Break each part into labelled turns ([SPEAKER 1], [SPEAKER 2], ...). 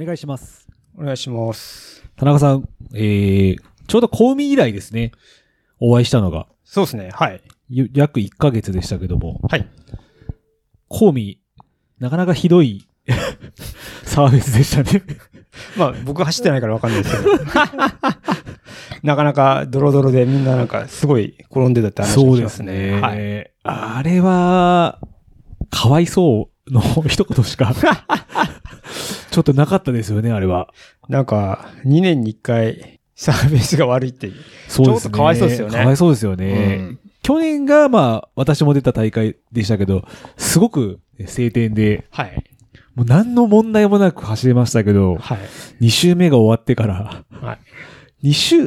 [SPEAKER 1] お願いします。
[SPEAKER 2] お願いします。
[SPEAKER 3] 田中さん、えー、ちょうど公務以来ですね、お会いしたのが、
[SPEAKER 2] そうですね。はい。
[SPEAKER 3] ゆ約1ヶ月でしたけども、
[SPEAKER 2] はい。
[SPEAKER 3] 公務、なかなかひどい サービスでした ね。
[SPEAKER 2] まあ、僕走ってないからわかんないですけ ど。なかなかドロドロでみんななんかすごい転んでたって話を聞きますね。はい。
[SPEAKER 3] あれは、かわいそうの一言し か、ちょっとなかったですよね、あれは。
[SPEAKER 2] なんか、2年に1回 サービスが悪いっていう。
[SPEAKER 3] そうですね。
[SPEAKER 2] ちょっとかわいそうですよね
[SPEAKER 3] かわいそうですよね。
[SPEAKER 2] うん
[SPEAKER 3] 去年が、まあ、私も出た大会でしたけど、すごく晴天で、
[SPEAKER 2] はい。
[SPEAKER 3] もう何の問題もなく走れましたけど、
[SPEAKER 2] はい。
[SPEAKER 3] 2周目が終わってから、
[SPEAKER 2] はい。
[SPEAKER 3] 2周、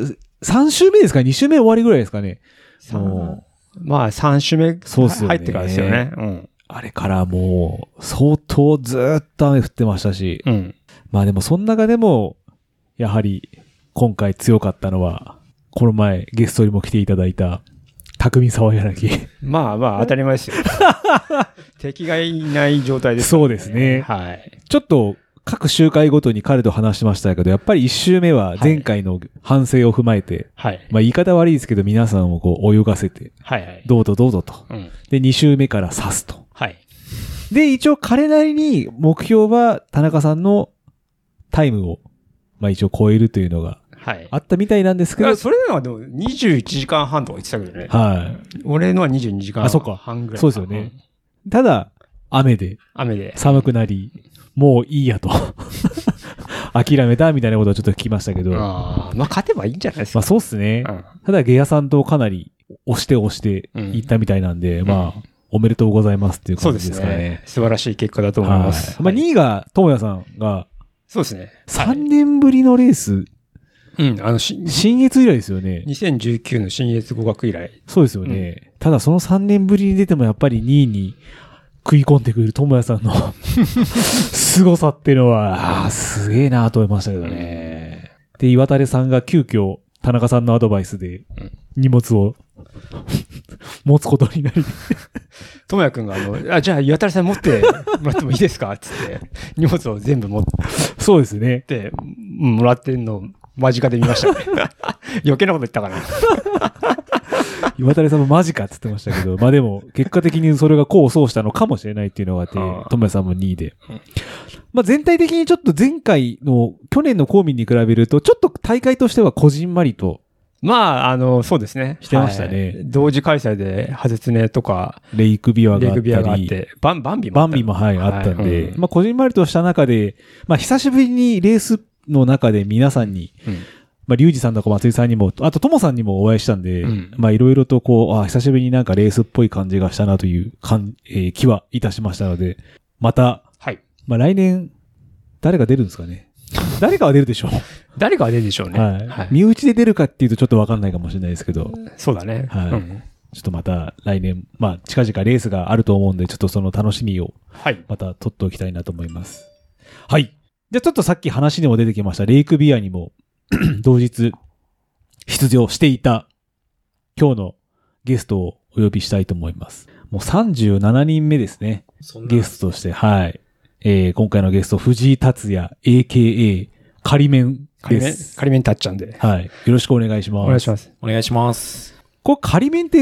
[SPEAKER 3] 3周目ですか ?2 周目終わりぐらいですかね。
[SPEAKER 2] さ
[SPEAKER 3] もう、
[SPEAKER 2] まあ、3種目
[SPEAKER 3] そうっすよね
[SPEAKER 2] 入ってからですよね。うん。
[SPEAKER 3] あれからもう、相当ずーっと雨降ってましたし、
[SPEAKER 2] うん。
[SPEAKER 3] まあでも、その中でも、やはり、今回強かったのは、この前、ゲストにも来ていただいた、匠沢柳。
[SPEAKER 2] まあまあ、当たり前です よ。敵がいない状態です、
[SPEAKER 3] そうですね
[SPEAKER 2] はい。
[SPEAKER 3] ちょっと、各集会ごとに彼と話しましたけど、やっぱり1周目は前回の反省を踏まえて、
[SPEAKER 2] はい。
[SPEAKER 3] まあ言い方悪いですけど、皆さんをこう泳がせて、
[SPEAKER 2] はいはい。
[SPEAKER 3] どうぞどうぞと。
[SPEAKER 2] うん。
[SPEAKER 3] で、2周目から刺すと。
[SPEAKER 2] はい。
[SPEAKER 3] で、一応彼なりに目標は田中さんのタイムを、まあ一応超えるというのが
[SPEAKER 2] はい
[SPEAKER 3] あ。ったみたいなんですけど、
[SPEAKER 2] あそれならでも21時間半とか言ってたけどね。
[SPEAKER 3] は
[SPEAKER 2] 俺のは22時間
[SPEAKER 3] あそっか
[SPEAKER 2] 半ぐらい。
[SPEAKER 3] そうですよね
[SPEAKER 2] ん。
[SPEAKER 3] い。ただ、雨で
[SPEAKER 2] 雨で。
[SPEAKER 3] 寒くなり、もういいやと。 諦めたみたいなことをちょっと聞きましたけど、ま
[SPEAKER 2] ああ、まあ勝てばいいんじゃないですか。
[SPEAKER 3] あそうっすね。
[SPEAKER 2] うん
[SPEAKER 3] ただ、ゲアさんとかなり押して押していったみたいなんで、
[SPEAKER 2] ん
[SPEAKER 3] まあ、おめでとうございますっていう
[SPEAKER 2] そ
[SPEAKER 3] 感
[SPEAKER 2] うで
[SPEAKER 3] じ
[SPEAKER 2] す
[SPEAKER 3] ですか
[SPEAKER 2] ね
[SPEAKER 3] ね。。
[SPEAKER 2] 素晴らしい結果だと思います。
[SPEAKER 3] はいまあ、
[SPEAKER 2] はい
[SPEAKER 3] 2位が、ともやさんが、
[SPEAKER 2] そうですね。
[SPEAKER 3] 3年ぶりのレース、
[SPEAKER 2] うん、あの、し
[SPEAKER 3] 新越以来ですよね。
[SPEAKER 2] 2019の新越語学以来。
[SPEAKER 3] そうですよね。ただその3年ぶりに出てもやっぱり2位に食い込んでくる智也さんの 凄さっていうのは、あーすげえなと思いましたけどね。で、岩垂さんが急遽田中さんのアドバイスで
[SPEAKER 2] うん
[SPEAKER 3] 荷物を 持つことになり、
[SPEAKER 2] ともやくんが、あの、あ、じゃあ岩谷さん持ってもらってもいいですかつって、荷物を全部持っ
[SPEAKER 3] そうですね。
[SPEAKER 2] て、うんもらってるのを間近で見ました ね。余計なこと言ったかな。
[SPEAKER 3] 岩垂さんもマジかっつってましたけ ど、まあでも結果的にそれが功を奏したのかもしれないっていうのがあって、
[SPEAKER 2] はあ
[SPEAKER 3] 智也さんも2位で
[SPEAKER 2] うん。
[SPEAKER 3] まあ全体的にちょっと前回の、去年の公民に比べると、ちょっと大会としてはこじんまりと、
[SPEAKER 2] まあ、あの、そうですね。
[SPEAKER 3] してましたね
[SPEAKER 2] はい同時開催で、ハゼツネとか、
[SPEAKER 3] レイクビアが
[SPEAKER 2] レ
[SPEAKER 3] あ
[SPEAKER 2] グ
[SPEAKER 3] っ
[SPEAKER 2] ビアが
[SPEAKER 3] た
[SPEAKER 2] あっ
[SPEAKER 3] り、
[SPEAKER 2] て、バン、バンビもあ
[SPEAKER 3] バ
[SPEAKER 2] っ
[SPEAKER 3] ン
[SPEAKER 2] た
[SPEAKER 3] ビも、はい、あったんで、
[SPEAKER 2] うん
[SPEAKER 3] まあ、こじんまりとした中で、まあ、久しぶりにレースの中で皆さんに、
[SPEAKER 2] うん
[SPEAKER 3] まあ、リュウジさんとか松井さんにも、あと、ともさんにもお会いしたんで、
[SPEAKER 2] うん
[SPEAKER 3] まあ、いろいろとこう、あ久しぶりになんかレースっぽい感じがしたなという感、えー気はいたしましたので、また、
[SPEAKER 2] はい。
[SPEAKER 3] まあ、来年、誰が出るんですかね。誰かは出るでしょう。
[SPEAKER 2] 誰かが出るでしょうね。
[SPEAKER 3] はい。
[SPEAKER 2] はい
[SPEAKER 3] 身内で出るかっていうとちょっとわかんないかもしれないですけど、
[SPEAKER 2] そうだね。
[SPEAKER 3] はい
[SPEAKER 2] うん
[SPEAKER 3] ちょっとまた来年、まあ、近々レースがあると思うんで、ちょっとその楽しみを
[SPEAKER 2] はい。
[SPEAKER 3] また取っておきたいなと思います。はい。じゃあちょっとさっき話にも出てきました、レイクビアにも 同日出場していた今日のゲストをお呼びしたいと思います。もう37人目ですね。
[SPEAKER 4] そんな
[SPEAKER 3] ゲストとして、はい。えー、今回のゲスト、藤井達也、AKA、仮面
[SPEAKER 2] 仮
[SPEAKER 3] で
[SPEAKER 2] 面、
[SPEAKER 3] す。
[SPEAKER 2] 仮面立っちゃうんで。
[SPEAKER 3] はい。よろしくお願いします。
[SPEAKER 2] お願いします。
[SPEAKER 4] お願いします。
[SPEAKER 3] これ仮面って、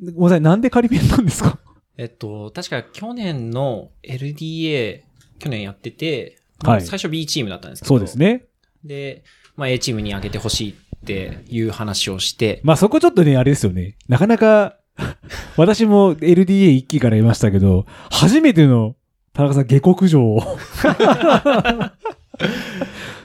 [SPEAKER 3] ごめんなさい、なんで仮面なんですか
[SPEAKER 4] えっと、確か去年の LDA、去年やってて、
[SPEAKER 3] はい
[SPEAKER 4] 最初 B チームだったんですけど、
[SPEAKER 3] そうです。ね。
[SPEAKER 4] で、まあ A チームに上げてほしいっていう話をして、
[SPEAKER 3] まあそこちょっとね、あれですよね。なかなか、 私も LDA 一期からいましたけど、初めての田中さん下克上 を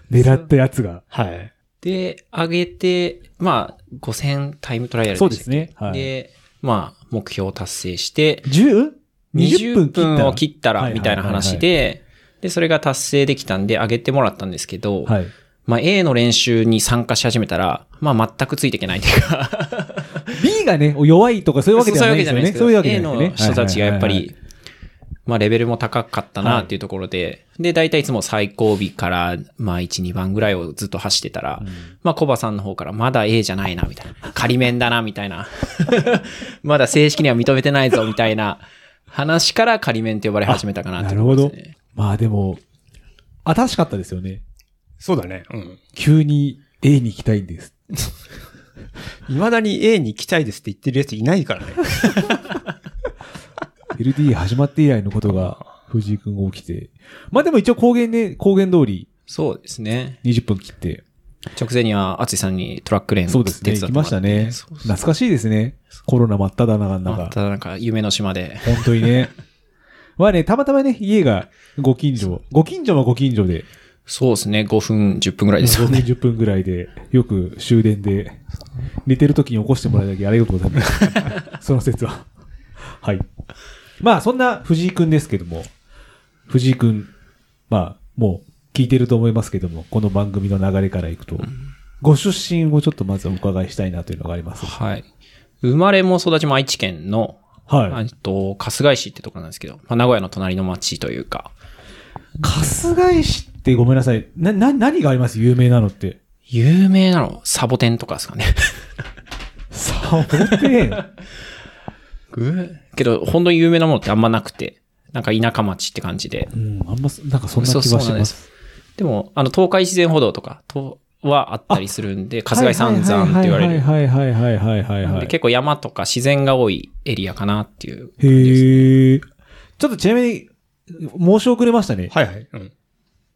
[SPEAKER 3] 狙ったやつが。
[SPEAKER 2] はい。
[SPEAKER 4] で、上げて、まあ5000タイムトライアルした
[SPEAKER 3] そ
[SPEAKER 4] っ
[SPEAKER 3] う
[SPEAKER 4] け
[SPEAKER 3] ですね。はい。
[SPEAKER 4] で、まあ目標を達成して、
[SPEAKER 3] 10?
[SPEAKER 4] 20
[SPEAKER 3] 20
[SPEAKER 4] 分を
[SPEAKER 3] 分
[SPEAKER 4] 切
[SPEAKER 3] 切
[SPEAKER 4] っ
[SPEAKER 3] ったた
[SPEAKER 4] ら、
[SPEAKER 3] ら
[SPEAKER 4] みたいな話で、で、それが達成できたんで、上げてもらったんですけど、
[SPEAKER 3] はい。
[SPEAKER 4] まあ A の練習に参加し始めたら、まあ全くついていけないというか、
[SPEAKER 3] B がね、弱いとかそういうわけじゃないですよね。
[SPEAKER 4] そ
[SPEAKER 3] そうう
[SPEAKER 4] い
[SPEAKER 3] いうう
[SPEAKER 4] わ
[SPEAKER 3] わ
[SPEAKER 4] け
[SPEAKER 3] け
[SPEAKER 4] じ
[SPEAKER 3] じ
[SPEAKER 4] ゃ
[SPEAKER 3] ゃ
[SPEAKER 4] な
[SPEAKER 3] ないいで
[SPEAKER 4] ですけどね A の
[SPEAKER 3] すよね。
[SPEAKER 4] 人たちがやっぱ
[SPEAKER 3] はいはいはい
[SPEAKER 4] り、まあレベルも高かったなっていうところで、で、大体いつも最後尾から、まあ1、2番ぐらいをずっと走ってたら、まあコバさんの方から、まだ A じゃないな、みたいな。仮面だな、みたいな。 まだ正式には認めてないぞ、みたいな話から仮面って呼ばれ始めたかなって
[SPEAKER 3] な
[SPEAKER 4] と
[SPEAKER 3] る
[SPEAKER 4] こ
[SPEAKER 3] ほ
[SPEAKER 4] ろ
[SPEAKER 3] ど
[SPEAKER 4] ですね。。
[SPEAKER 3] まあでも、新しかったですよね。
[SPEAKER 2] そうだね。うん。
[SPEAKER 3] 急に A に行きたいんです。
[SPEAKER 2] 未だに A に行きたいですって言ってるやついないからね。
[SPEAKER 3] LD 始まって以来のことが、藤井くんが起きて。まあでも一応公言で、公言通り
[SPEAKER 4] そうですね。
[SPEAKER 3] 20分切って。
[SPEAKER 4] 直前には、淳さんにトラックレーン
[SPEAKER 3] そうですね。行きましたね。
[SPEAKER 4] そうそう
[SPEAKER 3] 懐かしいですね。コロナ真っ只中の中。
[SPEAKER 4] ただなんか、夢の島で。
[SPEAKER 3] 本当にね。まあね、たまたまね、家がご近所、ご近所はご近所で、
[SPEAKER 4] そうですね。5分、10分ぐらいです
[SPEAKER 3] 5
[SPEAKER 4] よ
[SPEAKER 3] 分
[SPEAKER 4] ね。
[SPEAKER 3] 10分ぐらいで、よく終電で、寝てる時に起こしてもらうだけありがとうござい ます。その説は。はい。まあ、そんな藤井くんですけども、藤井くん、まあ、もう聞いてると思いますけども、この番組の流れからいくと、ご出身をちょっとまずお伺いしたいなというのがあります。
[SPEAKER 4] はい。生まれも育ちも愛知県の、
[SPEAKER 3] は
[SPEAKER 4] え
[SPEAKER 3] い。
[SPEAKER 4] っと、春日井市ってところなんですけど、まあ、名古屋の隣の町というか、
[SPEAKER 3] 春日井市ってごめんなさい。な、な、何があります有名なのって。
[SPEAKER 4] 有名なの、サボテンとかですかね。
[SPEAKER 3] サボテン。
[SPEAKER 4] けど、本当に有名なものってあんまなくて、なんか田舎町って感じで。
[SPEAKER 3] うん、あんまそ、なんかそんな気
[SPEAKER 4] そ
[SPEAKER 3] は
[SPEAKER 4] うそう
[SPEAKER 3] し
[SPEAKER 4] なんで
[SPEAKER 3] ます
[SPEAKER 4] す。でも、あの、東海自然歩道とかとはあったりするんで、春日井三山って言われる。
[SPEAKER 3] はいはいはいはいはいはいはい、は
[SPEAKER 4] で
[SPEAKER 3] い。
[SPEAKER 4] 結構山とか自然が多いエリアかなっていう。
[SPEAKER 3] へえ。ちょっとちなみに、申し遅れましたね。
[SPEAKER 2] はいはい。うん。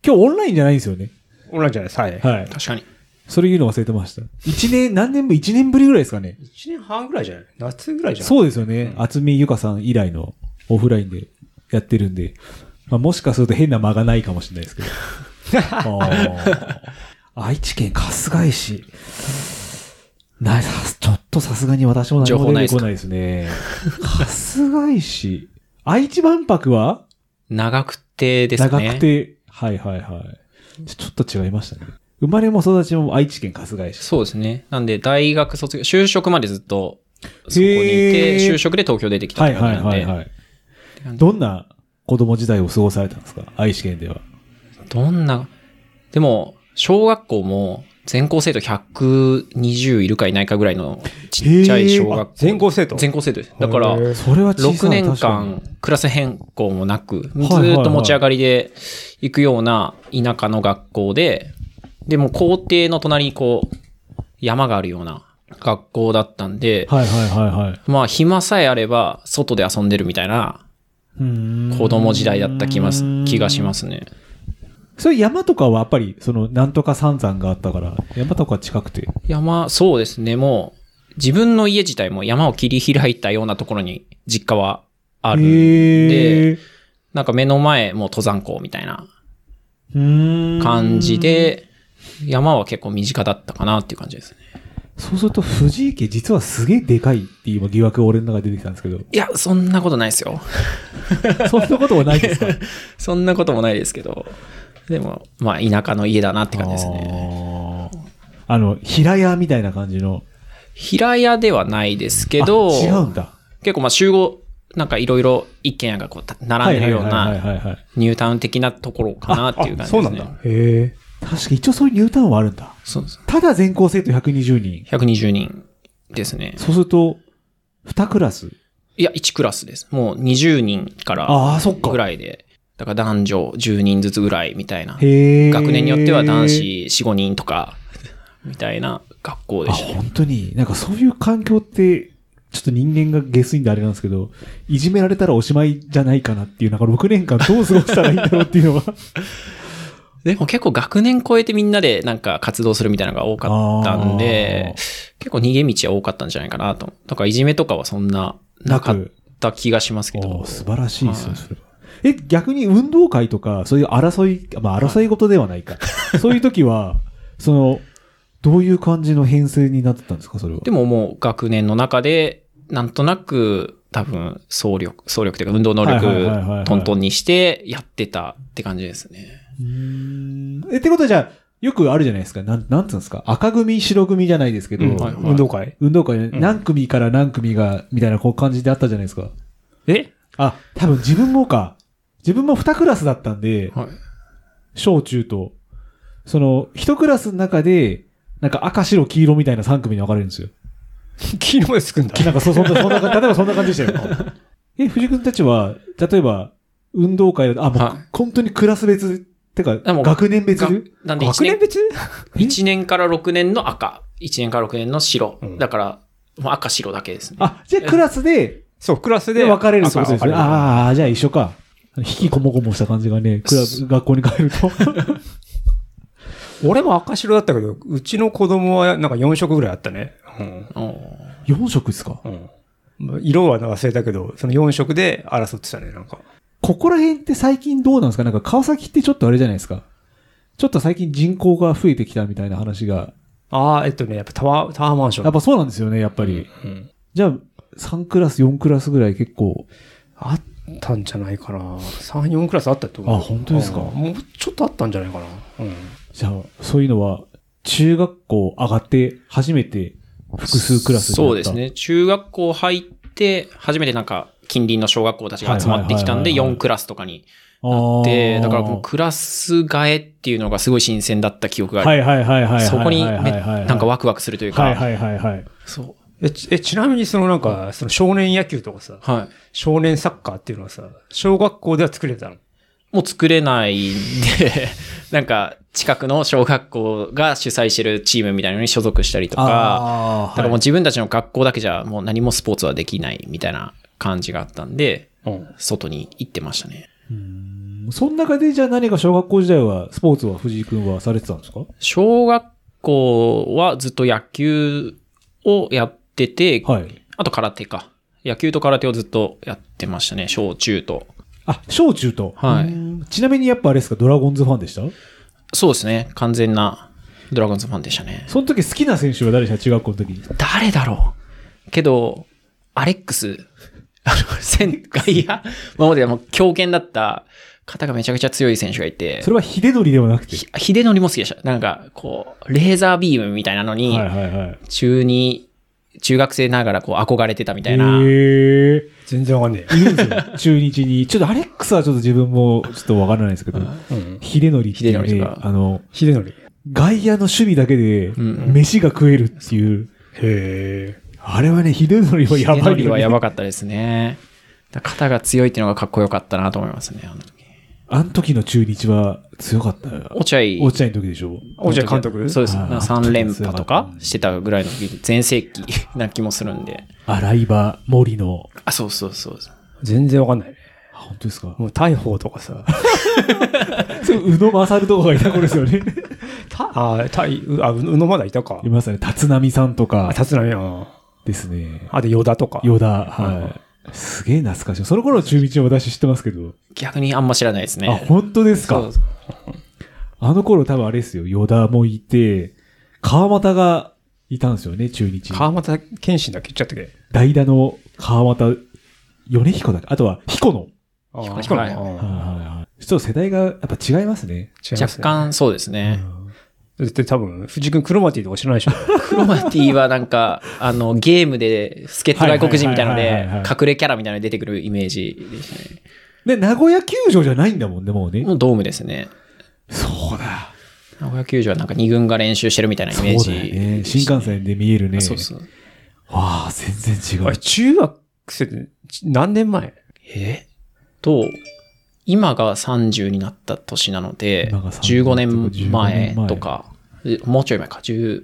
[SPEAKER 3] 今日オンラインじゃないんですよね。
[SPEAKER 2] オンラインじゃないです。はい。
[SPEAKER 3] はい。
[SPEAKER 4] 確かに。
[SPEAKER 3] それ言うの忘れてました。一年、何年ぶり、一年ぶりぐらいですかね。
[SPEAKER 2] 1年半ぐらいじゃない夏ぐらいじゃない
[SPEAKER 3] そうですよね。渥美ゆかさん以来のオフラインでやってるんで、まあ、もしかすると変な間がないかもしれないです けど。あー愛知県春日井市。なさちょっとさすがに私も何も出てこないですね。春日井市。愛知万博は
[SPEAKER 4] 長くてですね。
[SPEAKER 3] 長くて、はいはいはい。ちょっと違いましたね。生まれも育ちも愛知県春日井市。
[SPEAKER 4] そうですね。なんで、大学卒業、就職までずっと、そこにいて、
[SPEAKER 3] へー
[SPEAKER 4] 就職で東京出てきた
[SPEAKER 3] は
[SPEAKER 4] っ
[SPEAKER 3] い
[SPEAKER 4] てこと
[SPEAKER 3] はい
[SPEAKER 4] なんで、
[SPEAKER 3] はいはい。どんな子供時代を過ごされたんですか愛知県では。
[SPEAKER 4] どんな、でも、小学校も、全校生徒120いるかいないかぐらいのちっちゃい小学校。
[SPEAKER 2] 全校生徒。
[SPEAKER 4] 全校生徒です。だから、
[SPEAKER 2] へー
[SPEAKER 3] それは小さな
[SPEAKER 4] 6年
[SPEAKER 3] 確かに
[SPEAKER 4] 間、クラス変更もなく、ず
[SPEAKER 3] いはいはい
[SPEAKER 4] ーっと持ち上がりで行くような田舎の学校で、でもう校庭の隣にこう、山があるような学校だったんで、
[SPEAKER 3] はいはいはいはい。
[SPEAKER 4] まあ、暇さえあれば、外で遊んでるみたいな、
[SPEAKER 3] うーん
[SPEAKER 4] 子供時代だった気ます気がしますね。
[SPEAKER 3] それ山とかはやっぱり、その、なんとか三山があったから、山とか近くて。
[SPEAKER 4] 山、そうですね、もう、自分の家自体も山を切り開いたようなところに実家はある。
[SPEAKER 3] へー
[SPEAKER 4] なんか目の前もう登山口みたいな
[SPEAKER 3] うーん
[SPEAKER 4] 感じ。で、山は結構身近だったかなっていう感じですね。
[SPEAKER 3] そうすると藤井家実はすげえでかいって今疑惑が俺の中で出てきたん
[SPEAKER 4] 、
[SPEAKER 3] ですけど
[SPEAKER 4] いや、そんなことないですよ。
[SPEAKER 3] そんなことはないですか
[SPEAKER 4] そんなこともないですけど。でも、まあ、田舎の家だなって感じですね。
[SPEAKER 3] ね。あの、平屋みたいな感じの。
[SPEAKER 4] 平屋ではないですけ
[SPEAKER 3] あ
[SPEAKER 4] ど、
[SPEAKER 3] 違うんだ。
[SPEAKER 4] 結構まあ集合、なんかいろいろ一軒家がこうた並んでるよう
[SPEAKER 3] はい
[SPEAKER 4] な
[SPEAKER 3] はいはいはいはい。
[SPEAKER 4] ニュータウン的なところかなっていう感じですね。
[SPEAKER 2] あそうなんだ。
[SPEAKER 3] へえ。確か一応そういうニュータウンはあるんだ。
[SPEAKER 4] そうです。
[SPEAKER 3] ただ全校生徒120人。
[SPEAKER 4] 120人ですね。
[SPEAKER 3] そうすると、2クラス。
[SPEAKER 4] いや、1クラスです。もう20人から
[SPEAKER 3] ああ、そっか。
[SPEAKER 4] ぐらいで、だから男女10人ずつぐらいみたいな。
[SPEAKER 3] へー
[SPEAKER 4] 学年によっては男子4、5人とか、みたいな学校で
[SPEAKER 3] あ、
[SPEAKER 4] したね。
[SPEAKER 3] 本当に、なんかそういう環境って、ちょっと人間が下水んであれなんですけど、いじめられたらおしまいじゃないかなっていう、なんか6年間どう過ごしたらいいんだろうっていう のは。
[SPEAKER 4] でも結構学年超えてみんなでなんか活動するみたいなのが多かったんで、結構逃げ道は多かったんじゃないかなと。だからいじめとかはそんななかった気がしますけ
[SPEAKER 3] お
[SPEAKER 4] ど
[SPEAKER 3] ー。素晴らしいです
[SPEAKER 4] は
[SPEAKER 3] よ、
[SPEAKER 4] い
[SPEAKER 3] それは。え、逆に運動会とか、そういう争い、まあ争い事ではないか。そういう時は、その、どういう感じの編成になってたんですか、それは。
[SPEAKER 4] でももう学年の中で、なんとなく多分総力、総力というか運動能
[SPEAKER 3] はいはいはいはいはい
[SPEAKER 4] 力トントンにしてやってたって感じですね。
[SPEAKER 3] うーんえ、ってことはじゃあ、よくあるじゃないですか。なん、なんつうんですか。赤組、白組じゃないですけど、
[SPEAKER 2] うん
[SPEAKER 4] はいはい
[SPEAKER 2] 運動会。
[SPEAKER 3] 運動会、
[SPEAKER 2] ん
[SPEAKER 3] 何組から何組が、みたいなこう感じであったじゃないですか。
[SPEAKER 4] え
[SPEAKER 3] あ、多分自分もか。自分も2クラスだったんで、
[SPEAKER 4] はい。
[SPEAKER 3] 小中と。その、1クラスの中で、なんか赤、白、黄色みたいな3組に分かれるんですよ。
[SPEAKER 2] 黄色までつくんだ。
[SPEAKER 3] なんかそ、そんな、そんな、例えばそんな感じでしたよ。え、藤井君たちは、例えば、運動会だと、あ、もう、
[SPEAKER 4] はい
[SPEAKER 3] 本当にクラス別てか、
[SPEAKER 4] でも
[SPEAKER 3] 学年別で
[SPEAKER 4] なんで1
[SPEAKER 2] 学年
[SPEAKER 4] 年、
[SPEAKER 2] 別
[SPEAKER 4] 一年から6年の赤。1年から6年の白。
[SPEAKER 2] うん
[SPEAKER 4] だから、もう赤白だけですね。
[SPEAKER 3] あ、じゃあクラスで、
[SPEAKER 2] そう、クラス
[SPEAKER 3] で
[SPEAKER 2] で。
[SPEAKER 3] 分かれるってことですね。
[SPEAKER 2] ああ
[SPEAKER 3] ああ、じゃあ一緒か。引きこもこもした感じがね、クラブ、学校に帰ると。
[SPEAKER 2] 俺も赤白だったけど、うちの子供はなんか4色ぐらいあったね。うん。
[SPEAKER 4] おー
[SPEAKER 3] 4色ですか
[SPEAKER 2] うん。色は忘れたけど、その4色で争ってたね、なんか。
[SPEAKER 3] ここら辺って最近どうなんですかなんか川崎ってちょっとあれじゃないですか。ちょっと最近人口が増えてきたみたいな話が。
[SPEAKER 2] ああ、えっとね、やっぱタワー、タワーマンション。
[SPEAKER 3] やっぱそうなんですよね、やっぱり。
[SPEAKER 2] うん
[SPEAKER 3] じゃあ、3クラス、4クラスぐらい結構。
[SPEAKER 2] あったんじゃないかな。3、4クラスあったと思う。
[SPEAKER 3] あ本当ですか
[SPEAKER 2] うんもうちょっとあったんじゃないかな。うん。
[SPEAKER 3] じゃあ、そういうのは、中学校上がって初めて複数クラスになった
[SPEAKER 4] そうです。ね。中学校入って、初めてなんか、近隣の小学校たちが集まってきたん
[SPEAKER 3] はいはい
[SPEAKER 4] で、
[SPEAKER 3] はいはい
[SPEAKER 4] 4クラスとかに
[SPEAKER 3] ああ。
[SPEAKER 4] で、だからもうクラス替えっていうのがすごい新鮮だった記憶があ
[SPEAKER 3] は
[SPEAKER 4] る。
[SPEAKER 3] いはいはいはいはいはいはいはい。
[SPEAKER 4] そこにめ、なんかワクワクするという
[SPEAKER 3] はい
[SPEAKER 4] か、
[SPEAKER 3] はいはいはい。
[SPEAKER 4] そう。
[SPEAKER 2] え、ちえちなみにそのなんか、その少年野球とかさ、
[SPEAKER 4] はい。
[SPEAKER 2] 少年サッカーっていうのはさ、小学校では作れたの。
[SPEAKER 4] もう作れないんで、 なんか近くの小学校が主催してるチームみたいなのに所属したりとか、
[SPEAKER 3] あ
[SPEAKER 4] だ
[SPEAKER 3] ー
[SPEAKER 4] からもう
[SPEAKER 3] はい
[SPEAKER 4] 自分たちの学校だけじゃもう何もスポーツはできないみたいな感じがあったんで、
[SPEAKER 2] うん。
[SPEAKER 4] 外に行ってましたね。
[SPEAKER 3] その中でじゃあ何か小学校時代は、スポーツは藤井君はされてたんですか
[SPEAKER 4] 小学校はずっと野球をやってて、
[SPEAKER 3] はい。
[SPEAKER 4] あと空手か。野球と空手をずっとやってましたね。小中と。
[SPEAKER 3] あ、小中と。
[SPEAKER 4] はい
[SPEAKER 3] い。ちなみにやっぱあれですか、ドラゴンズファンでした
[SPEAKER 4] そうですね。完全なドラゴンズファンでしたね。
[SPEAKER 3] その時好きな選手は誰でした中学校の時に。
[SPEAKER 4] 誰だろうけど、アレックス、 あの、戦外野、までもう強肩だった、肩がめちゃくちゃ強い選手がいて
[SPEAKER 3] そ、れは秀則ではなくて。
[SPEAKER 4] ひ秀則も好きでした。なんか、こう、レーザービームみたいなのに
[SPEAKER 3] は、いはいはい。
[SPEAKER 4] 中二、中学生ながらこう憧れてたみたいな。
[SPEAKER 3] へえ。
[SPEAKER 2] 全然わかんね
[SPEAKER 3] いるんですよ。中日に。ちょっとアレックスはちょっと自分もちょっとわからないですけど、
[SPEAKER 2] え。うん。
[SPEAKER 3] 秀則っていう
[SPEAKER 4] 秀
[SPEAKER 3] ね
[SPEAKER 4] 則、とか
[SPEAKER 3] あの、
[SPEAKER 2] 秀則。へ
[SPEAKER 3] 外野の守備だけで、
[SPEAKER 4] ん
[SPEAKER 3] 飯が食えるっていう。
[SPEAKER 2] え。
[SPEAKER 3] あれはね、秀則はやばいよ、ね。
[SPEAKER 4] 秀則はやばかったですね。だから肩が強いっていうのがかっこよかったなと思いますね。あの時
[SPEAKER 3] あの時の中日は強かったよ。
[SPEAKER 4] 落合
[SPEAKER 3] 落合の時でしょ。
[SPEAKER 2] 落合監督
[SPEAKER 4] そうです。
[SPEAKER 3] あー
[SPEAKER 4] なんか3連覇とかしてたぐらいの時全盛期な気もするんで。
[SPEAKER 3] 洗い場、森の。
[SPEAKER 4] あ、そうそうそうそう。
[SPEAKER 2] 全然わかんないね。
[SPEAKER 3] あ本当ですか。
[SPEAKER 2] もう大砲とかさ、
[SPEAKER 3] そう、宇野勝とかがいた頃ですよね。
[SPEAKER 2] たあ、たい、うあ、ううのまだいたか
[SPEAKER 3] い。ますね。立浪さんと
[SPEAKER 2] あ、
[SPEAKER 3] か
[SPEAKER 2] 立浪あ
[SPEAKER 3] ですね。
[SPEAKER 2] あ、で、ヨダとか。
[SPEAKER 3] 与田、はい。すげえ懐かしい。その頃の中日は私知ってますけど。
[SPEAKER 4] 逆にあんま知らないですね。
[SPEAKER 3] あ、本当です
[SPEAKER 4] そ
[SPEAKER 3] か
[SPEAKER 4] う。そう
[SPEAKER 3] あの頃多分あれですよ。与田もいて、川又がいたんですよね、中日に。
[SPEAKER 2] 川又謙信だっけ言っちゃったっけ
[SPEAKER 3] 代打の川又、米彦だっけあとは彦野。
[SPEAKER 2] あ
[SPEAKER 4] 彦
[SPEAKER 2] あ、
[SPEAKER 4] 根
[SPEAKER 2] 彦根
[SPEAKER 4] は
[SPEAKER 3] は
[SPEAKER 4] い
[SPEAKER 3] い
[SPEAKER 2] ああ
[SPEAKER 3] はいはい。ちょっと世代がやっぱ違いますね。
[SPEAKER 2] 違います
[SPEAKER 4] 若
[SPEAKER 2] ね。
[SPEAKER 4] 干そうですね。
[SPEAKER 2] だって多分、藤井君クロマティとか知らないでしょ。
[SPEAKER 4] クロマティはなんか、あの、ゲームで助っ人外国人みたいなの
[SPEAKER 3] はいはい
[SPEAKER 4] で
[SPEAKER 3] はいはいは、
[SPEAKER 4] 隠れキャラみたいなので出てくるイメージでしたね。
[SPEAKER 3] で、名古屋球場じゃないんだもんね、もうね。
[SPEAKER 4] もうドームですね。
[SPEAKER 3] そうだ。
[SPEAKER 4] 名古屋球場はなんか二軍が練習してるみたいなイ
[SPEAKER 3] そう
[SPEAKER 4] メージ
[SPEAKER 3] だよね。新幹線で見えるね。
[SPEAKER 4] そうそう。
[SPEAKER 3] わあ、全然違
[SPEAKER 2] あれ
[SPEAKER 3] う。
[SPEAKER 2] 中学生って何年前
[SPEAKER 4] えと、今が30になった年なので、
[SPEAKER 3] 今が30
[SPEAKER 4] 15年前
[SPEAKER 3] 15年
[SPEAKER 4] とか、えもうちょい前か、17、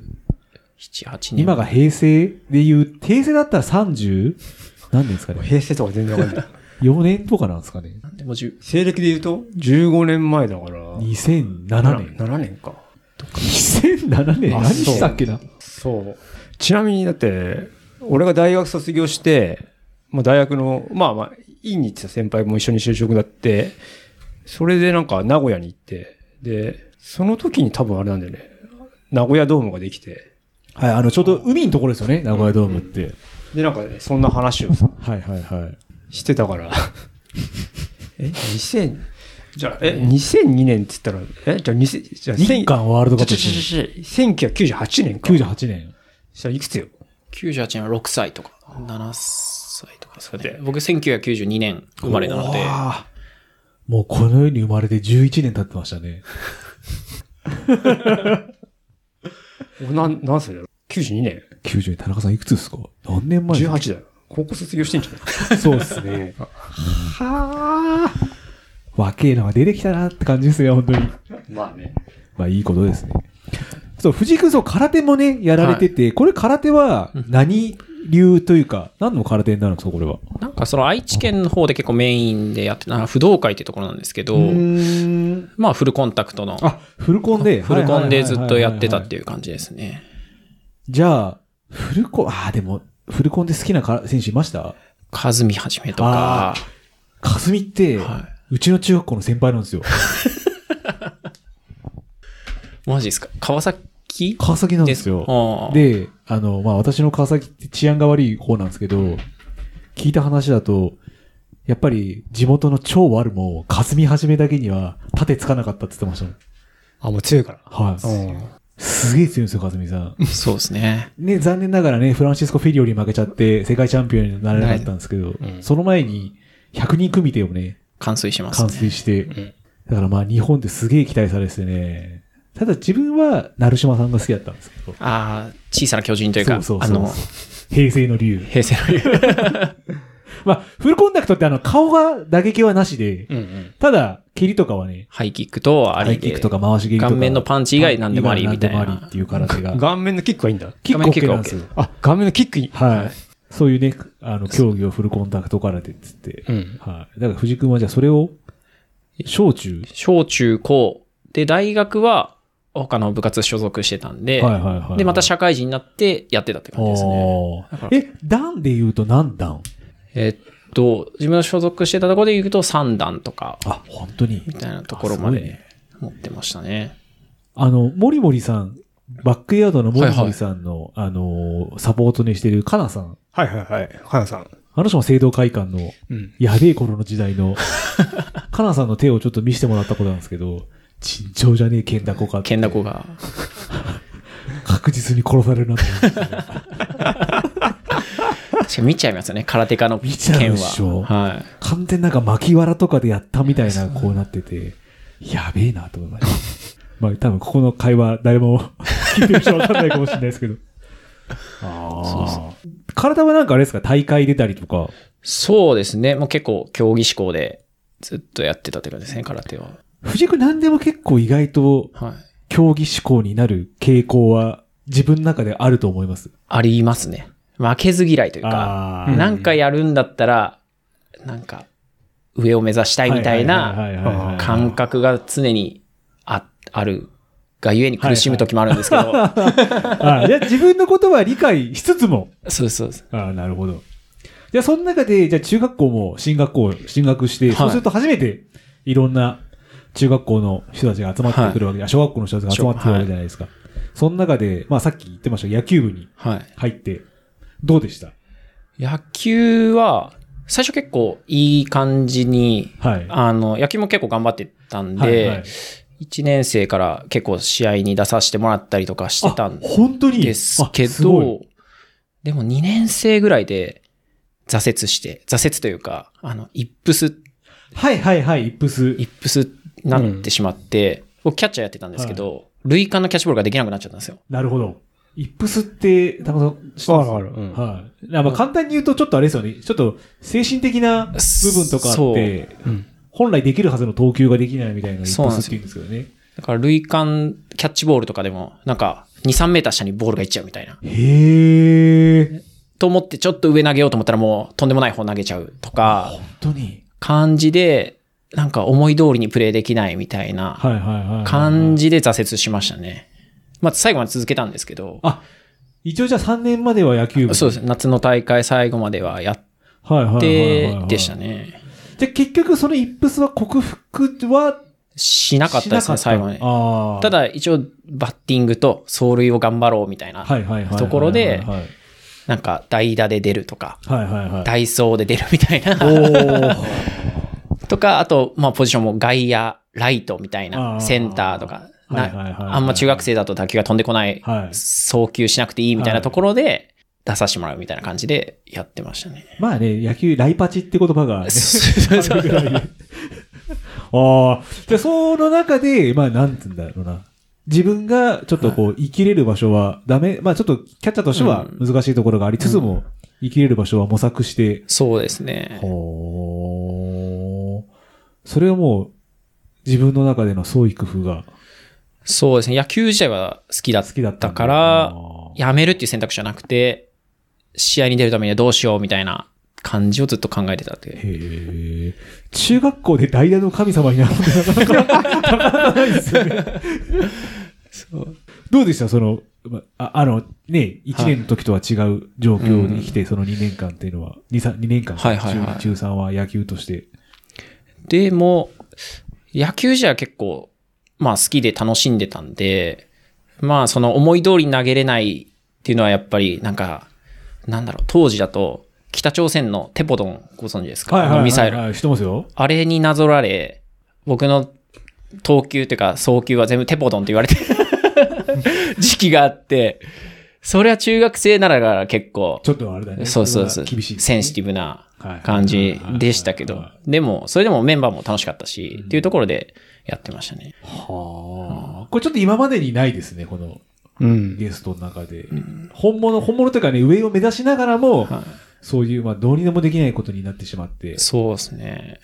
[SPEAKER 4] 8年。
[SPEAKER 3] 今が平成でいう、平成だったら 30? 何年ですかね
[SPEAKER 2] 平成とか全然わかんない。
[SPEAKER 3] ?4 年とかなんですかね
[SPEAKER 4] でも10
[SPEAKER 2] 西暦で言うと、15年前だから、
[SPEAKER 3] ?2007 年。
[SPEAKER 2] 7年か。
[SPEAKER 3] 2007年
[SPEAKER 2] あ
[SPEAKER 3] 何したっけな
[SPEAKER 2] そう。ちなみにだって、俺が大学卒業して、まあ、大学の、まあまあ、院に行ってた先輩も一緒に就職だって、それでなんか名古屋に行って、で、その時に多分あれなんだよね、名古屋ドームができて、
[SPEAKER 3] はい、あの、ちょうど海のところですよね、名古屋ドームって。
[SPEAKER 2] で、なんかね、そんな話をさ、
[SPEAKER 3] はいはいはい。
[SPEAKER 2] してたから。 え、2000、じゃあ、え、2002年って言ったら、え、じゃあ、2000、じゃあ、
[SPEAKER 3] 日韓ワールドカップ
[SPEAKER 2] ちょちょちょちょ1998年か。
[SPEAKER 3] 98年。
[SPEAKER 2] じゃあ、いくつよ。
[SPEAKER 4] 98年は6歳とか、7歳とかですかね。僕1992年生まれなので、
[SPEAKER 3] わあもうこの世に生まれて11年経ってましたね。
[SPEAKER 2] おなん何歳だろ ?92 年。
[SPEAKER 3] 90年、田中さんいくつですか何年前
[SPEAKER 2] 18だよ。高校卒業してんじゃない
[SPEAKER 3] そうですね。はあ。若えのが出てきたなって感じですね、本当に。
[SPEAKER 2] まあね。
[SPEAKER 3] まあいいことですね。そう、藤井君、そう、空手もね、やられてて、これ空手は何流というか、何の空手になるんですか、これは。
[SPEAKER 4] なんかその愛知県の方で結構メインでやってた、不動会ってところなんですけど、
[SPEAKER 3] ん。
[SPEAKER 4] まあフルコンタクトの、
[SPEAKER 3] あ、フルコンで。
[SPEAKER 4] フルコンでずっとやってたって
[SPEAKER 3] いう。
[SPEAKER 4] いう感じですね。
[SPEAKER 3] じゃあ、フルコン、ああ、でも、フルコンで好きなか選手いました
[SPEAKER 4] かずみはじめとか
[SPEAKER 3] あ、かすみって、
[SPEAKER 4] はいう
[SPEAKER 3] ちの中学校の先輩なんですよ。
[SPEAKER 4] マジですか川崎
[SPEAKER 3] 川崎なんですよ。
[SPEAKER 4] ああ
[SPEAKER 3] で、あの、まあ、私の川崎って治安が悪い方なんですけど、聞いた話だと、やっぱり地元の超悪も、霞始めだけには盾つかなかったって言ってましたもん。
[SPEAKER 2] あ、もう強いから。
[SPEAKER 3] はい。すげえ強いんですよ、霞さん。
[SPEAKER 4] そうですね。
[SPEAKER 3] ね、残念ながらね、フランシスコ・フィリオに負けちゃって、世界チャンピオンになれなかったんですけど、
[SPEAKER 2] うん
[SPEAKER 3] その前に、100人組手をね、
[SPEAKER 4] 完遂します
[SPEAKER 3] 完
[SPEAKER 4] ね。
[SPEAKER 3] 成して、
[SPEAKER 2] ん
[SPEAKER 3] だからまあ、日本ですげえ期待されててね、ただ自分は、成島さんが好きだったんですけど、
[SPEAKER 4] ああ、小さな巨人というか、
[SPEAKER 3] そうそう
[SPEAKER 4] あ
[SPEAKER 3] そう
[SPEAKER 4] の、
[SPEAKER 3] 平成の竜。
[SPEAKER 4] 平成の 竜
[SPEAKER 3] まあ、フルコンタクトってあの、顔が打撃はなしで、
[SPEAKER 2] うんうん。
[SPEAKER 3] ただ、蹴りとかはね、
[SPEAKER 4] ハイキックとあ
[SPEAKER 3] ハ
[SPEAKER 4] り
[SPEAKER 3] イキ
[SPEAKER 4] で
[SPEAKER 3] ックとか回し蹴りとか。
[SPEAKER 4] 顔面のパンチ以外何でもありみたいな
[SPEAKER 3] 以外何でもありっていう形が。
[SPEAKER 2] 顔面のキックはいいんだ。
[SPEAKER 3] キックオッケーなんですよ。
[SPEAKER 2] あ、顔面のキックいい。
[SPEAKER 3] はい。そういうね、あの、競技をフルコンタクトからでっつって。
[SPEAKER 2] うん。
[SPEAKER 3] はい。だから藤井君はじゃあそれを、小中。
[SPEAKER 4] 小中高。で、大学は他の部活所属してたんで、
[SPEAKER 3] はいはいはいはい。
[SPEAKER 4] で、また社会人になってやってたって感じですね。
[SPEAKER 3] あーえ、段で言うと何段
[SPEAKER 4] えっと、自分の所属してたところで言うと3段とか、
[SPEAKER 3] あ、本当に。
[SPEAKER 4] みたいなところま
[SPEAKER 3] あすごいね
[SPEAKER 4] で持ってましたね。
[SPEAKER 3] あの、モリモリさん、バックヤードのモリモリさんの、あのー、サポートにしてるカナさん。
[SPEAKER 2] はいはいはい。花さん。
[SPEAKER 3] あの人も聖堂会館の、
[SPEAKER 2] うん。
[SPEAKER 3] やべえ頃の時代の、カナさんの手をちょっと見せてもらったことなんですけど、尋常じゃねえ剣だこかって
[SPEAKER 4] けんだこが。
[SPEAKER 3] 確実に殺されるなと思うんですけど
[SPEAKER 4] 確かに見ちゃいますよね、空手家の
[SPEAKER 3] 見ちゃう
[SPEAKER 4] 剣
[SPEAKER 3] で
[SPEAKER 4] は。
[SPEAKER 3] しょ
[SPEAKER 4] はい。
[SPEAKER 3] 完全なんか巻き藁とかでやったみたいな、こうなってて、やべえなと思いました。まあ多分ここの会話誰も聞いてる人はわかんないかもしれないですけど。ああ。体はなんかあれですか大会出たりとか。
[SPEAKER 4] そうですね。もう結構競技志向でずっとやってたって感じですね、空手は。
[SPEAKER 3] 藤井君何でも結構意外と
[SPEAKER 4] はい。
[SPEAKER 3] 競技志向になる傾向は自分の中であると思います。
[SPEAKER 4] ありますね。負けず嫌いというか、
[SPEAKER 3] あー
[SPEAKER 2] うん
[SPEAKER 4] なんかやるんだったら、なんか上を目指したいみたい
[SPEAKER 3] はい
[SPEAKER 4] な
[SPEAKER 3] はいはいはいはいはい
[SPEAKER 4] 感覚が常にああるがゆえに苦しむ時もあるんですけど、
[SPEAKER 3] あじゃあ自分のことは理解しつつも。
[SPEAKER 4] そうですそうです。
[SPEAKER 3] あなるほど。じゃあその中で、じゃあ中学校も進学校進学して、
[SPEAKER 4] はい
[SPEAKER 3] そうすると初めていろんな中学校の人たちが集まってくるわけで、あ小学校の人たちが集まってくるわけじゃないですか。その中で、まあさっき言ってましたけど野球部に
[SPEAKER 4] はい。
[SPEAKER 3] 入って、どうでした
[SPEAKER 4] 野球は、最初結構いい感じに、
[SPEAKER 3] はい。
[SPEAKER 4] あの、野球も結構頑張ってたんで、
[SPEAKER 3] はいはい
[SPEAKER 4] 1年生から結構試合に出させてもらったりとかしてたん
[SPEAKER 3] あ本当に
[SPEAKER 4] ですけ
[SPEAKER 3] あすごい
[SPEAKER 4] ど、でも2年生ぐらいで挫折して、挫折というか、あの、イップス、
[SPEAKER 3] はいはいはい、イップス。
[SPEAKER 4] イップスになってしまって、僕キャッチャーやってたんですけど、類間のキャッチボールができなくなっちゃったんですよ。
[SPEAKER 3] なるほど。イップスって、たまさん、
[SPEAKER 2] あるある。うん。
[SPEAKER 3] はい。まあ簡単に言うと、ちょっとあれですよね。ちょっと精神的な部分とかあって、
[SPEAKER 2] うん。
[SPEAKER 3] 本来できるはずの投球ができないみたいなイッ
[SPEAKER 4] そう
[SPEAKER 3] プ
[SPEAKER 4] なん
[SPEAKER 3] ス
[SPEAKER 4] で
[SPEAKER 3] っ
[SPEAKER 4] す
[SPEAKER 3] て
[SPEAKER 4] よ
[SPEAKER 3] 言うんですけどね。
[SPEAKER 4] だから類間キャッチボールとかでも、なんか2、3メーター下にボールがいっちゃうみたいな。
[SPEAKER 3] へえ。
[SPEAKER 4] と思ってちょっと上投げようと思ったらもうとんでもない方投げちゃうとか、
[SPEAKER 3] 本当に。
[SPEAKER 4] 感じで、なんか思い通りにプレイできないみたいな
[SPEAKER 3] はいはいはいはい。
[SPEAKER 4] 感じで挫折しましたね。まあ最後まで続けたんですけど、
[SPEAKER 3] あ、一応じゃあ3年までは野球部。
[SPEAKER 4] そうですね。夏の大会最後まではやっ
[SPEAKER 3] はいはいはいはい
[SPEAKER 4] て
[SPEAKER 3] はい。
[SPEAKER 4] でした。ね。
[SPEAKER 3] じゃあ結局そのイップスは克服は
[SPEAKER 4] しなかったですね、
[SPEAKER 3] し
[SPEAKER 4] 最後まで。
[SPEAKER 3] ああ。
[SPEAKER 4] た、だ一応バッティングと走塁を頑張ろうみたいな。
[SPEAKER 3] はいはいはいはいはい。
[SPEAKER 4] ところで
[SPEAKER 3] はい
[SPEAKER 4] なんか代打で出るとか、
[SPEAKER 3] はい はい。
[SPEAKER 4] ダイソーで出るみたい
[SPEAKER 3] お
[SPEAKER 4] な。
[SPEAKER 3] ー
[SPEAKER 4] とか、あと、まあポジションも外野、ライトみたい
[SPEAKER 3] あー
[SPEAKER 4] な、センターとか。
[SPEAKER 3] はいはいはいはい
[SPEAKER 4] なあんま中学生だと打球が飛んでこない
[SPEAKER 3] はい。
[SPEAKER 4] 送球しなくていいみたいなところで出させてもらうみたいな感じでやってま したね。
[SPEAKER 3] まあね、野球、ライパチって言葉がね、
[SPEAKER 4] そうそうそう
[SPEAKER 3] あるぐらいでああ。じゃあ、その中で、まあ、なんつうんだろうな。自分が、ちょっとこう、生きれる場所はダメ。まあ、ちょっと、キャッチャーとしては難しいところがありつつも、生きれる場所は模索して。
[SPEAKER 4] そうですね。
[SPEAKER 3] ほーそれをもう、自分の中での創意工夫が
[SPEAKER 4] そうですね。野球自体は好きだ
[SPEAKER 3] 好きだっ
[SPEAKER 4] ったた
[SPEAKER 3] んだ
[SPEAKER 4] から、
[SPEAKER 3] あー
[SPEAKER 4] やめるっていう選択肢じゃなくて、試合に出るためにはどうしようみたいな感じをずっと考えてたっていう。
[SPEAKER 3] へえ。中学校で代打の神様になるってなかなか、なかなかないですよね。 どうでしたその、まああの、ね、1年の時とは違う状況に来て、その2年間っていうのは、2、3 2年間、
[SPEAKER 4] はいはいはい
[SPEAKER 3] 中中3は野球として。
[SPEAKER 4] でも、野球自体は結構、まあ好きで楽しんでたんで、まあその思い通りに投げれないっていうのはやっぱりなんか、なんだろう、当時だと北朝鮮のテポドンご存知ですか、あのミサイル。
[SPEAKER 3] はい、してますよ。
[SPEAKER 4] あれになぞられ、僕の投球というか送球は全部テポドンって言 われて時期があって、それは中学生ならが結構、
[SPEAKER 3] ちょっとあれだね。
[SPEAKER 4] そうそうそう、
[SPEAKER 3] 厳しい。
[SPEAKER 4] センシティブな感じでしたけど、でも、それでもメンバーも楽しかったし、っていうところでやってましたね。
[SPEAKER 3] はあ。これちょっと今までにないですね、この
[SPEAKER 2] うん。
[SPEAKER 3] ゲストの中で。本物、本物というかね、上を目指しながらも、
[SPEAKER 4] は
[SPEAKER 3] そういう、まあ、どうにでもできないことになってしまって
[SPEAKER 4] い、。そうですね。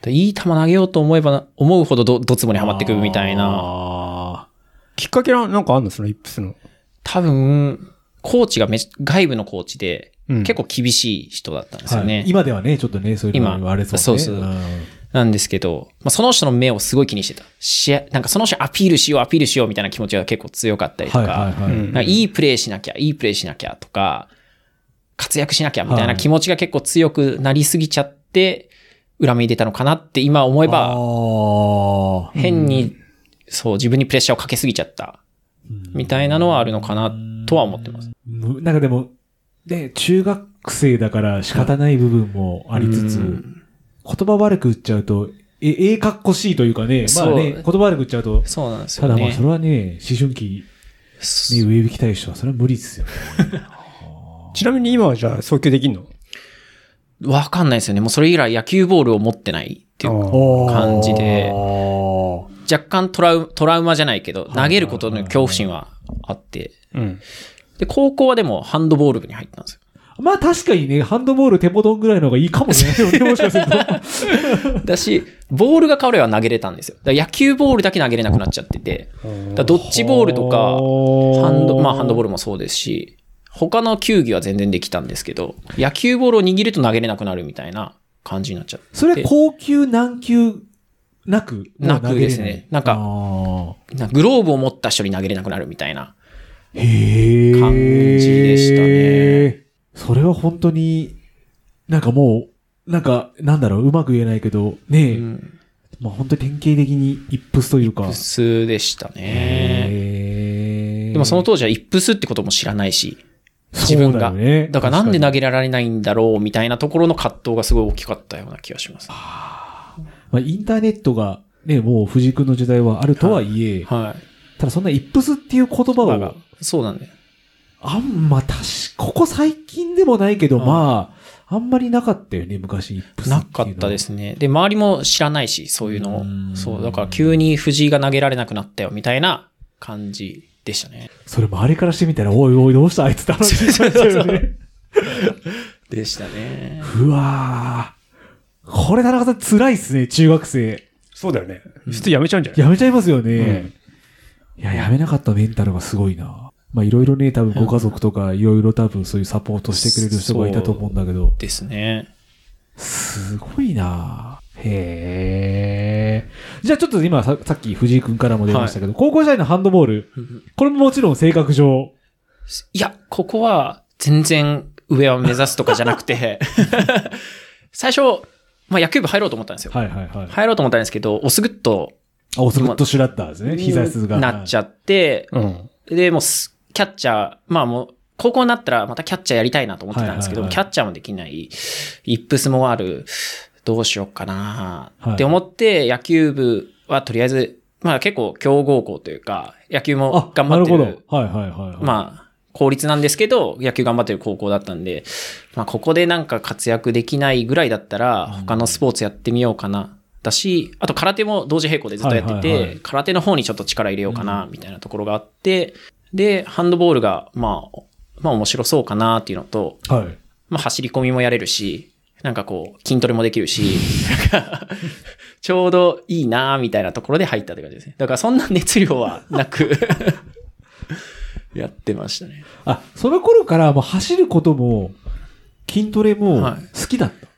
[SPEAKER 4] でいい球投げようと思えばな、思うほどど、どつぼにはまってくるみたいな。
[SPEAKER 3] な。
[SPEAKER 2] きっかけはなんかあんのそのイップスの。
[SPEAKER 4] 多分、コーチがめち外部のコーチで、
[SPEAKER 2] うん
[SPEAKER 4] 結構厳しい人だったんですよね。
[SPEAKER 3] はい今ではね、ちょっとね、そういうの
[SPEAKER 4] 今
[SPEAKER 3] 言われそうね。
[SPEAKER 4] そうそうんなんですけど、まあ、その人の目をすごい気にしてた。しなんかその人アピールしよう、アピールしようみたいな気持ちが結構強かったりとか、
[SPEAKER 3] はいはいは
[SPEAKER 2] う
[SPEAKER 3] い。
[SPEAKER 2] ん
[SPEAKER 4] なんかいいプレーしなきゃ、いいプレーしなきゃとか、活躍しなきゃみたいな気持ちが結構強くなりすぎちゃって、恨み出たのかなって今思えば、
[SPEAKER 3] ああ。
[SPEAKER 4] 変に、そう、自分にプレッシャーをかけすぎちゃった、みたいなのはあるのかなとは思ってます。
[SPEAKER 3] むなんかでも、ね、中学生だから仕方ない部分もありつつ、
[SPEAKER 4] うん
[SPEAKER 3] 言葉悪く言っちゃうと、え、ええかっこしいというかね、まあね、
[SPEAKER 4] そう
[SPEAKER 3] 言葉悪く言っちゃうと、
[SPEAKER 4] そうなんです
[SPEAKER 3] た
[SPEAKER 4] よ
[SPEAKER 3] だ
[SPEAKER 4] ね。
[SPEAKER 3] まあそれはね、思春期に上引きたい人は、それは無理ですよね。
[SPEAKER 2] ちなみに今はじゃあ送球できんの
[SPEAKER 4] わかんないですよね。もうそれ以来野球ボールを持ってないっていう
[SPEAKER 2] あー
[SPEAKER 4] 感じで
[SPEAKER 3] あー
[SPEAKER 4] 若干トラウトラウマじゃないけど、投げることの恐怖心はあって。
[SPEAKER 2] うん。
[SPEAKER 4] で、高校はでもハンドボール部に入ったんですよ。
[SPEAKER 3] まあ確かにね、ハンドボール手元ぐらいの方がいいかもしれないよね、もしかすると。
[SPEAKER 4] だし、ボールが変われば投げれたんですよ。だから野球ボールだけ投げれなくなっちゃってて。だからドッジボールとか、ハンド、まあハンドボールもそうですし、他の球技は全然できたんですけど、野球ボールを握ると投げれなくなるみたいな感じになっちゃって。
[SPEAKER 3] それは高級、難級、なく
[SPEAKER 4] なくですねなんか
[SPEAKER 3] あー
[SPEAKER 4] なんかグローブを持った人に投げれなくなるみたいな。
[SPEAKER 3] へえ。
[SPEAKER 4] 感じでしたね。
[SPEAKER 3] それは本当に、なんかもう、なんか、なんだろう、うまく言えないけど、ねえ、
[SPEAKER 4] うん。
[SPEAKER 3] まあ本当に典型的にイップスというか。
[SPEAKER 4] 普通でしたね。
[SPEAKER 3] へえ。
[SPEAKER 4] でもその当時はイップスってことも知らないし、
[SPEAKER 3] そうだよね、
[SPEAKER 4] 自分がだからなんで投げられないんだろうみたいなところの葛藤がすごい大きかったような気がします。
[SPEAKER 3] まあ、インターネットが、ね、もう藤井君の時代はあるとはいえ、
[SPEAKER 4] は
[SPEAKER 3] ただそんなイップスっていう言葉
[SPEAKER 4] い。
[SPEAKER 3] を、
[SPEAKER 4] そうなんだよ。
[SPEAKER 3] あんま、たし、ここ最近でもないけど、
[SPEAKER 4] うん
[SPEAKER 3] まあ、あんまりなかったよね、昔、イップスていうの
[SPEAKER 4] な
[SPEAKER 3] は
[SPEAKER 4] かったですね。で、周りも知らないし、そういうの
[SPEAKER 3] うー
[SPEAKER 4] を。
[SPEAKER 3] ん
[SPEAKER 4] そう、だから急に藤井が投げられなくなったよみたいな感じでしたね。
[SPEAKER 3] それ周りからしてみたら、おいおい、どうしたあいつって話に なっちゃうよね。
[SPEAKER 4] でしたね。
[SPEAKER 3] うわーこれ田中さん辛いっすね、中学生。
[SPEAKER 2] そうだよね。普通やめちゃうんじゃない
[SPEAKER 3] やめちゃいますよ
[SPEAKER 2] う
[SPEAKER 3] ねい
[SPEAKER 2] ん。
[SPEAKER 3] や、やめなかったメンタルがすごいな。まあ、いろいろね、多分ご家族とか、いろいろ多分そういうサポートしてくれる人がいたと思うんだけど、
[SPEAKER 4] ですね。
[SPEAKER 3] すごいなへえ。じゃあちょっと今さ、さっき藤井くんからも出ましたけど、高校時代のハンドボール、これももちろん性格上、
[SPEAKER 4] いや、ここは全然上を目指すとかじゃなく て、最初、まあ野球部入ろうと思ったんですよ。
[SPEAKER 3] はいはいはい。
[SPEAKER 4] 入ろうと思ったんですけど、おすぐっと
[SPEAKER 3] あ、オスグッドシュラッターですね、膝すが。
[SPEAKER 4] なっちゃって、
[SPEAKER 2] うん。
[SPEAKER 4] で、もうす、キャッチャー、まあもう、高校になったらまたキャッチャーやりたいなと思ってたんですけど、
[SPEAKER 3] はいはいはい
[SPEAKER 4] キャッチャーもできない、イップスもある、どうしようかな
[SPEAKER 3] はい
[SPEAKER 4] って思って、野球部はとりあえず、まあ結構強豪校というか、野球も
[SPEAKER 3] あ、
[SPEAKER 4] 頑張って
[SPEAKER 3] なる
[SPEAKER 4] る、
[SPEAKER 3] ほど。はいはいはいはい。あ、
[SPEAKER 4] まあ、公立なんですけど、野球頑張ってる高校だったんで、まあここでなんか活躍できないぐらいだったら、他のスポーツやってみようかな。だし、あと空手も同時並行でずっとやってて、
[SPEAKER 3] はいはいはい
[SPEAKER 4] 空手の方にちょっと力入れようかな、みたいなところがあって、で、ハンドボールが、まあ、まあ面白そうかなっていうのと、
[SPEAKER 3] はい。
[SPEAKER 4] まあ走り込みもやれるし、なんかこう、筋トレもできるし、なんか、ちょうどいいなーみたいなところで入ったって感じですね。だからそんな熱量はなく、やってましたね。
[SPEAKER 3] あ、その頃からもう走ることも、筋トレも
[SPEAKER 4] はい
[SPEAKER 3] 好きだった。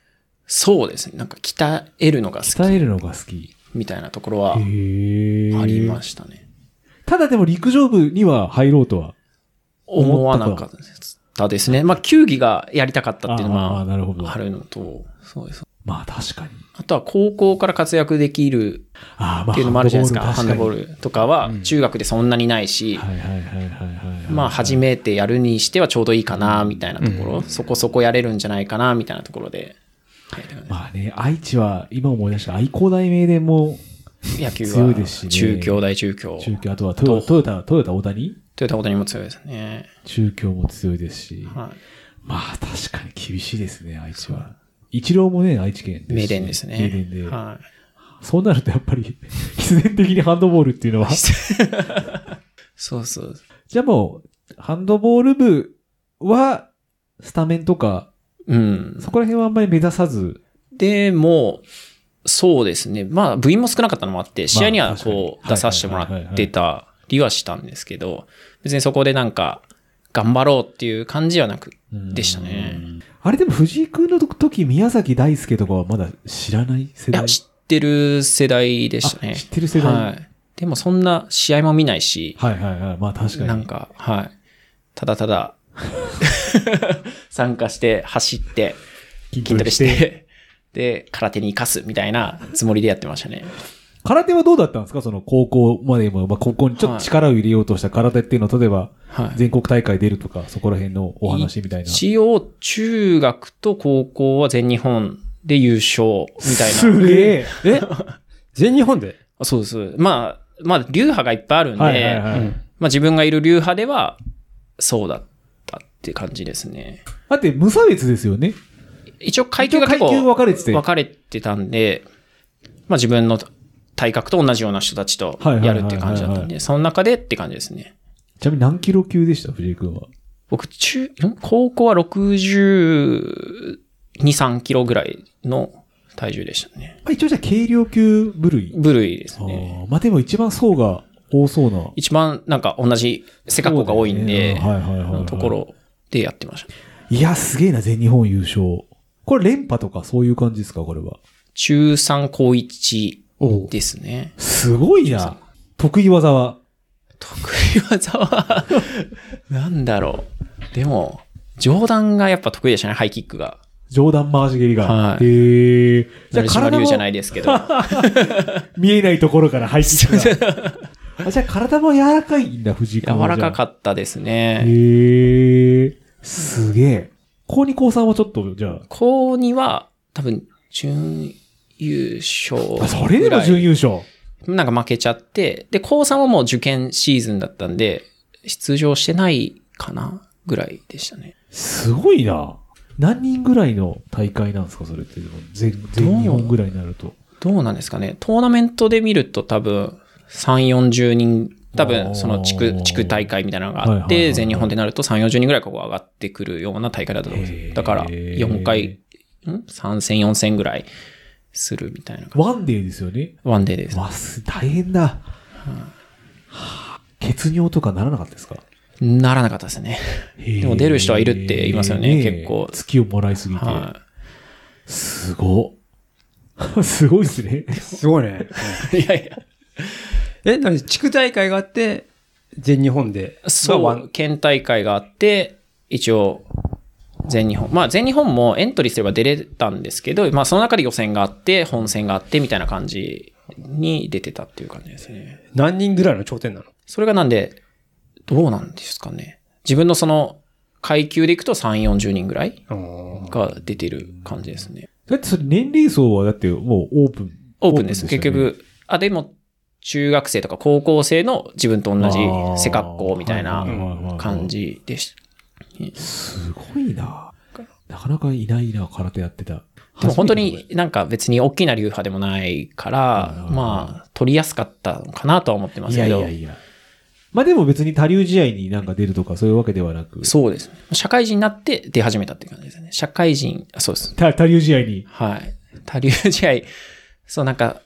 [SPEAKER 4] そうですね。なんか鍛えるのが好
[SPEAKER 3] 鍛
[SPEAKER 4] き
[SPEAKER 3] えるのが好き。
[SPEAKER 4] みたいなところは
[SPEAKER 3] へえ。
[SPEAKER 4] ありま
[SPEAKER 3] し
[SPEAKER 4] したね。
[SPEAKER 3] た。ただでも陸上部には入ろうとは。
[SPEAKER 4] 思わなかったですね。まあ、球技がやりたかったっていうの
[SPEAKER 3] あーあーなるほど
[SPEAKER 4] はあるのと、そうです。
[SPEAKER 3] まあ確かに。
[SPEAKER 4] あとは高校から活躍できる
[SPEAKER 3] ああ、まあ
[SPEAKER 4] っていうのもあるじゃないですか。ハ
[SPEAKER 3] ハ
[SPEAKER 4] ン
[SPEAKER 3] ン
[SPEAKER 4] ド
[SPEAKER 3] ド
[SPEAKER 4] ボ
[SPEAKER 3] ボ
[SPEAKER 4] ールとかは中学でそんなにないし、
[SPEAKER 3] はいはいはいはいはいはい。
[SPEAKER 4] まあ初めてやるにしてはちょうどいいかな、みたいなところ、そこそこやれるんじゃないかな、みたいなとこ ろで、はい
[SPEAKER 3] まあね、愛知は、今思い出した愛工大名電も、
[SPEAKER 4] 野球
[SPEAKER 3] 強
[SPEAKER 4] はい
[SPEAKER 3] ですしね
[SPEAKER 4] 中京大中京、
[SPEAKER 3] 中京、あとはトヨトヨタ、トヨタ大谷
[SPEAKER 4] といったことにも強いですね。
[SPEAKER 3] 中京も強いですし、
[SPEAKER 4] は
[SPEAKER 3] まあ確かに厳しいですね、愛知は。一郎もね、愛知県
[SPEAKER 4] い。
[SPEAKER 3] し
[SPEAKER 4] 名電ですね。
[SPEAKER 3] 名電で。
[SPEAKER 4] はい。
[SPEAKER 3] そうなるとやっぱり、 必然的にハンドボールっていうのは。
[SPEAKER 4] そうそう。
[SPEAKER 3] じゃあもう、ハンドボール部は、スタメンとか、
[SPEAKER 4] うん。
[SPEAKER 3] そこら辺はあんまり目指さず、
[SPEAKER 4] でも、そうですね。まあ、部員も少なかったのもあって、試合には
[SPEAKER 3] 確かに
[SPEAKER 4] こ
[SPEAKER 3] はい
[SPEAKER 4] う、
[SPEAKER 3] はい
[SPEAKER 4] 出させてもらってたりはしたんですけど、別にそこでなんか、頑張ろうっていう感じはなくでしたね。
[SPEAKER 3] あれでも藤井君の時、宮崎大輔とかはまだ知らない世
[SPEAKER 4] い
[SPEAKER 3] 代
[SPEAKER 4] や、知ってる世代でしたね。
[SPEAKER 3] あ知ってる世代
[SPEAKER 4] はい。でもそんな試合も見ないし、
[SPEAKER 3] はいはいはい。まあ確かに。
[SPEAKER 4] なんか、はい。ただただ、 参加して、走って、筋トレして、で、空手に生かすみたいなつもりでやってましたね。
[SPEAKER 3] 空手はどうだったんですかその高校までも、まあ、高校にちょっと力を入れようとした空手っていうのは、例えば、
[SPEAKER 4] はい。
[SPEAKER 3] 全国大会出るとか、そこら辺のお話みたいな。
[SPEAKER 4] 一応、中学と高校は全日本で優勝みたい
[SPEAKER 3] す
[SPEAKER 4] な。
[SPEAKER 3] げえ
[SPEAKER 2] え 全日本で
[SPEAKER 4] あそうです。まあ、まあ、流派がいっぱいあるんで、
[SPEAKER 3] はいはいはい。
[SPEAKER 4] まあ自分がいる流派では、そうだったって感じですね。
[SPEAKER 3] だって無差別ですよね。
[SPEAKER 4] 一応階級が結
[SPEAKER 3] 一応階級分
[SPEAKER 4] 構
[SPEAKER 3] かれてて
[SPEAKER 4] 分かれてたんで、まあ自分の体格と同じような人たちと
[SPEAKER 3] はいはいは
[SPEAKER 4] や
[SPEAKER 3] いはい
[SPEAKER 4] るっていう感じだったんで、その中でって感じですね。
[SPEAKER 3] ちなみに何キロ級でした藤井君は。
[SPEAKER 4] 僕、中、ん高校は62、3キロぐらいの体重でしたね。
[SPEAKER 3] あ一応じゃあ軽量級部類。
[SPEAKER 4] 部類です
[SPEAKER 3] あ
[SPEAKER 4] ね。
[SPEAKER 3] ーまあでも一番層が多そうな。
[SPEAKER 4] 一番なんか同じ背格好が多いんで、
[SPEAKER 3] そうだよねはいはいはいはい
[SPEAKER 4] のところでやってました。
[SPEAKER 3] いや、すげえな、全日本優勝。これ連覇とかそういう感じですかこれは。
[SPEAKER 4] 中3高1
[SPEAKER 3] お
[SPEAKER 4] ですね。
[SPEAKER 3] すごいな。得意技は。
[SPEAKER 4] 得意技 は、なんだろう。でも、上段がやっぱ得意でしたね、ハイキックが。
[SPEAKER 3] 上段回し蹴りが。
[SPEAKER 4] はい
[SPEAKER 3] へえ。じゃあ
[SPEAKER 4] 成島
[SPEAKER 3] 体
[SPEAKER 4] 流
[SPEAKER 3] も
[SPEAKER 4] じゃないですけど。
[SPEAKER 3] 見えないところから入ってきた。 あじゃあ体も柔らかいんだ、藤井君
[SPEAKER 4] 柔
[SPEAKER 3] は。
[SPEAKER 4] らかか
[SPEAKER 3] っ
[SPEAKER 4] ったです
[SPEAKER 3] た
[SPEAKER 4] ね。
[SPEAKER 3] へえ。すげえ。高二高三はちょっと、じゃ
[SPEAKER 4] 高2は、多分、準優勝
[SPEAKER 3] あ。あ、それで
[SPEAKER 4] ぐ
[SPEAKER 3] も
[SPEAKER 4] らい
[SPEAKER 3] 準優勝。
[SPEAKER 4] なんか負けちゃって、で、高3はもう受験シーズンだったんで、出場してないかなぐらいでしたね。
[SPEAKER 3] すごいな。何人ぐらいの大会なんですか、それって。でも全全日本ぐらいになると。
[SPEAKER 4] どうなんですかね。トーナメントで見ると多分、3、40人、多
[SPEAKER 3] あー
[SPEAKER 4] 分、その地区、地区大会みたいなのがあ
[SPEAKER 3] はい
[SPEAKER 4] っ
[SPEAKER 3] はいはいは
[SPEAKER 4] て、
[SPEAKER 3] い
[SPEAKER 4] 全日本でなると3、40人ぐらいここ上がってくるような大会だったと思い
[SPEAKER 3] へー
[SPEAKER 4] ます。だから、4回、ん ?3 戦、4戦ぐらいするみたいな感
[SPEAKER 3] ワンデーですよね。
[SPEAKER 4] じ。ワンデーです。
[SPEAKER 3] わ、す、大変だ。はあ血尿とかならなかったですか
[SPEAKER 4] ならなかったですね。
[SPEAKER 3] で
[SPEAKER 4] も出る人はいるって言いますよね結構
[SPEAKER 3] 月をもらいすぎて。
[SPEAKER 4] は
[SPEAKER 3] すご。 すごいですね。
[SPEAKER 2] すごいね。
[SPEAKER 4] い。いやいや。
[SPEAKER 2] え、なに地区大会があって、全日本で。が
[SPEAKER 4] そ
[SPEAKER 2] ワン
[SPEAKER 4] う、県大会があって、一応、全日本。まあ、全日本もエントリーすれば出れたんですけど、まあ、その中で予選があって、本戦があって、みたいな感じに出てたっていう感じですね。
[SPEAKER 2] 何人ぐらいの頂点なの
[SPEAKER 4] それがなんで、どうなんですかね。自分のその、階級でいくと3、40人ぐらいが出てる感じですね。
[SPEAKER 3] だってそれ年齢層はだってもうオープン。
[SPEAKER 4] オープンです。結
[SPEAKER 3] よね。
[SPEAKER 4] 局、あ、でも、中学生とか高校生の自分と同じ
[SPEAKER 3] あー
[SPEAKER 4] 背格好みたいな
[SPEAKER 3] はいはいはいはい
[SPEAKER 4] 感じでした。
[SPEAKER 3] すごいな。なかなかいないな、空手やってた。
[SPEAKER 4] でも本当
[SPEAKER 3] 初めて
[SPEAKER 4] になんか別に大きな流派でもないから、まあ取りやすかったのかなとは思ってま
[SPEAKER 3] だ。い
[SPEAKER 4] す
[SPEAKER 3] や
[SPEAKER 4] け
[SPEAKER 3] い
[SPEAKER 4] ど、
[SPEAKER 3] やいや。まあでも別に他流試合になんか出るとかそういうわけではなく、
[SPEAKER 4] そうですね。社会人になって出始めたっていう感じですね。社会人、そうです。
[SPEAKER 3] 他他流試合に。
[SPEAKER 4] はい。他流試合、そうなんか、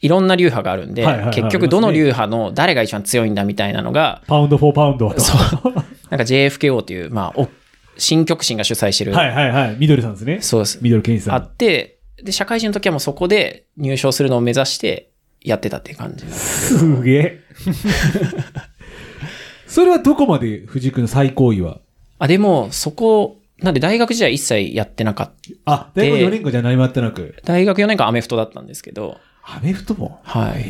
[SPEAKER 4] いろんな流派があるんで、
[SPEAKER 3] はいはいはい
[SPEAKER 4] 結
[SPEAKER 3] ありますね
[SPEAKER 4] 局どの流派の誰が一番強いんだみたいなのが、
[SPEAKER 3] パウンドフォーパウンドと。
[SPEAKER 4] そう。なんか JFKO という、まあ、お新極真が主催して る、
[SPEAKER 3] はいはいはい。ミドルさんですね。
[SPEAKER 4] そうです。
[SPEAKER 3] ミドル健一さ
[SPEAKER 4] あ
[SPEAKER 3] ん。
[SPEAKER 4] って、で、社会人の時はもうそこで入賞するのを目指してやってたっていう感じ。
[SPEAKER 3] すげ え。それはどこまで藤井君の最高位は
[SPEAKER 4] あ、でも、そこ、なんで大学時代一切やってなかった。
[SPEAKER 3] あ、大学4年間じゃ何もやってなく。
[SPEAKER 4] 大学4年間アメフトだったんですけど、
[SPEAKER 3] アメフトも
[SPEAKER 4] はい。
[SPEAKER 3] へ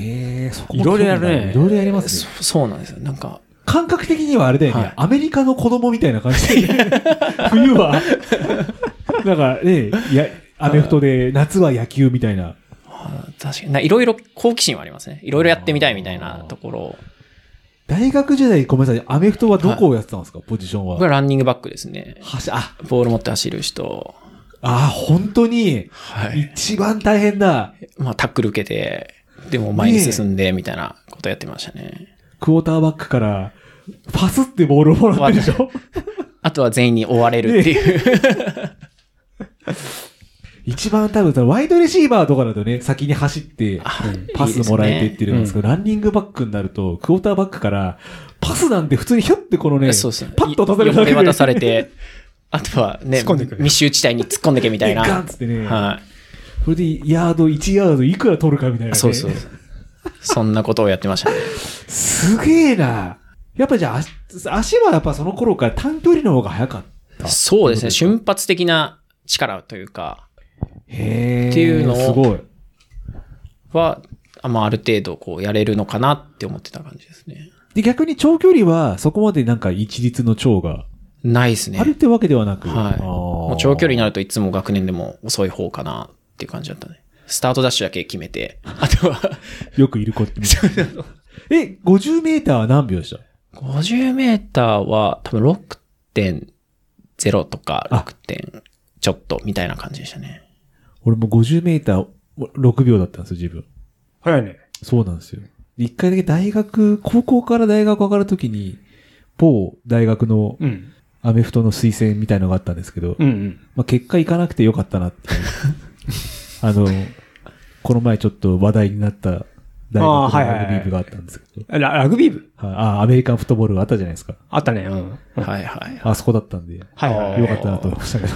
[SPEAKER 3] え、そこ
[SPEAKER 2] いろいろやるね
[SPEAKER 3] いろいろやります
[SPEAKER 4] そ
[SPEAKER 3] ね。
[SPEAKER 4] そうなんですよ。なんか、
[SPEAKER 3] 感覚的にはあれだよね、
[SPEAKER 4] はい
[SPEAKER 3] アメリカの子供みたいな感じで、 冬 は、なんかね、やアメフトで、夏は野球みたいな。
[SPEAKER 4] あ確かにな、いろいろ好奇心はありますね。いろいろやってみたいみたいなところを。
[SPEAKER 3] 大学時代、ごめんなさい、アメフトはどこをやってたんですか、ポジション
[SPEAKER 4] 僕は
[SPEAKER 3] は。
[SPEAKER 4] ランニングバックですね。
[SPEAKER 3] はしあ、
[SPEAKER 4] ボール持って走る人。
[SPEAKER 3] あー、本当に、
[SPEAKER 4] はい。
[SPEAKER 3] 一番大変だ。
[SPEAKER 4] まあ、タックル受けて、でも前に進んで、みたいなことやってましたね。
[SPEAKER 3] クォーターバックから、パスってボールをもらってるでしょ
[SPEAKER 4] あとは全員に追われるっていう。
[SPEAKER 3] 一番多分、ワイドレシーバーとかだとね、先に走って、パスもらえてってるんですけど、ランニングバックになると、クォーターバックから、パスなんて普通にひょってこのね、
[SPEAKER 4] ね。そうですね。
[SPEAKER 3] パッと出され
[SPEAKER 4] よ
[SPEAKER 3] る
[SPEAKER 4] よれ渡されて、あとはね
[SPEAKER 2] 突っ込んでく、る
[SPEAKER 4] 密集地帯に突っ込んでけみたいな。
[SPEAKER 3] ガンっつってね
[SPEAKER 4] は
[SPEAKER 3] それで、ヤード、1ヤードいくら取るかみたいな、ね。
[SPEAKER 4] い。そうですそうです。そんなことをやってましたね。
[SPEAKER 3] すげえな。やっぱじゃあ、足足はやっぱその頃から短距離の方が速かった。
[SPEAKER 4] そうですね。瞬発的な力というか、
[SPEAKER 3] へえ。
[SPEAKER 4] っていうのを
[SPEAKER 3] すごい。
[SPEAKER 4] は、あまあ、ある程度こうやれるのかなって思ってた感じですね。
[SPEAKER 3] で、逆に長距離は、そこまでなんか一律の長が
[SPEAKER 4] ないですね。
[SPEAKER 3] あるってわけではなく。
[SPEAKER 4] はい。
[SPEAKER 3] あー
[SPEAKER 4] もう長距離になるといつも学年でも遅い方かなっていう感じだったね。スタートダッシュだけ決めて、あとは
[SPEAKER 3] よくいる子って。え、50メーターは何秒でした
[SPEAKER 4] 50メーターは多分6.0とか
[SPEAKER 3] あ
[SPEAKER 4] 6点ちょっとみたいな感じでしたね。
[SPEAKER 3] 俺も50メーター6秒だったんですよ、自分。
[SPEAKER 2] 早いね。
[SPEAKER 3] そうなんですよ。一回だけ大学、高校から大学上がるときに、某大学の
[SPEAKER 2] うん。
[SPEAKER 3] アメフトの推薦みたいのがあったんですけど、
[SPEAKER 2] うんうん。
[SPEAKER 3] まあ、結果行かなくてよかったなっ ていう。あの、この前ちょっと話題になった大学
[SPEAKER 2] あ
[SPEAKER 3] の
[SPEAKER 2] ーはいはいはい
[SPEAKER 3] ラグビー部があったんですけど、
[SPEAKER 2] ララグビー部
[SPEAKER 3] はいあーアメリカンフットボールがあったじゃないですか。
[SPEAKER 2] あったね。うん。
[SPEAKER 4] はいはい。
[SPEAKER 3] あそこだったんで、よ
[SPEAKER 2] はいはいはい
[SPEAKER 3] かったなと思いましたけど、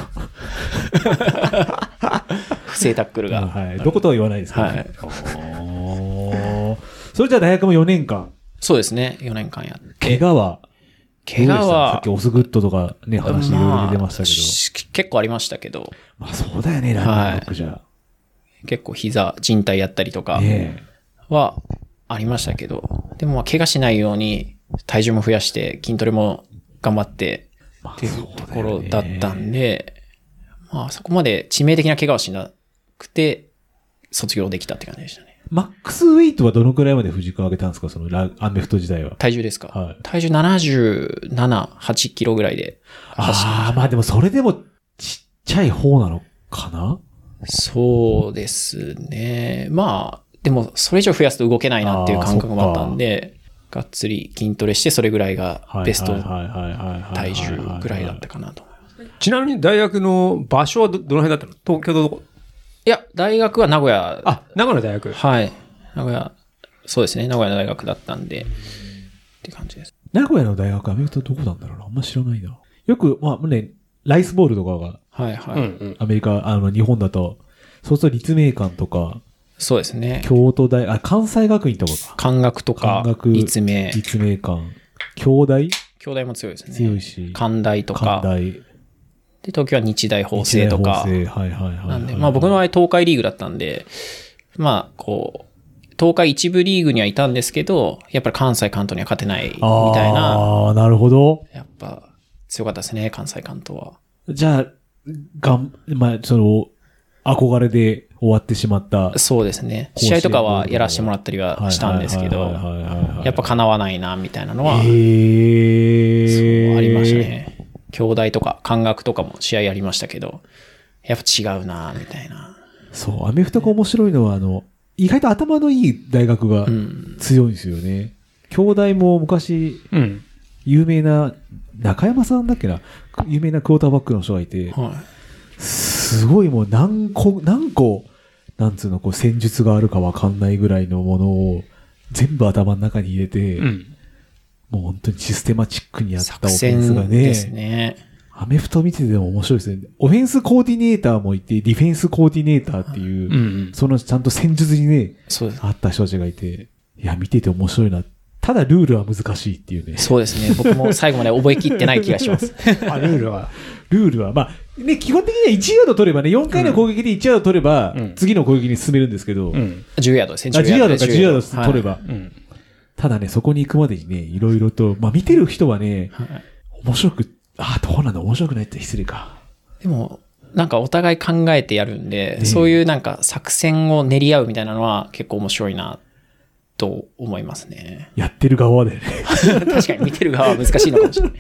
[SPEAKER 4] 不正タックルが。
[SPEAKER 3] はい、どことは言わないですけど、
[SPEAKER 4] はい。
[SPEAKER 3] おー それじゃあ大学も4年間、
[SPEAKER 4] そうですね。4年間やって。
[SPEAKER 3] 怪我は
[SPEAKER 4] 怪我
[SPEAKER 3] さっ
[SPEAKER 4] は
[SPEAKER 3] き、オスグッドとかね、話いろいろ出てましたけど。
[SPEAKER 4] まあ結構ありましたけど、
[SPEAKER 3] まあそうだよね、ラグビーロックじゃ。
[SPEAKER 4] 結構膝、靭帯やったりとか
[SPEAKER 3] ねえ
[SPEAKER 4] はありましたけど、でもまあ怪我しないように体重も増やして筋トレも頑張ってっていうところだったんで、まあそこまで致命的な怪我はしなくて卒業できたって感じでしたね。
[SPEAKER 3] マックスウェイトはどのくらいまで藤君上げたんですかそのラアメフト時代は。
[SPEAKER 4] 体重ですか、
[SPEAKER 3] はい
[SPEAKER 4] 体重77、8キロぐらいで走
[SPEAKER 3] ああ、まあでもそれでもちっちゃい方なのかな
[SPEAKER 4] そうですね。まあ、でも、それ以上増やすと動けないなっていう感覚もあったんで、がっつり筋トレして、それぐらいがベスト体
[SPEAKER 3] 体
[SPEAKER 4] 重ぐらいだった。かなと思います。
[SPEAKER 2] ちなみに大学の場所はど、どの辺だったの東京のどこ
[SPEAKER 4] いや、大学は名古屋、
[SPEAKER 2] あ、長野大学。
[SPEAKER 4] はい。名古屋、そうですね、名古屋の大学だったんで、って感じです。
[SPEAKER 3] 名古屋の大学アメフトどこなんだろうなあんま知らないな。よく、まあね、ライスボールとかが
[SPEAKER 4] はいは
[SPEAKER 2] う
[SPEAKER 4] い。
[SPEAKER 2] んうん。
[SPEAKER 3] アメリカ、あの日本だと、そうすると立命館とか、
[SPEAKER 4] そうですね。
[SPEAKER 3] 京都大、あ、関西学院とかか。
[SPEAKER 4] 漢学とか
[SPEAKER 3] 漢、学
[SPEAKER 4] 立命、
[SPEAKER 3] 立命館。京大
[SPEAKER 4] 京大も強いですね。
[SPEAKER 3] 強いし
[SPEAKER 4] 関大と
[SPEAKER 3] 関
[SPEAKER 4] か、
[SPEAKER 3] 大。
[SPEAKER 4] で、東京は日大法政とか、
[SPEAKER 3] 日大法政はいはいはいはい。
[SPEAKER 4] なんで、まあ僕の場合東海リーグだったんで、まあこう、東海一部リーグにはいたんですけど、やっぱり関西関東には勝てないみたいな、
[SPEAKER 3] ああ、なるほど。
[SPEAKER 4] やっぱ強かったですね、関西関東は。
[SPEAKER 3] じゃあ、がん、まあ、その、憧れで終わってしまった。
[SPEAKER 4] そうですね。
[SPEAKER 3] 甲子園
[SPEAKER 4] 試合とかはやらせてもらったりはしたんです
[SPEAKER 3] は
[SPEAKER 4] け
[SPEAKER 3] いはい
[SPEAKER 4] ど、
[SPEAKER 3] はいはいはい
[SPEAKER 4] やっぱ叶わないな、みたいなのは、
[SPEAKER 3] へ
[SPEAKER 4] そう
[SPEAKER 3] ー
[SPEAKER 4] ありました。ね。兄弟とか漢学とかも試合やりましたけど、やっぱ違うな、みたいな。
[SPEAKER 3] そう、アメフトが面白いのは、あの、意外と頭のいい大学が
[SPEAKER 4] うん。
[SPEAKER 3] 強いんですよね。兄弟も昔、
[SPEAKER 2] うん。
[SPEAKER 3] 有名な、中山さんだっけな有名なクォーターバックの人がいて、
[SPEAKER 4] は
[SPEAKER 3] すごいもう何個、何個、なんつうの、こう戦術があるかわかんないぐらいのものを全部頭の中に入れて、
[SPEAKER 2] うん。
[SPEAKER 3] もう本当にシステマチックに
[SPEAKER 4] い。
[SPEAKER 3] やった
[SPEAKER 4] 作
[SPEAKER 3] オフェンスが
[SPEAKER 4] 戦
[SPEAKER 3] ね、
[SPEAKER 4] ですね。
[SPEAKER 3] アメフト見てても面白いですね。オフェンスコーディネーターもいて、ディフェンスコーディネーターっていう、
[SPEAKER 2] うん。
[SPEAKER 3] そのちゃんと戦術にね、
[SPEAKER 4] そうです。
[SPEAKER 3] あった人たちがいて、いや、見てて面白いな。ただルールは難しいっていうね。
[SPEAKER 4] そうですね。僕も最後まで覚えきってない気が します。
[SPEAKER 2] あ、ルールは。
[SPEAKER 3] ルールは、まあ、ね、基本的には1ヤード取ればね、4回の攻撃で1ヤード取れば、
[SPEAKER 2] うん
[SPEAKER 3] 次の攻撃に進めるんですけど、
[SPEAKER 2] うん。
[SPEAKER 4] 10ヤードですね。
[SPEAKER 3] あ10ヤードか10ヤード
[SPEAKER 4] はい
[SPEAKER 3] 取れば。
[SPEAKER 2] うん。
[SPEAKER 3] ただね、そこに行くまでにね、いろいろと、まあ見てる人はね、
[SPEAKER 4] はい
[SPEAKER 3] 面白く、ああ、どうなんだ、面白くないって失礼か。
[SPEAKER 4] でも、なんかお互い考えてやるんで、
[SPEAKER 3] え
[SPEAKER 4] そういうなんか作戦を練り合うみたいなのは結構面白いな、と思います ね。
[SPEAKER 3] やってる側だよね。
[SPEAKER 4] 確かに見てる側は難しいのかもしれない。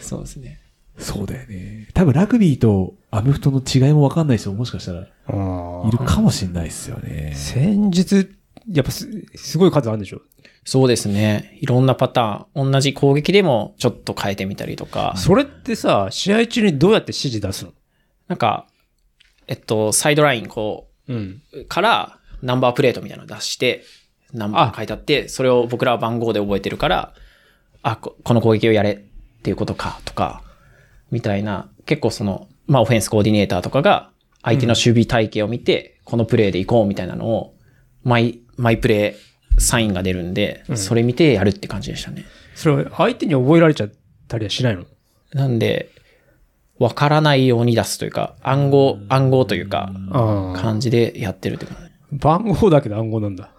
[SPEAKER 4] そうですね。
[SPEAKER 3] そうだよね。多分ラグビーとアメフトの違いもわかんない人ももしかしたらい
[SPEAKER 2] あ
[SPEAKER 3] るかもしれないですよね
[SPEAKER 2] あ。。戦術、やっぱす、すごい数あるんでしょ
[SPEAKER 4] そうですね。いろんなパターン。同じ攻撃でもちょっと変えてみたりとか。
[SPEAKER 2] それってさ、試合中にどうやって指示出すの
[SPEAKER 4] なんか、えっと、サイドライン、こ
[SPEAKER 2] うん。
[SPEAKER 4] う、から、ナンバープレートみたいなの出して、ナンバー書いてあって、それを僕らは番号で覚えてるから、あ、ここの攻撃をやれっていうことか、とか、みたいな、結構その、まあ、オフェンスコーディネーターとかが、相手の守備体系を見て、このプレーで行こうみたいなのを、毎、毎プレー、サインが出るんで、
[SPEAKER 2] うん
[SPEAKER 4] それ見てやるって感じでしたね。
[SPEAKER 2] それ、相手に覚えられちゃったりはしないの
[SPEAKER 4] なんで、わからないように出すというか、暗号、暗号というか、
[SPEAKER 2] ああ。
[SPEAKER 4] 感じでやってるって感
[SPEAKER 2] 番号だけど暗号なんだ。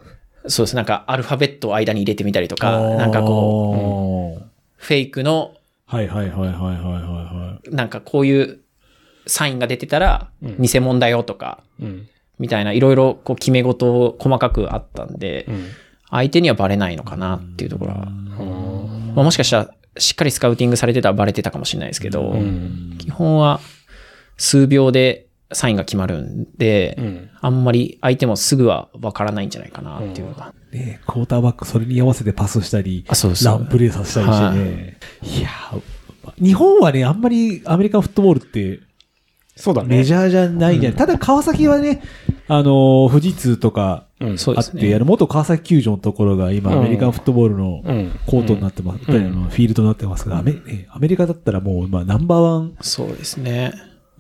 [SPEAKER 4] じ。そうです。なんか、アルファベットを間に入れてみたりとか、なんかこ
[SPEAKER 3] こうん。
[SPEAKER 4] う、フェイクの、
[SPEAKER 3] はいはいはいはいはいはいはい。
[SPEAKER 4] なんかこういうサインが出てたら、
[SPEAKER 2] うん
[SPEAKER 4] 偽物だよとか、
[SPEAKER 2] うん。
[SPEAKER 4] みたいな、いろいろこう決め事を細かくあったんで、
[SPEAKER 2] うん。
[SPEAKER 4] 相手にはバレないのかなっていうところは。
[SPEAKER 2] あ
[SPEAKER 4] まあ、もしかしたら、しっかりスカウティングされてたらバレてたかもしれないですけど、
[SPEAKER 2] あうん。
[SPEAKER 4] 基本は数秒でサインが決まるんで、
[SPEAKER 2] ん。
[SPEAKER 4] あんまり相手もすぐはわからないんじゃないかなっていうのが。
[SPEAKER 3] ねクォーターバックそれに合わせてパスしたり、
[SPEAKER 4] あそうです
[SPEAKER 3] ランプレーさせたりしてね。い、やー日本はね、あんまりアメリカンフットボールって
[SPEAKER 2] そうだね。
[SPEAKER 3] メジャーじゃないじゃない。ただ川崎はね、あのー富士通とか
[SPEAKER 2] うん。
[SPEAKER 4] そう
[SPEAKER 3] あ
[SPEAKER 4] で
[SPEAKER 3] っ
[SPEAKER 4] す
[SPEAKER 3] て、あ
[SPEAKER 4] ね。
[SPEAKER 3] の、元川崎球場のところが今、
[SPEAKER 2] うん
[SPEAKER 3] アメリカンフットボールの
[SPEAKER 2] うん。
[SPEAKER 3] コートになってます、あのフィールドになってますが、アメねアメリカだったらもう今ナンバーワン、
[SPEAKER 4] そうですね。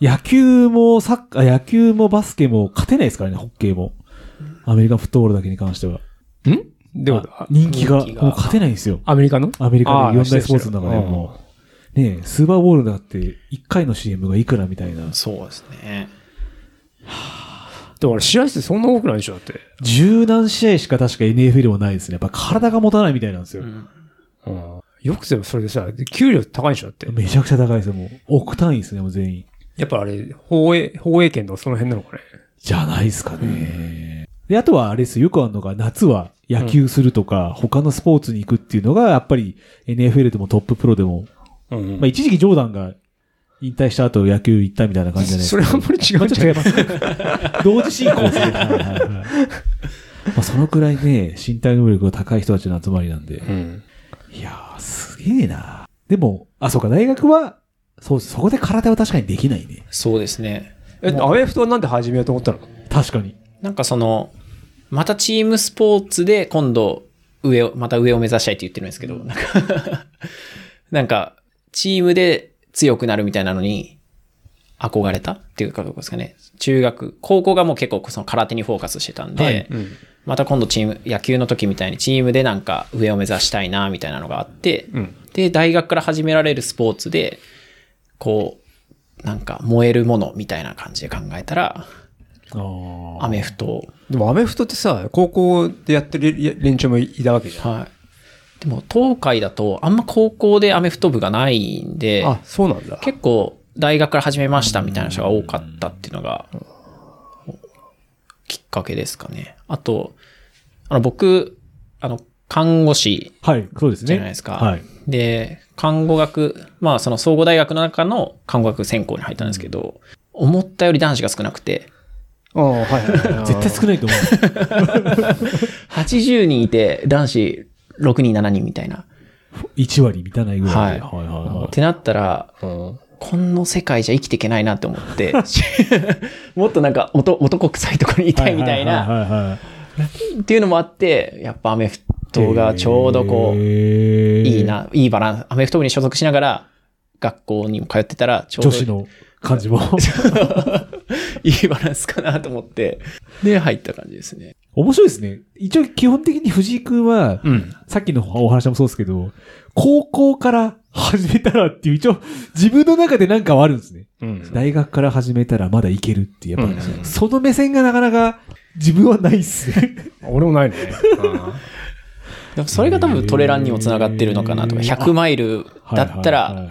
[SPEAKER 3] 野球もサッカー、野球もバスケも勝てないですからね、ホッケーも。アメリカンフットボールだけに関しては。
[SPEAKER 2] んでも
[SPEAKER 3] あ、人気が
[SPEAKER 4] 人気が
[SPEAKER 3] もう勝てないんですよ。
[SPEAKER 2] アメリカの
[SPEAKER 3] アメリカ
[SPEAKER 2] あ
[SPEAKER 3] で
[SPEAKER 2] ー
[SPEAKER 3] 四大スポーツの中でも。ねえスーパーボールだって、1回の CM がいくらみたいな。
[SPEAKER 4] そうですね。
[SPEAKER 2] だから試合数そんな多くないでしょだって。
[SPEAKER 3] 十何試合しか確か NFL もないですね。やっぱ体が持たないみたいなんですよ
[SPEAKER 4] う。ん
[SPEAKER 2] うん。よくすればそれでさ、給料高いでしょだって。
[SPEAKER 3] めちゃくちゃ高いですよ、もう。億単位ですね、もう全員。
[SPEAKER 2] やっぱあれ、放映、放映権とかその辺なのかね。
[SPEAKER 3] じゃないですかね。で、あとはあれですよ、よくあるのが、夏は野球するとか、他のスポーツに行くっていうのが、やっぱり NFL でもトッププロでも、
[SPEAKER 2] うん
[SPEAKER 3] まあ一時期ジョーダンが引退した後野球行ったみたいな感じじゃないです
[SPEAKER 2] そ
[SPEAKER 3] か。
[SPEAKER 2] れはあんまり違うんじゃ
[SPEAKER 3] 違
[SPEAKER 2] ない
[SPEAKER 3] います。同時進行ですね。まあそのくらいね、身体能力が高い人たちの集まりなんで。
[SPEAKER 2] うん。
[SPEAKER 3] いやー、すげえな。でも、あ、そうか、大学は、そう、そこで体は確かにできないね。
[SPEAKER 4] そうですね。
[SPEAKER 2] え、アメフトはなんで始めようと思ったの
[SPEAKER 3] 確かに。
[SPEAKER 4] なんかその、またチームスポーツで今度上を、また上を目指したいって言ってるんですけど、なんか、 なんかチームで強くなるみたいなのに憧れたっていうかどうかですかね。中学、高校がもう結構その空手にフォーカスしてたんで、
[SPEAKER 3] はい
[SPEAKER 2] ん。
[SPEAKER 4] また今度チーム、野球の時みたいにチームでなんか上を目指したいな、みたいなのがあって、
[SPEAKER 2] うん。
[SPEAKER 4] で、大学から始められるスポーツで、こう、なんか燃えるものみたいな感じで考えたら、
[SPEAKER 3] あー
[SPEAKER 4] アメフトを
[SPEAKER 2] でもアメフトってさ、高校でやってる連中もいたわけじゃん。
[SPEAKER 4] はい。でも、東海だと、あんま高校でアメフト部がないんで、
[SPEAKER 2] あ、そうなんだ。
[SPEAKER 4] 結構、大学から始めましたみたいな人が多かったっていうのが、きっかけですかね。あと、あの、僕、あの、看護師
[SPEAKER 3] はい、そうですね。
[SPEAKER 4] じゃないですか。
[SPEAKER 3] はい。
[SPEAKER 4] で、看護学、まあ、その総合大学の中の看護学専攻に入ったんですけど、思ったより男子が少なくて、
[SPEAKER 2] ああ、はい はいはい。
[SPEAKER 3] 絶対少ないと思う。
[SPEAKER 4] 80人いて、男子6人、7人みたいな。
[SPEAKER 3] 1割満たないぐらいで。
[SPEAKER 4] は
[SPEAKER 3] はいはい
[SPEAKER 4] っ
[SPEAKER 3] は
[SPEAKER 4] てなったら、この世界じゃ生きていけないなって思って、 もっとなんか男男臭いところにい
[SPEAKER 3] い。
[SPEAKER 4] たいみたいな、
[SPEAKER 3] はははいはい。
[SPEAKER 4] っていうのもあって、やっぱアメフトがちょうどこう、
[SPEAKER 3] へー
[SPEAKER 4] いい。な、いいバランス。アメフト部に所属しながら、学校にも通ってたら、ちょうど
[SPEAKER 3] 女子の感 じも。
[SPEAKER 4] いいバランスかなと思って、で、入った感じですね。
[SPEAKER 3] 面白いですね。一応基本的に藤井くんは、
[SPEAKER 4] うん。
[SPEAKER 3] さっきのお話もそうですけど、高校から始めたらっていう、一応自分の中でなんかはあるんですね。
[SPEAKER 2] うん。
[SPEAKER 3] 大学から始めたらまだいけるっていう、やっぱ、
[SPEAKER 4] うんうんうん
[SPEAKER 3] その目線がなかなか自分はないっすね。
[SPEAKER 2] 俺もないね。
[SPEAKER 4] でもそれが多分トレランにもつながってるのかなとか、
[SPEAKER 3] へー
[SPEAKER 4] 100マイルだ
[SPEAKER 3] はいはいは
[SPEAKER 4] った
[SPEAKER 3] いは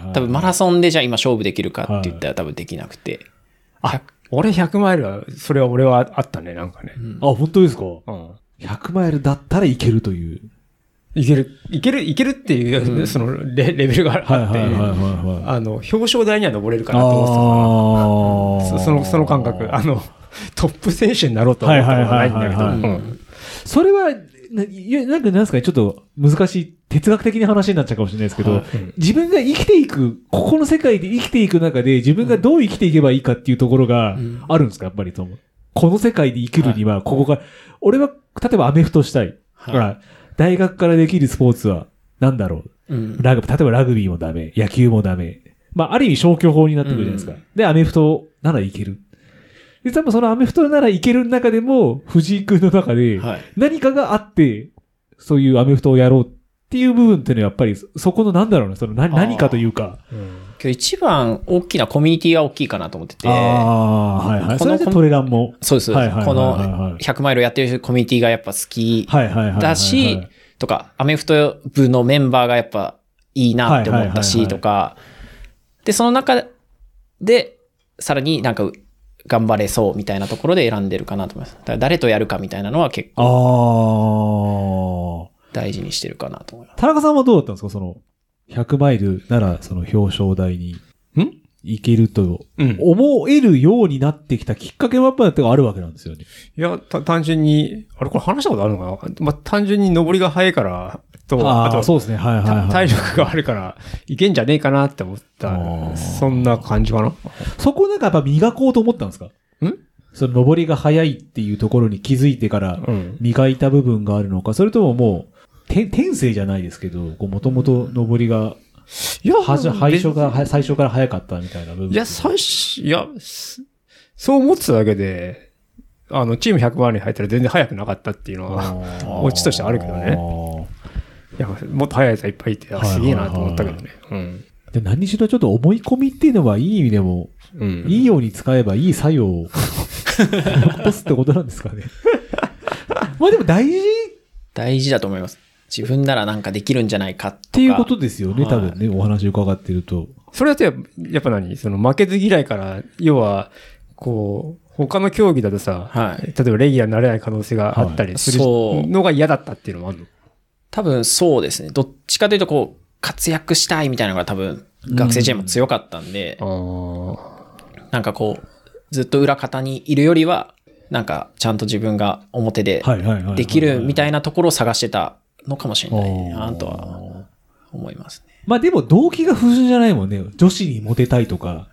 [SPEAKER 4] ら
[SPEAKER 3] い、
[SPEAKER 4] 多分マラソンでじゃあ今勝負できるかって言ったら多分できなくて。
[SPEAKER 2] あ、俺100マイルは、それは俺はあったね、なんかね。
[SPEAKER 4] うん
[SPEAKER 3] あ、本当ですか
[SPEAKER 2] うん。
[SPEAKER 3] ?100 マイルだったらいけるという。
[SPEAKER 2] いける、いける、いけるっていう、そのレ、レベルがあって、
[SPEAKER 3] は
[SPEAKER 2] あの、表彰台には登れるかなと思
[SPEAKER 3] あ
[SPEAKER 2] ってた
[SPEAKER 3] ー
[SPEAKER 2] そその、その感 覚。あの、トップ選手になろうとは思ったことないんだけど。
[SPEAKER 3] は
[SPEAKER 2] う
[SPEAKER 3] いはいはいはいはい
[SPEAKER 2] ん
[SPEAKER 3] それは、ないやなんかなんですかね、ちょっと難しい哲学的な話になっちゃうかもしれないですけど、
[SPEAKER 2] うん
[SPEAKER 3] 自分が生きていく、ここの世界で生きていく中で、自分がどう生きていけばいいかっていうところが
[SPEAKER 4] うん
[SPEAKER 3] あるんですか、やっぱりと。この世界で生きるには、ここが、俺は、例えばアメフトしたい。
[SPEAKER 4] はい
[SPEAKER 3] ほら大学からできるスポーツは、なんだろう。
[SPEAKER 4] うん
[SPEAKER 3] ラグ例えばラグビーもダメ、野球もダメ。まあ、ある意味消去法になってくるじゃないですか。
[SPEAKER 4] うん
[SPEAKER 3] で、アメフトならいける。で、多分そのアメフトならいける中でも、藤井君の中で、
[SPEAKER 4] はい。
[SPEAKER 3] 何かがあって、そういうアメフトをやろうっていう部分っていうのはやっぱり、そそこのなんだろうな、その何
[SPEAKER 4] あー
[SPEAKER 3] 何かというか。
[SPEAKER 2] うん
[SPEAKER 4] けど一番大きなコミュニティは大きいかなと思ってて、
[SPEAKER 3] ああー、はいはい。
[SPEAKER 4] こ
[SPEAKER 3] そ
[SPEAKER 4] の
[SPEAKER 3] れでトレランも。
[SPEAKER 4] そうです。
[SPEAKER 3] はいはいはい
[SPEAKER 4] こ
[SPEAKER 3] はい
[SPEAKER 4] の100マイルやってるコミュニティがやっぱ好き
[SPEAKER 3] はいはいはいはいはい。
[SPEAKER 4] だし、とか、アメフト部のメンバーがやっぱいいなって思った
[SPEAKER 3] はい
[SPEAKER 4] し、
[SPEAKER 3] はいはいはい
[SPEAKER 4] とか、で、その中で、さらになんか頑張れそうみたいなところで選んでるかなと思います。だから誰とやるかみたいなのは結構
[SPEAKER 3] ああ。
[SPEAKER 4] 大事にしてるかなと思います。
[SPEAKER 3] 田中さんはどうだったんですかその、100マイルならその表彰台に
[SPEAKER 2] ん
[SPEAKER 3] 行けると
[SPEAKER 2] うん。
[SPEAKER 3] 思えるようになってきたきっかけはやっぱりあるわけなんですよね。
[SPEAKER 2] いや、た単純に、あれこれ話したことあるのかなまあ、単純に登りが早いからと、
[SPEAKER 3] あ
[SPEAKER 2] あ
[SPEAKER 3] あ、
[SPEAKER 2] と、
[SPEAKER 3] そうですね。はいはい
[SPEAKER 2] た
[SPEAKER 3] はい
[SPEAKER 2] 体。力があるから、いけんじゃねえかなって思っ
[SPEAKER 3] あ
[SPEAKER 2] た。
[SPEAKER 3] ー
[SPEAKER 2] そんな感じかな。
[SPEAKER 3] そこなんかやっぱ磨こうと思ったんですかんその登りが早いっていうところに気づいてから
[SPEAKER 2] うん。
[SPEAKER 3] 磨いた部分があるのか、それとももう、て天性じゃないですけど、こう、もともと登りが、
[SPEAKER 2] いや
[SPEAKER 3] はじ、最初が、は最初から早かったみたいな部分。
[SPEAKER 2] いや、最初、いや、すそう思ってただけで、あの、チーム100番に入ったら全然早くなかったっていうのは、
[SPEAKER 3] あー
[SPEAKER 2] オチとしてあるけどね。いや、もっと早いやつがいっぱいいて、あ
[SPEAKER 3] はいはい
[SPEAKER 2] す
[SPEAKER 3] はい
[SPEAKER 2] げえなと思ったけどね。うん。
[SPEAKER 3] で何にしろちょっと思い込みっていうのはいい意味でも、
[SPEAKER 2] うん。
[SPEAKER 3] いいように使えばいい作用を 落とすってことなんですかね。 まあでも大事っ
[SPEAKER 4] 大事だと思います。自分ならなんかできるんじゃないかって
[SPEAKER 3] いうことですよね、
[SPEAKER 4] はい
[SPEAKER 3] 多分ね、お話伺ってると。
[SPEAKER 2] それだとやっぱ、やっぱ何その、負けず嫌いから、要は、こう、他の競技だとさ、
[SPEAKER 4] はい
[SPEAKER 2] 例えばレギュラーになれない可能性があったりする
[SPEAKER 4] はいそう
[SPEAKER 2] のが嫌だったっていうのもあるの。
[SPEAKER 4] 多分そうですね。どっちかというとこう、活躍したいみたいなのが多分学生時代も強かったんで、
[SPEAKER 2] あ
[SPEAKER 4] なんかこう、ずっと裏方にいるよりは、なんかちゃんと自分が表で
[SPEAKER 3] はいはいはいはい。
[SPEAKER 4] できるみた
[SPEAKER 3] い
[SPEAKER 4] いなところを探してたのかもしれない
[SPEAKER 3] あ
[SPEAKER 4] な
[SPEAKER 3] ー
[SPEAKER 4] とは思いますね。
[SPEAKER 3] まあでも動機が不純じゃないもんね。女子にモテたいとか。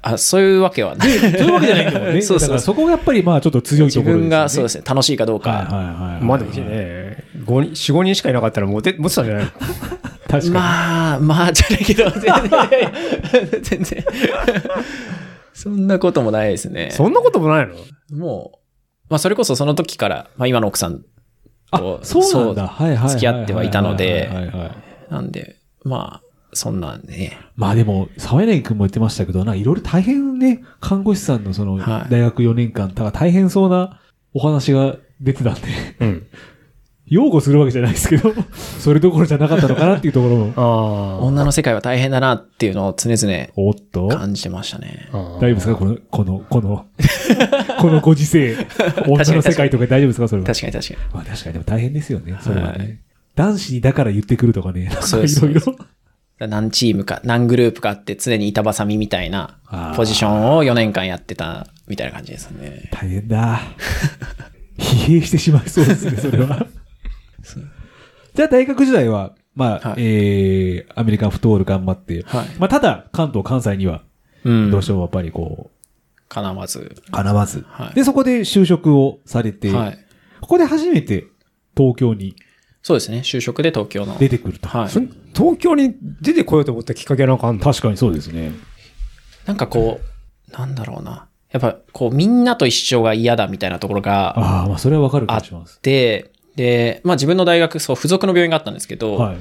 [SPEAKER 4] あ、そういうわけはない。
[SPEAKER 3] そういうわけじゃないんだもんね。
[SPEAKER 4] そうそ
[SPEAKER 3] だ
[SPEAKER 4] う
[SPEAKER 3] からそこがやっぱりまあちょっと強い
[SPEAKER 4] 自
[SPEAKER 3] ところですよね。
[SPEAKER 4] 分がそうですね、楽しいかどう
[SPEAKER 3] はい
[SPEAKER 4] か。
[SPEAKER 3] はいはいは
[SPEAKER 2] あ。
[SPEAKER 3] い。
[SPEAKER 2] まあでもね、五人、四五人しかいなかったらモテ、モテたんじゃないの
[SPEAKER 3] 確かに。
[SPEAKER 4] まあ、まあじゃないけど、全然、 全然。 そんなこともないですね。
[SPEAKER 2] そんなこともないの
[SPEAKER 4] もう、まあそれこそその時から、まあ今の奥さん
[SPEAKER 3] あ
[SPEAKER 4] と、、
[SPEAKER 3] そうなんだ。はいはいはいはい。
[SPEAKER 4] 付き合ってはいたので
[SPEAKER 3] はいはいはい
[SPEAKER 4] そうなんで、まあ、そんなんね。
[SPEAKER 3] まあでも、沢柳君も言ってましたけど、なんかいろいろ大変ね、看護師さんのその、
[SPEAKER 4] はい
[SPEAKER 3] 大学4年間、ただ大変そうなお話が出てたんで、
[SPEAKER 2] うん。
[SPEAKER 3] 擁護するわけじゃないですけど、それどころじゃなかったのかなっていうところも、
[SPEAKER 2] あ
[SPEAKER 4] 女の世界は大変だなっていうのを常々
[SPEAKER 3] おっと
[SPEAKER 4] 感じてましたね。
[SPEAKER 2] あ。
[SPEAKER 3] 大丈夫ですかこの、この、この、このご時 世、女の世界とか大丈夫ですかそれは。
[SPEAKER 4] 確かに確かに。
[SPEAKER 3] まあ確かに、でも大変ですよね、それはね。
[SPEAKER 4] はい
[SPEAKER 3] 男子にだから言ってくるとかね、なんか
[SPEAKER 4] そうで
[SPEAKER 3] い
[SPEAKER 4] す
[SPEAKER 3] ろいろ。
[SPEAKER 4] 何チームか、何グループかあって常に板挟みみたいな
[SPEAKER 3] あー
[SPEAKER 4] ポジションを4年間やってたみたいな感じですね。
[SPEAKER 3] 大変だ。疲弊してしまいそうですね、それは。じゃあ大学時代は、まあ、
[SPEAKER 4] はい
[SPEAKER 3] えー、アメリカンフットボール頑張って、
[SPEAKER 4] はい
[SPEAKER 3] まあ、ただ、関東、関西には、
[SPEAKER 4] うん。
[SPEAKER 3] どうしてもやっぱりこ
[SPEAKER 4] かなわず。
[SPEAKER 3] う、かなわず。
[SPEAKER 4] はい
[SPEAKER 3] で、そこで就職をされて、
[SPEAKER 4] はい。
[SPEAKER 3] ここで初めて東京に
[SPEAKER 4] そうですね。就職で東京の。
[SPEAKER 3] 出てくると。
[SPEAKER 4] はい
[SPEAKER 2] そ。れ東京に出てこようと思ったきっかけなんかあんの
[SPEAKER 3] 確かにそうですね。
[SPEAKER 4] なんかこう、なんだろうな。やっぱこう、みんなと一緒が嫌だみたいなところがあ
[SPEAKER 3] ああ、まあ、それはわかる気
[SPEAKER 4] あ
[SPEAKER 3] がしま
[SPEAKER 4] っ
[SPEAKER 3] す。
[SPEAKER 4] て、で、まあ自分の大学、そう、付属の病院があったんですけど、
[SPEAKER 3] はい。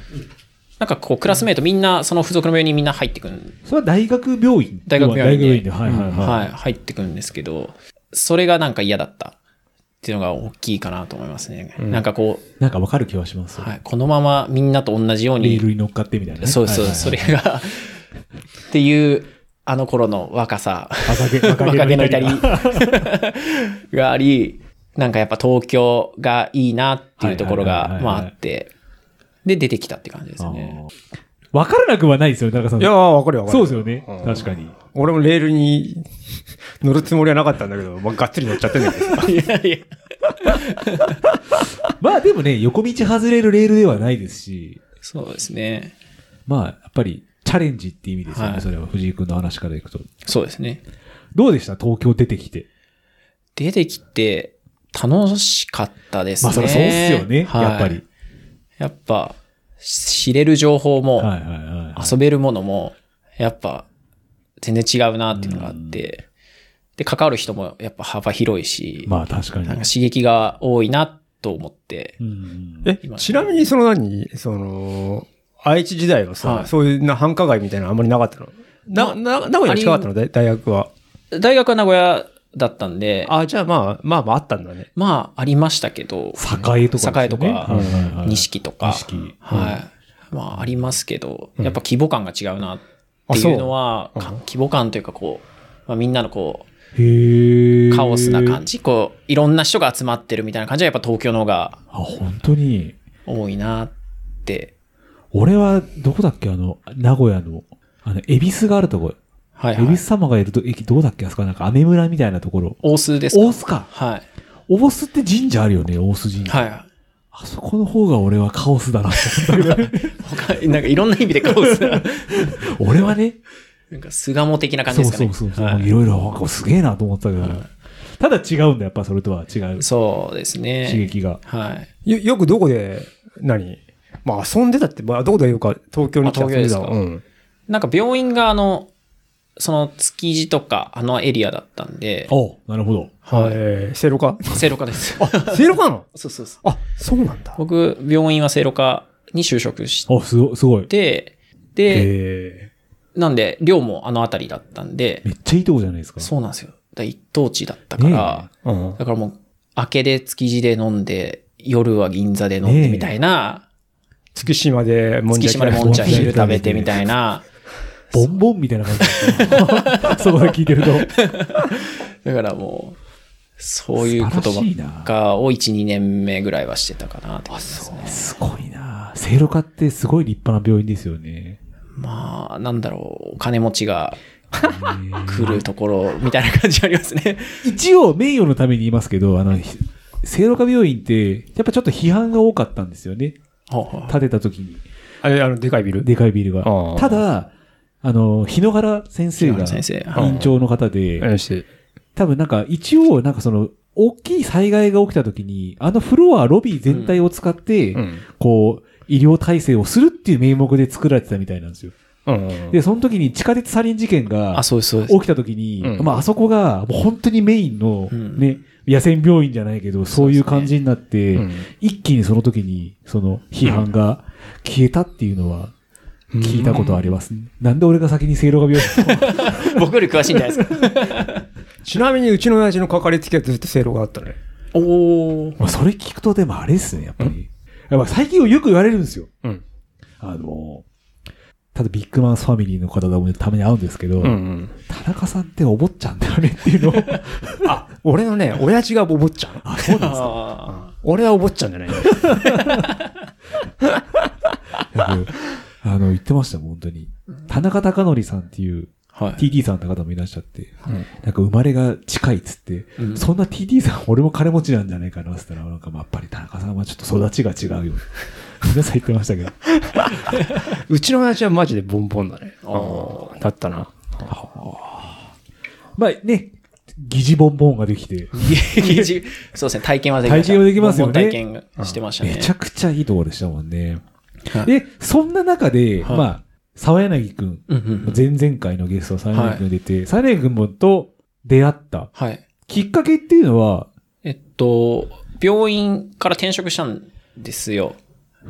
[SPEAKER 4] なんかこう、クラスメイトみんな、その付属の病院にみんな入ってくるん
[SPEAKER 3] それは大学病院。
[SPEAKER 4] 大学病院で
[SPEAKER 3] 要は大学病院で、はいはいはい。
[SPEAKER 4] はい、入ってくるんですけど、それがなんか嫌だったっていうのが大きいかなと思いますね。なんかこう、
[SPEAKER 3] なんかわかる気はします。
[SPEAKER 4] はい、このままみんなと同じよう
[SPEAKER 3] レ
[SPEAKER 4] に
[SPEAKER 3] ー、ルに乗っかってみたいなね。
[SPEAKER 4] そうです、そうです、
[SPEAKER 3] は
[SPEAKER 4] それが、っていう、あの頃の若さ、
[SPEAKER 3] いはいはい。
[SPEAKER 4] 若
[SPEAKER 3] 若
[SPEAKER 4] 気
[SPEAKER 3] 気
[SPEAKER 4] の
[SPEAKER 3] の至
[SPEAKER 4] 至り
[SPEAKER 3] り。
[SPEAKER 4] があり、なんかやっぱ東京がいいなっていうところ
[SPEAKER 3] はいはい
[SPEAKER 4] が
[SPEAKER 3] は、い
[SPEAKER 4] ま
[SPEAKER 3] はい
[SPEAKER 4] ああって、で、出てきたって感じですね。
[SPEAKER 3] わからなくはないですよね、田中さん。
[SPEAKER 2] いやー、わかるよわか
[SPEAKER 3] そう
[SPEAKER 2] る。
[SPEAKER 3] ですよね
[SPEAKER 2] う。ん
[SPEAKER 3] 確かに。
[SPEAKER 2] 俺もレールに乗るつもりはなかったんだけど、まあ、がっつり乗っちゃってんだけど。
[SPEAKER 4] いやいや、
[SPEAKER 3] まあでもね、横道外れるレールではないですし、
[SPEAKER 4] そうですね。
[SPEAKER 3] まあ、やっぱり、チャレンジって意味ですよね、
[SPEAKER 4] はい
[SPEAKER 3] それは。藤井君の話からいくと。
[SPEAKER 4] そうですね。
[SPEAKER 3] どうでした東京出てきて。
[SPEAKER 4] 出てきて楽しかったですね。
[SPEAKER 3] まあ、そりゃそうっすよね、
[SPEAKER 4] はい
[SPEAKER 3] やっぱり。。
[SPEAKER 4] やっぱ、知れる情報も、
[SPEAKER 3] はいはいはい。
[SPEAKER 4] 遊べるものも、やっぱ、全然違うなっていうのがあって、で、関わる人もやっぱ幅広いし、
[SPEAKER 3] まあ、確かに
[SPEAKER 4] なん。か刺激が多いなと思って
[SPEAKER 3] う、ん
[SPEAKER 2] え、
[SPEAKER 4] 今
[SPEAKER 2] ちなみにその何その、愛知時代はさ、
[SPEAKER 4] はい
[SPEAKER 2] そういうな繁華街みたいなのあんまりなかったのな、な、名古屋に近かったの大大学は。
[SPEAKER 4] 大学は名古屋だったんで、
[SPEAKER 2] あ、じゃあまあ、まあまああったんだね。
[SPEAKER 4] まあ、ありましたけど、
[SPEAKER 3] 栄とかですよね。
[SPEAKER 4] 栄とか、
[SPEAKER 3] はいはいはい
[SPEAKER 4] 錦とか、
[SPEAKER 3] 錦うん
[SPEAKER 4] はい。まあ、ありますけど、やっぱ規模感が違うなっていうのは、か規模感というかこう、まあ、みんなのこ
[SPEAKER 3] へ
[SPEAKER 4] う、
[SPEAKER 3] え。
[SPEAKER 4] カオスな感じ、こう、いろんな人が集まってるみたいな感じはやっぱ東京の方が
[SPEAKER 3] あ、本当に。
[SPEAKER 4] 多いなって。
[SPEAKER 3] 俺は、どこだっけあの、名古屋の、あの、恵比寿があるとこ。
[SPEAKER 4] はい、
[SPEAKER 3] 恵
[SPEAKER 4] は
[SPEAKER 3] 比寿
[SPEAKER 4] い。
[SPEAKER 3] 様がいると、駅どうだっけあそこなんか、雨村みたいなところ。
[SPEAKER 4] 大須ですか
[SPEAKER 3] 大須か。
[SPEAKER 4] は
[SPEAKER 3] 大須って神社あるよね、大須神
[SPEAKER 4] い。
[SPEAKER 3] 社。
[SPEAKER 4] は
[SPEAKER 3] あそこの方が俺はカオスだなって思ったけどね
[SPEAKER 4] い。他、なんかいろんな意味でカ オスな。
[SPEAKER 3] 俺はね、
[SPEAKER 4] なんか、巣鴨的な感じ
[SPEAKER 3] そう
[SPEAKER 4] ですか
[SPEAKER 3] そ
[SPEAKER 4] ね。
[SPEAKER 3] うそうそう、、
[SPEAKER 4] はいい
[SPEAKER 3] ろいろ、こうすげえなと思ったけど、ただ違うんだ、やっぱそれとは違う
[SPEAKER 4] そうですね。
[SPEAKER 3] 刺激が。
[SPEAKER 4] はい。
[SPEAKER 2] よ、よくどこで、何まあ遊んでたって、まあどこで言うか、東京に来て
[SPEAKER 4] あ
[SPEAKER 2] 遊ん
[SPEAKER 4] 東京
[SPEAKER 2] で
[SPEAKER 4] で
[SPEAKER 2] た
[SPEAKER 4] す
[SPEAKER 2] わ
[SPEAKER 4] か
[SPEAKER 2] うん。
[SPEAKER 4] なんか病院があの、その築地とかあのエリアだったんで、
[SPEAKER 3] おなるほど。
[SPEAKER 2] はい。えー、せいろ か
[SPEAKER 4] 聖路加です。
[SPEAKER 2] せいろかなの
[SPEAKER 4] そうそうそう。
[SPEAKER 2] あ、そうなんだ。
[SPEAKER 4] 僕、病院は聖路加に就職し
[SPEAKER 3] おすごい、すごい。
[SPEAKER 4] て、で、
[SPEAKER 2] え
[SPEAKER 4] なんで、寮もあの辺りだったんで
[SPEAKER 3] め、っちゃいいとこじゃないですか。
[SPEAKER 4] そうなんですよ。だから一等地だったから、
[SPEAKER 2] ー。うん。
[SPEAKER 4] だからもう、明けで築地で飲んで、夜は銀座で飲んでみたいな、
[SPEAKER 2] 月島でもんじ
[SPEAKER 4] 月
[SPEAKER 2] ゃ
[SPEAKER 4] 島
[SPEAKER 2] 焼
[SPEAKER 4] で
[SPEAKER 2] き
[SPEAKER 4] もんじゃ昼食べてみたいな、
[SPEAKER 3] ボンボンみたいな 感じだった。そこで聞いてると。
[SPEAKER 4] だからもう、そういう言
[SPEAKER 3] 素晴らしい
[SPEAKER 4] 葉
[SPEAKER 3] な
[SPEAKER 4] がを1、2年目ぐらいはしてたかなって感じですね。
[SPEAKER 3] すごいな聖路科ってすごい立派な病院ですよね。
[SPEAKER 4] まあ、なんだろう、お金持ちが来るところみたいな感じありますね。
[SPEAKER 3] 一応、名誉のために言いますけど、あの、ひ聖路科病院って、やっぱちょっと批判が多かったんですよね。
[SPEAKER 4] ほうほう
[SPEAKER 3] 建 てた時に。
[SPEAKER 2] あれ、あの、でかいビル
[SPEAKER 3] でかいビル
[SPEAKER 2] あ
[SPEAKER 3] が
[SPEAKER 2] あ。
[SPEAKER 3] ただ、あの、日野原先生
[SPEAKER 4] 日
[SPEAKER 3] が、
[SPEAKER 4] 野原先生はい
[SPEAKER 3] 院長の方で、
[SPEAKER 2] えして。
[SPEAKER 3] 多分なんか一応、なんかその、大きい災害が起きた時に、あのフロア、ロビー全体を使って、
[SPEAKER 2] うん。
[SPEAKER 3] こう、医療体制をするっていう名目で作られてたみたいなんですよ。
[SPEAKER 2] うん。
[SPEAKER 3] で、その時に地下鉄サリン事件が
[SPEAKER 4] あ、そうです、そうです
[SPEAKER 3] 起。きた時に、
[SPEAKER 2] うん
[SPEAKER 3] まああそこがもう本当にメインの
[SPEAKER 4] うん
[SPEAKER 3] ね、野戦病院じゃないけど、そういう感じになって、
[SPEAKER 2] うん
[SPEAKER 3] 一気にその時にその批判が消えたっていうのは聞いたことありますね。なんで俺が先に聖路が病院
[SPEAKER 4] 僕より詳しいんじゃないですか。
[SPEAKER 2] ちなみにうちの親父のかかりつけはずっとせいろがあったね。
[SPEAKER 4] おー。
[SPEAKER 3] まあそれ聞くとでもあれですね、やっぱり。やっぱ最近よく言われるんですよ。
[SPEAKER 2] うん。
[SPEAKER 3] あの、ただビッグマンスファミリーの方でもたまに会うんですけど、
[SPEAKER 2] うん。
[SPEAKER 3] 田中さんってお坊ちゃんだよねっていうのを、
[SPEAKER 2] あ、俺のね、親父がお坊ちゃん。
[SPEAKER 3] あ、そうなんですか
[SPEAKER 4] あ
[SPEAKER 2] 俺はお坊ちゃんじゃない。
[SPEAKER 3] よくあの、言ってましたもん、本当に。田中孝則さんっていう、
[SPEAKER 4] はい。
[SPEAKER 3] TT さんって方もいらっしゃって、
[SPEAKER 4] うん
[SPEAKER 3] なんか生まれが近いっつって、
[SPEAKER 4] うん
[SPEAKER 3] そんな TT さん、俺も金持ちなんじゃないかなって言ったら、なんかまあやっぱり田中さんはちょっと育ちが違 うよ。皆さん言ってましたけど。
[SPEAKER 2] うちの親父はマジでボンボンだね。
[SPEAKER 4] あー
[SPEAKER 2] だったな。
[SPEAKER 3] まあね、疑似ボンボンができて、
[SPEAKER 4] ゲージそうですね、体験はできました。
[SPEAKER 3] 体験はできますよね
[SPEAKER 4] ボンボン体験してましたね。
[SPEAKER 3] めちゃくちゃいいところでしたもんね。
[SPEAKER 4] はい
[SPEAKER 3] で、そんな中で、
[SPEAKER 4] はい
[SPEAKER 3] まあ、沢柳くん、
[SPEAKER 4] うんうんうん
[SPEAKER 3] 前々回のゲスト、沢柳くん出て、沢柳くんもと出会った
[SPEAKER 4] はい。
[SPEAKER 3] きっかけっていうのは、
[SPEAKER 4] えっと、病院から転職したんですよ。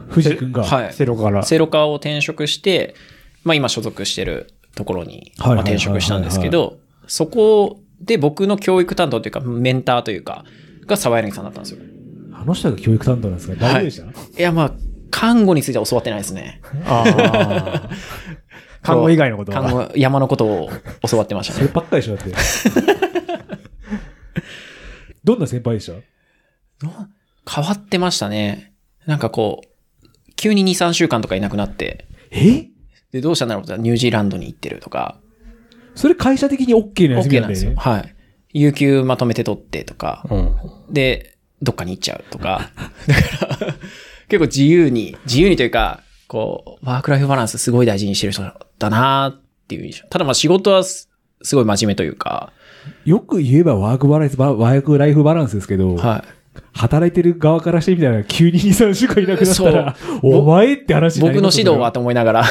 [SPEAKER 3] 藤井くんが、
[SPEAKER 4] はい。
[SPEAKER 2] セロから。
[SPEAKER 4] セロカを転職して、まあ今所属してるところに、
[SPEAKER 3] はい
[SPEAKER 4] まあ転職したんですけど、そこで僕の教育担当というか、メンターというか、が沢柳さんだったんですよ。
[SPEAKER 3] あの人が教育担当なんですか大丈夫でした、
[SPEAKER 4] いや、まあ、看護については教わってないですね。
[SPEAKER 2] あー看護以外のこと
[SPEAKER 4] 看
[SPEAKER 2] は。
[SPEAKER 4] 護、山のことを教わってまし
[SPEAKER 3] そ
[SPEAKER 4] た
[SPEAKER 3] れ
[SPEAKER 4] ね。
[SPEAKER 3] ばっかりでしょ、だって。 どんな先輩でした
[SPEAKER 4] 変わってましたね。なんかこう、急に2、3週間とかいなくなって、
[SPEAKER 3] え
[SPEAKER 4] で、どうしたんだろうと思ったらニュージーランドに行ってるとか、
[SPEAKER 3] それ会社的に OK な休み
[SPEAKER 4] OK
[SPEAKER 3] なん
[SPEAKER 4] なん
[SPEAKER 3] だ
[SPEAKER 4] です
[SPEAKER 3] よ
[SPEAKER 4] よ。
[SPEAKER 3] ね。
[SPEAKER 4] はい。有給まとめて取ってとか、
[SPEAKER 2] うん。
[SPEAKER 4] で、どっかに行っちゃうとか。 だから、結構自由に、自由にというか、こう、ワークライフバランスすごい大事にしてる人だなっていう印象。ただまあ仕事はすすごい真面目というか、
[SPEAKER 3] よく言えばワークバランス、ばワークライフバランスですけど、
[SPEAKER 4] は
[SPEAKER 3] 働いてる側からしてみたら急に2、3週間いなくなったら、
[SPEAKER 4] う
[SPEAKER 3] お前って話
[SPEAKER 4] い。
[SPEAKER 3] にな
[SPEAKER 4] 僕
[SPEAKER 3] り
[SPEAKER 4] の
[SPEAKER 3] ますよ
[SPEAKER 4] 指導はと思いな がら、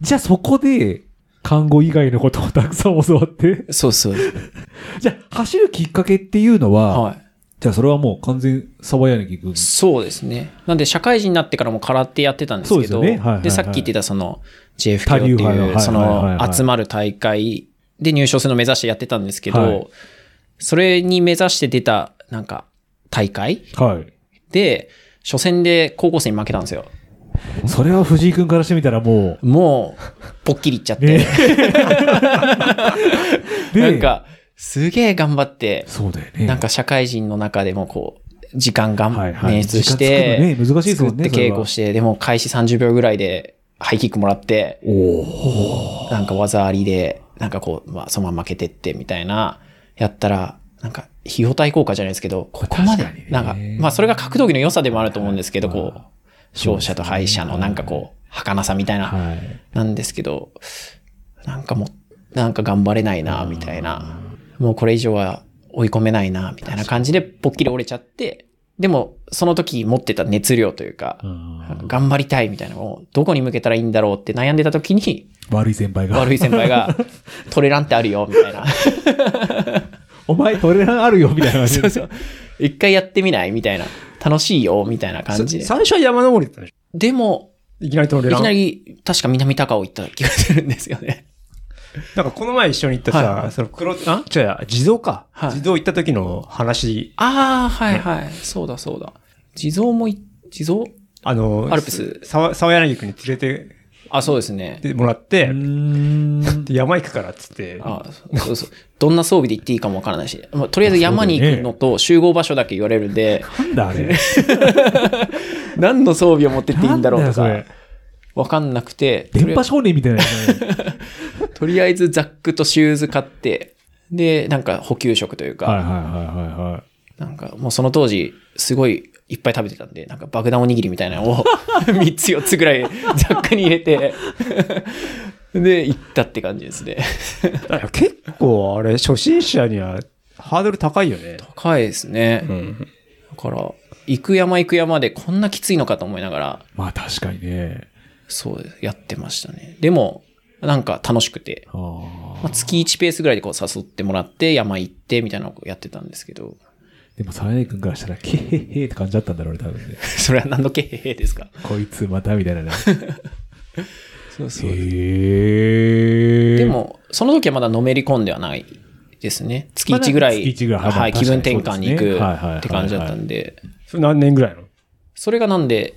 [SPEAKER 3] じゃあそこで、看護以外のことをたくさん教わって。
[SPEAKER 4] そうそう。
[SPEAKER 3] じゃあ走るきっかけっていうのは、
[SPEAKER 4] はい。
[SPEAKER 3] じゃあそれはもう完全沢柳くん。
[SPEAKER 4] そうですね。なんで、社会人になってからも空手やってたんですけ
[SPEAKER 3] そ
[SPEAKER 4] ど、
[SPEAKER 3] うですよねはいはいはい
[SPEAKER 4] で、さっき言ってたその JFK
[SPEAKER 3] 多
[SPEAKER 4] って
[SPEAKER 3] 流派のはいはいはいは
[SPEAKER 4] いう、
[SPEAKER 3] い
[SPEAKER 4] その集まる大会で入賞するのを目指してやってたんですけど、
[SPEAKER 3] はい
[SPEAKER 4] それに目指して出た、なんか、大会
[SPEAKER 3] はい。
[SPEAKER 4] で、初戦で高校生に負けたんですよ。
[SPEAKER 3] それは藤井くんからしてみたらも
[SPEAKER 4] もう、ぽっきりいっちゃっ
[SPEAKER 3] う、
[SPEAKER 4] て、
[SPEAKER 3] ね。
[SPEAKER 4] なん、か、すげえ頑張って、
[SPEAKER 3] そうだよね。
[SPEAKER 4] なんか社会人の中でもこう、時間がん、
[SPEAKER 3] はいはい
[SPEAKER 4] 捻出し
[SPEAKER 3] 時間
[SPEAKER 4] て、
[SPEAKER 3] 作るのね難しいですもんね
[SPEAKER 4] 作って稽古して、でも開始30秒ぐらいで、ハイキックもらって、なんか技ありで、なんかこう、まあ、そのまま負けてって、みたいな、やったら、なんか、費用対効果じゃないですけど、ここまで、
[SPEAKER 3] 確かにね
[SPEAKER 4] なんか、まあ、それが格闘技の良さでもあると思うんですけど、こう、勝者と敗者のなんかこう、儚さみたいな、
[SPEAKER 3] はい。
[SPEAKER 4] なんですけど、なんかもう、なんか頑張れないな、みたいな。もうこれ以上は追い込めないな、みたいな感じで、ぽっきり折れちゃって、でも、その時持ってた熱量というか、なんか頑張りたいみたいな、もうどこに向けたらいいんだろうって悩んでた時に、
[SPEAKER 3] 悪い先輩が。
[SPEAKER 4] 悪い先輩 が、トレランってあるよ、みたいな。
[SPEAKER 3] お前トレランあるよ、みたいな感じで。
[SPEAKER 4] 一回やってみないみたいな。楽しいよ、みたいな感じで。
[SPEAKER 2] 最初は山登りだったでし
[SPEAKER 4] でも、
[SPEAKER 2] ょいきなりトレ
[SPEAKER 4] い
[SPEAKER 2] ラン。
[SPEAKER 4] きなり、確か南高尾行った気がするんですよね。
[SPEAKER 2] なんかこの前一緒に行った
[SPEAKER 4] は
[SPEAKER 2] さ、
[SPEAKER 4] い
[SPEAKER 2] その黒、あ違うや、地蔵か。
[SPEAKER 4] はい
[SPEAKER 2] 地蔵行った時の話、
[SPEAKER 4] ああ、はいはい。そうだそうだ。地蔵もい、地蔵
[SPEAKER 2] あの、
[SPEAKER 4] アルプス
[SPEAKER 2] 沢沢柳くんに連れて
[SPEAKER 4] あ、そうですね
[SPEAKER 2] っ。てもらって、
[SPEAKER 3] うーん
[SPEAKER 2] で山行くからっつって、
[SPEAKER 4] あそう そう。どんな装備で行っていいかもわからないし。まあ、とりあえず山に行くのと集合場所だけ言われる んで、
[SPEAKER 3] なんだあれ。
[SPEAKER 4] 何の装備を持ってっていいんだろうと
[SPEAKER 3] な
[SPEAKER 4] か
[SPEAKER 3] んだよ、
[SPEAKER 4] わかんなくて。
[SPEAKER 3] 電波少年みたいな。
[SPEAKER 4] とりあえずザックとシューズ買って、で、なんか補給食というか、
[SPEAKER 3] はいはいはいはいはい。
[SPEAKER 4] なんかもうその当時、すごいいっぱい食べてたんで、なんか爆弾おにぎりみたいなのを 3つ4つぐらいザックに入れて、 で、行ったって感じですね。
[SPEAKER 2] だから結構あれ、初心者にはハードル高いよね。
[SPEAKER 4] 高いですね。
[SPEAKER 2] ん。
[SPEAKER 4] だから、行く山行く山でこんなきついのかと思いながら、
[SPEAKER 3] まあ確かにね。
[SPEAKER 4] そうですやってましたね。でも、なんか楽しくて、
[SPEAKER 3] あー
[SPEAKER 4] まあ、月1ペースぐらいでこう誘ってもらって、山行ってみたいなのをやってたんですけど、
[SPEAKER 3] でも、沢柳くんからしたら、けへへって感じだったんだろうね、多分ね。
[SPEAKER 4] それは何の経営ですか
[SPEAKER 3] こいつまたみたいなね。
[SPEAKER 4] そうそ
[SPEAKER 3] へ
[SPEAKER 4] う。
[SPEAKER 3] え。
[SPEAKER 4] で、も、その時はまだのめり込んではないですね。月
[SPEAKER 3] まだ
[SPEAKER 4] 1ぐらい、
[SPEAKER 3] 月1ぐらいはい
[SPEAKER 4] はい、
[SPEAKER 3] 確
[SPEAKER 4] 気
[SPEAKER 3] か
[SPEAKER 4] 分
[SPEAKER 3] に
[SPEAKER 4] 転換に行
[SPEAKER 3] そうですね
[SPEAKER 4] く
[SPEAKER 3] はいはいはいはい
[SPEAKER 4] って感じだったんで、
[SPEAKER 2] それ何年ぐらいの
[SPEAKER 4] それがなんで、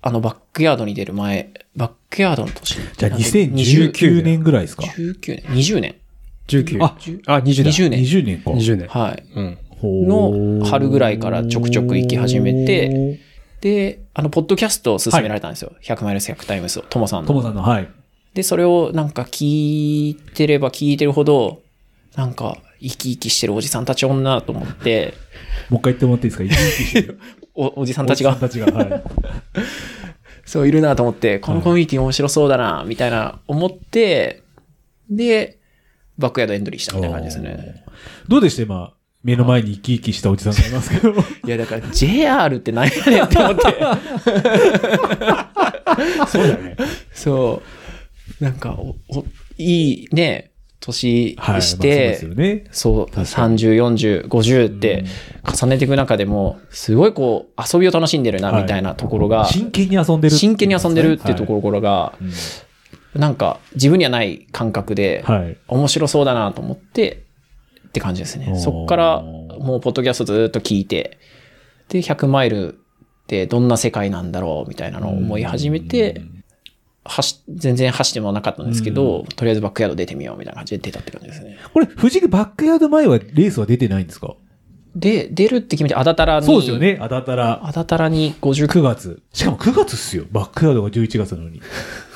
[SPEAKER 4] あの、バックヤードに出る前、バックヤードの年。
[SPEAKER 3] じゃあ
[SPEAKER 4] なんで
[SPEAKER 3] 2019年ぐらいですか。
[SPEAKER 4] 19年、20年。
[SPEAKER 2] ?19。
[SPEAKER 3] あ
[SPEAKER 2] あ、20だ。
[SPEAKER 4] 20年。
[SPEAKER 3] 20年か。
[SPEAKER 2] 20年。
[SPEAKER 4] はい。
[SPEAKER 2] うん。
[SPEAKER 3] ほ
[SPEAKER 4] の
[SPEAKER 3] ー
[SPEAKER 4] 春ぐらいからちょくちょく行き始めて、で、あの、ポッドキャストを勧められたんですよ。100マイルス100タイムスを、ともさん
[SPEAKER 3] とも
[SPEAKER 4] の。
[SPEAKER 3] さんの、はい。
[SPEAKER 4] で、それをなんか聞いてれば聞いてるほど、なんか生き生きしてるおじさんたち女と思って、
[SPEAKER 3] もう一回言ってもら っていいですか生き生きしてる
[SPEAKER 4] おおじさんたちが、
[SPEAKER 3] おじさんたちが。はい。
[SPEAKER 4] そういるなと思って、このコミュニティ面白そうだな、みたいな思って、で、バックヤードエントリーしたみたいな感じですね。
[SPEAKER 3] どうでした今、目の前に生き生きしたおじさんがいますけ ど。
[SPEAKER 4] いや、だから JR って何やねんって思って。
[SPEAKER 2] そうだよね。
[SPEAKER 4] そう。なんかお、おいいね、年
[SPEAKER 3] はい。まあ
[SPEAKER 4] し
[SPEAKER 3] そ
[SPEAKER 4] て、
[SPEAKER 3] うですよね。
[SPEAKER 4] そう、30、40、50って重ねていく中でも、すごいこう、遊びを楽しんでるな、
[SPEAKER 3] はい
[SPEAKER 4] みたいなところが、
[SPEAKER 3] 真剣に遊んでる。
[SPEAKER 4] 真剣に遊んでるっていうところが、
[SPEAKER 3] ろ。
[SPEAKER 4] なんか、自分にはない感覚で、
[SPEAKER 3] はい。
[SPEAKER 4] 面白そうだなと思って、って感じです
[SPEAKER 3] お
[SPEAKER 4] ね。
[SPEAKER 3] ー
[SPEAKER 4] そっから、もう、ポッドキャストずーっと聞いて、で、100マイルってどんな世界なんだろう、みたいなのを思い始めて、走っ全然走ってもなかったんですけど、とりあえずバックヤード出てみようみたいな感じで出たって感じですね。
[SPEAKER 3] これ、藤木バックヤード前はレースは出てないんですか
[SPEAKER 4] で、出るって決めて、あだたらに、
[SPEAKER 3] そうですよね。あだたら。
[SPEAKER 4] あだたらに50、
[SPEAKER 3] 9月。しかも9月っすよ。バックヤードが11月なのに。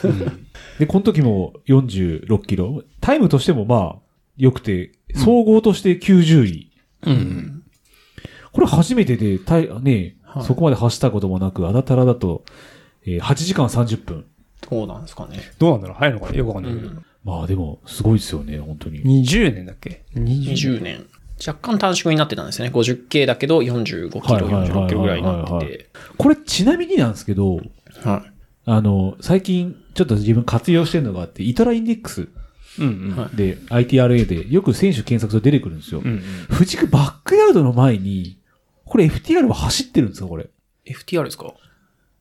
[SPEAKER 3] で、この時も46キロ。タイムとしてもまあ、良くて、総合として90位。
[SPEAKER 4] うん、
[SPEAKER 3] これ初めてで、たいね、
[SPEAKER 4] はい
[SPEAKER 3] そこまで走ったこともなく、あだたらだと、えー8時間30分。
[SPEAKER 4] どうなんですかね。
[SPEAKER 2] どうなんだろう早いのかなよくわかんないけど。
[SPEAKER 3] まあでも、すごいですよね、本当に。
[SPEAKER 2] 20年だっけ ?20
[SPEAKER 4] 20年。若干短縮になってたんですね。50K だけど45キロ、
[SPEAKER 3] はいはいはいはいはい
[SPEAKER 4] 46キロぐらいになってて。
[SPEAKER 3] これ、ちなみになんですけど、
[SPEAKER 4] はい。
[SPEAKER 3] あの、最近、ちょっと自分活用してるのがあって、イトラインデックス
[SPEAKER 2] うんうん。
[SPEAKER 4] はい
[SPEAKER 3] で、ITRA で、よく選手検索すると出てくるんですよ
[SPEAKER 2] う。んうん。
[SPEAKER 3] 藤木バックヤードの前に、これ FTR は走ってるんですかこれ。
[SPEAKER 4] FTR ですか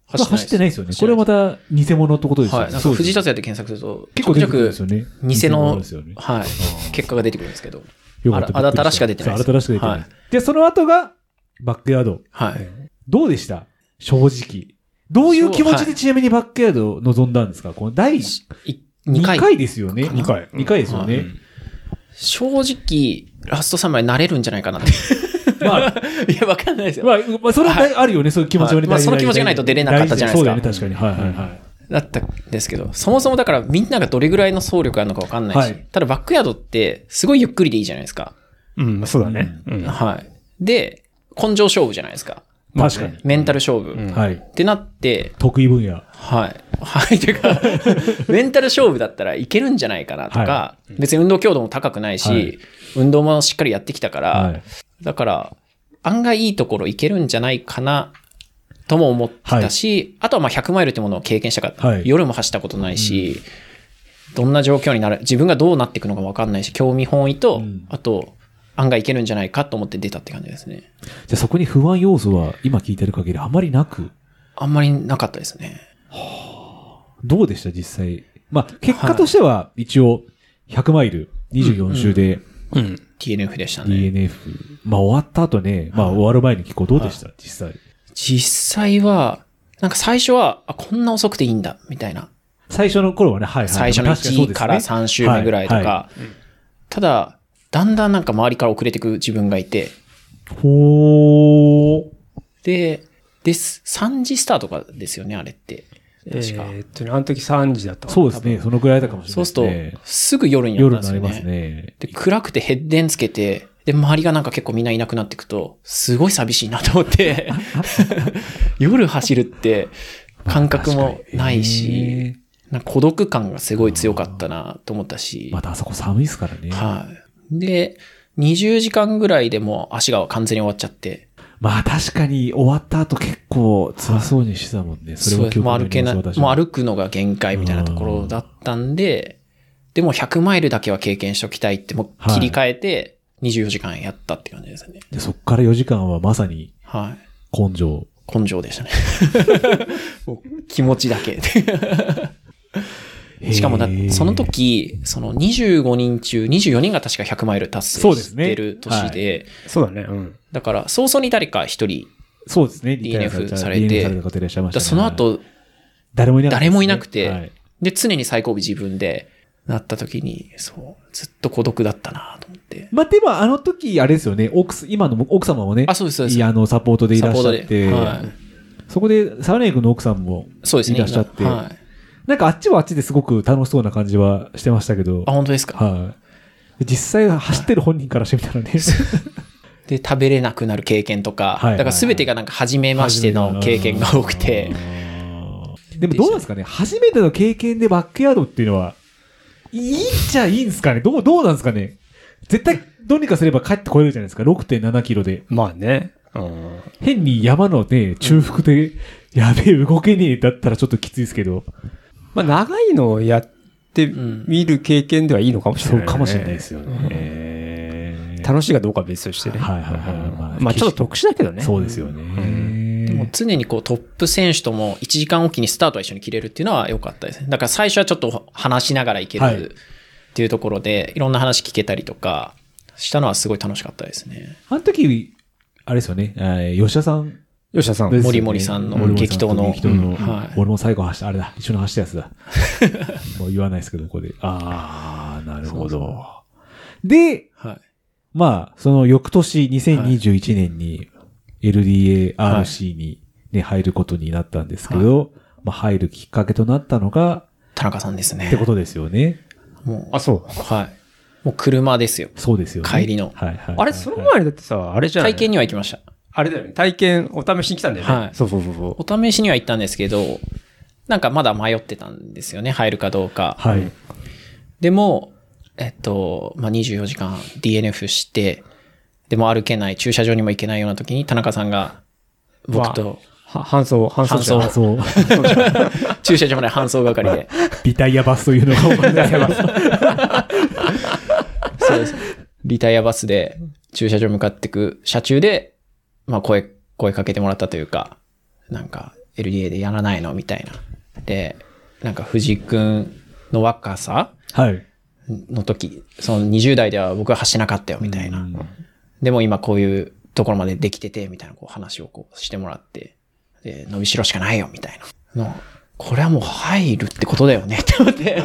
[SPEAKER 3] 走って走ってないですよね。
[SPEAKER 4] 走
[SPEAKER 3] こ
[SPEAKER 4] っ
[SPEAKER 3] れ
[SPEAKER 4] て
[SPEAKER 3] はま
[SPEAKER 4] ない
[SPEAKER 3] た偽物ってことですよね。
[SPEAKER 4] はい。なん
[SPEAKER 3] そ
[SPEAKER 4] か
[SPEAKER 3] うです
[SPEAKER 4] 藤田也で検索すると、
[SPEAKER 3] 結構出てくるんです
[SPEAKER 4] ちょ
[SPEAKER 3] よ
[SPEAKER 4] くちょく
[SPEAKER 3] ね。
[SPEAKER 4] 偽
[SPEAKER 3] 物
[SPEAKER 4] の
[SPEAKER 3] ですよね、
[SPEAKER 4] はい。結果が出てくるんですけど。
[SPEAKER 3] よかった。
[SPEAKER 4] あらあだたらしか出てない
[SPEAKER 3] そう
[SPEAKER 4] で
[SPEAKER 3] あだ
[SPEAKER 4] す
[SPEAKER 3] たらしか出てない。
[SPEAKER 4] は
[SPEAKER 3] で、その後が、バックヤード。
[SPEAKER 4] はい。
[SPEAKER 3] どうでした正直。どういう気持ちでちなみにバックヤードを望んだんですかこの第
[SPEAKER 4] い
[SPEAKER 3] 2
[SPEAKER 4] 2回。
[SPEAKER 3] 回ですよね。
[SPEAKER 2] 二回
[SPEAKER 3] 2回ですよ
[SPEAKER 2] う
[SPEAKER 3] ね。
[SPEAKER 2] ん
[SPEAKER 4] 正直、ラストサムライ慣れるんじゃな いかなって。
[SPEAKER 3] ま あ、
[SPEAKER 4] いや、わかんないですよ。
[SPEAKER 3] まあ、まあ、それは大あるよね、そういう気持ちはね
[SPEAKER 4] はいまあ
[SPEAKER 3] 大事
[SPEAKER 4] その気持ちがないと出れなかったじゃないですか
[SPEAKER 3] 大事そうだよね、確かに。はいはいはい。
[SPEAKER 4] だったんですけど、そもそもだからみんながどれぐらいの総力あるのかわかんないし、
[SPEAKER 3] はい
[SPEAKER 4] ただバックヤードってすごいゆっくりでいいじゃないですか。
[SPEAKER 2] うん、まあそうだね。うん。
[SPEAKER 4] はい。で、根性勝負じゃないですか。
[SPEAKER 2] まあね
[SPEAKER 3] 確かに。
[SPEAKER 4] メンタル勝負。
[SPEAKER 2] ん
[SPEAKER 3] はい。
[SPEAKER 4] ってなって、
[SPEAKER 3] 得意分野。
[SPEAKER 4] はい。はい。というか、メンタル勝負だったらいけるんじゃないかなとか、
[SPEAKER 3] は
[SPEAKER 4] 別に運動強度も高くないし、
[SPEAKER 3] はい
[SPEAKER 4] 運動もしっかりやってきたから、
[SPEAKER 3] はい。
[SPEAKER 4] だから、案外いいところいけるんじゃないかな、とも思ってたし、あとはまあ100マイルってものを経験したかった。
[SPEAKER 3] はい
[SPEAKER 4] 夜も走ったことないし、どんな状況になる、自分がどうなっていくのか分かんないし、興味本位と、
[SPEAKER 3] うん
[SPEAKER 4] あと、案外いけるんじゃないかと思って出たって感じですね。
[SPEAKER 3] じゃあそこに不安要素は今聞いてる限りあまりなく、
[SPEAKER 4] あんまりなかったですね。
[SPEAKER 3] どうでした実際。まあ、結果としては一応100マイル24周で
[SPEAKER 2] うん。
[SPEAKER 4] TNF でしたね。
[SPEAKER 3] DNF、まあ終わった後ね、まあ終わる前に聞こう、どうでした実際。
[SPEAKER 4] 実際は、なんか最初は、あ、こんな遅くていいんだ、みたいな。
[SPEAKER 3] 最初の頃はね、はいはい。
[SPEAKER 4] 最初の1位から3周目ぐらいと
[SPEAKER 3] はいは
[SPEAKER 4] か。ただ、だんだんなんか周りから遅れてく自分がいて、
[SPEAKER 3] いほー。
[SPEAKER 4] で、です、3時スタートかですよね、あれって。確か。
[SPEAKER 2] えーっとね、あの時3時だったかな
[SPEAKER 3] そうですね、そのぐらいだったかもしれ
[SPEAKER 4] そ
[SPEAKER 3] な
[SPEAKER 4] う
[SPEAKER 3] い
[SPEAKER 4] す
[SPEAKER 3] で
[SPEAKER 4] る
[SPEAKER 3] す
[SPEAKER 4] と
[SPEAKER 3] ね、。
[SPEAKER 4] すぐ夜にな
[SPEAKER 3] 夜
[SPEAKER 4] るん
[SPEAKER 3] に
[SPEAKER 4] で
[SPEAKER 3] な
[SPEAKER 4] す
[SPEAKER 3] り
[SPEAKER 4] よ
[SPEAKER 3] ます
[SPEAKER 4] ね。
[SPEAKER 3] ね。
[SPEAKER 4] で、暗くてヘッデンつけて、で、周りがなんか結構みんないなくなっていくと、すごい寂しいなと 思って、夜走るって感覚もないし、なんか孤独感がすごい強かったなと思ったし、
[SPEAKER 3] またあそこ寒いですからね。
[SPEAKER 4] はい。で、20時間ぐらいでもう足が完全に終わっちゃって、
[SPEAKER 3] まあ確かに終わった後結構辛そうにしてたもんね。それも記憶
[SPEAKER 4] そうもう
[SPEAKER 3] に
[SPEAKER 4] 歩けない、
[SPEAKER 3] あり
[SPEAKER 4] も
[SPEAKER 3] ます
[SPEAKER 4] う歩くのが限界みたいなところだったんで、でも100マイルだけは経験しておきたいって、もう切り替えて24時間やったって感じですね。
[SPEAKER 3] で、そっから4時間はまさに
[SPEAKER 4] はい。
[SPEAKER 3] 根性。
[SPEAKER 4] 根性でしたね。 もう気持ちだけ。しかもだ
[SPEAKER 3] へー、
[SPEAKER 4] その時、その25人中24人が確か100マイル達
[SPEAKER 3] そう
[SPEAKER 4] 成
[SPEAKER 3] です
[SPEAKER 4] し
[SPEAKER 3] ね
[SPEAKER 4] てる年で、
[SPEAKER 2] そうだね。うん。
[SPEAKER 4] だから早々に誰か一人、
[SPEAKER 3] そうですね。
[SPEAKER 4] DNF されて
[SPEAKER 3] DNF された方いらっしゃいました
[SPEAKER 4] だから
[SPEAKER 3] ね
[SPEAKER 4] その、後、
[SPEAKER 3] 誰もいな
[SPEAKER 4] 誰もいなくて、
[SPEAKER 3] はい
[SPEAKER 4] で、常に最後尾自分でなった時に、そう、ずっと孤独だったなと思って。
[SPEAKER 3] まあでもあの時、あれですよね。奥す、今の奥様もね、
[SPEAKER 4] あ、そうです、そうで
[SPEAKER 3] い
[SPEAKER 4] す。
[SPEAKER 3] やあの、サポートでいらっしゃっ
[SPEAKER 4] サポートで
[SPEAKER 3] て、
[SPEAKER 4] はい
[SPEAKER 3] そこで、サウネイ君の奥さんも
[SPEAKER 4] そうですね。
[SPEAKER 3] いらっしゃって
[SPEAKER 4] はい。
[SPEAKER 3] なんかあっちはあっちですごく楽しそうな感じはしてましたけど
[SPEAKER 4] あ、、本当ですか。
[SPEAKER 3] はい。実際走ってる本人からしてみたらね、
[SPEAKER 4] で、食べれなくなる経験とか、
[SPEAKER 3] はい
[SPEAKER 4] だから全てがなんか初めましての経験が多くて、
[SPEAKER 3] でもどうなんですかね初めての経験でバックヤードっていうのは、いいっちゃいいんですかねどう、どうなんですかね絶対どうにかすれば帰ってこれるじゃないですか。6.7キロで。
[SPEAKER 2] まあね。うん。
[SPEAKER 3] 変に山のね、中腹で、やべえ、動けねえだったらちょっときついですけど。
[SPEAKER 2] まあ長いのをやってみる経験ではいいのかもしれ
[SPEAKER 3] そ
[SPEAKER 2] ないうね、
[SPEAKER 3] かもしれないですよね。えー
[SPEAKER 2] 楽しいかどうかは別としてね。
[SPEAKER 3] はいはいはいまあ
[SPEAKER 2] まあちょっと特殊だけどね。
[SPEAKER 3] そうですよね。
[SPEAKER 4] でも常にこうトップ選手とも1時間おきにスタートは一緒に切れるっていうのは良かったですね。だから最初はちょっと話しながらいけ
[SPEAKER 3] はい
[SPEAKER 4] るっていうところで、いろんな話聞けたりとかしたのはすごい楽しかったですね。
[SPEAKER 3] あの時、あれですよね、えー吉田さん
[SPEAKER 2] 吉田さん。
[SPEAKER 3] ですよね。
[SPEAKER 4] 森森さんの
[SPEAKER 3] 森森さん
[SPEAKER 4] 激闘の
[SPEAKER 3] 激闘の。
[SPEAKER 4] うんはい
[SPEAKER 3] 俺も最後走った、あれだ、一緒に走ったやつだ。 もう言わないですけど、ここで。あー、なるほど。で、
[SPEAKER 4] はい。
[SPEAKER 3] まあ、その翌年2021年に LDARC にね、入ることになったんですけど、まあ入るきっかけとなったのが、
[SPEAKER 4] 田中さんですね。
[SPEAKER 3] ってことですよね。
[SPEAKER 4] も
[SPEAKER 2] あ、そう。
[SPEAKER 4] う、はい。もう車ですよ。
[SPEAKER 3] そうですよね。
[SPEAKER 4] 帰りの
[SPEAKER 3] はいはいはい、
[SPEAKER 2] あれ、その前にだってさ、あれじゃない
[SPEAKER 4] 体験には行きました。
[SPEAKER 2] あれだよね。体験、お試しに来たんだよね。
[SPEAKER 4] はい
[SPEAKER 2] そうそうそうそ
[SPEAKER 4] お試しには行ったんですけど、なんかまだ迷ってたんですよね、入るかどうか。
[SPEAKER 3] はい。
[SPEAKER 4] でも、えっと、まあ、24時間 DNF して、でも歩けない、駐車場にも行けないような時に、田中さんが、僕と
[SPEAKER 2] う。は搬送、搬送
[SPEAKER 4] 搬送
[SPEAKER 2] 者。
[SPEAKER 3] そう。
[SPEAKER 4] 駐車場まで搬送係で、
[SPEAKER 3] リタイアバスというのが行われてます。
[SPEAKER 4] そうです。リタイアバスで駐車場向かってく車中で、まあ、声、声かけてもらったというか、なんか、LDA でやらないのみたいな。で、なんか藤井くんの若さ
[SPEAKER 3] はい。
[SPEAKER 4] の時、その20代では僕は走ってなかったよ、みたいな。でも今こういうところまでできてて、みたいなこう話をこうしてもらって、で、伸びしろしかないよ、みたいな。のこれはもう入るってことだよ ね、って思って。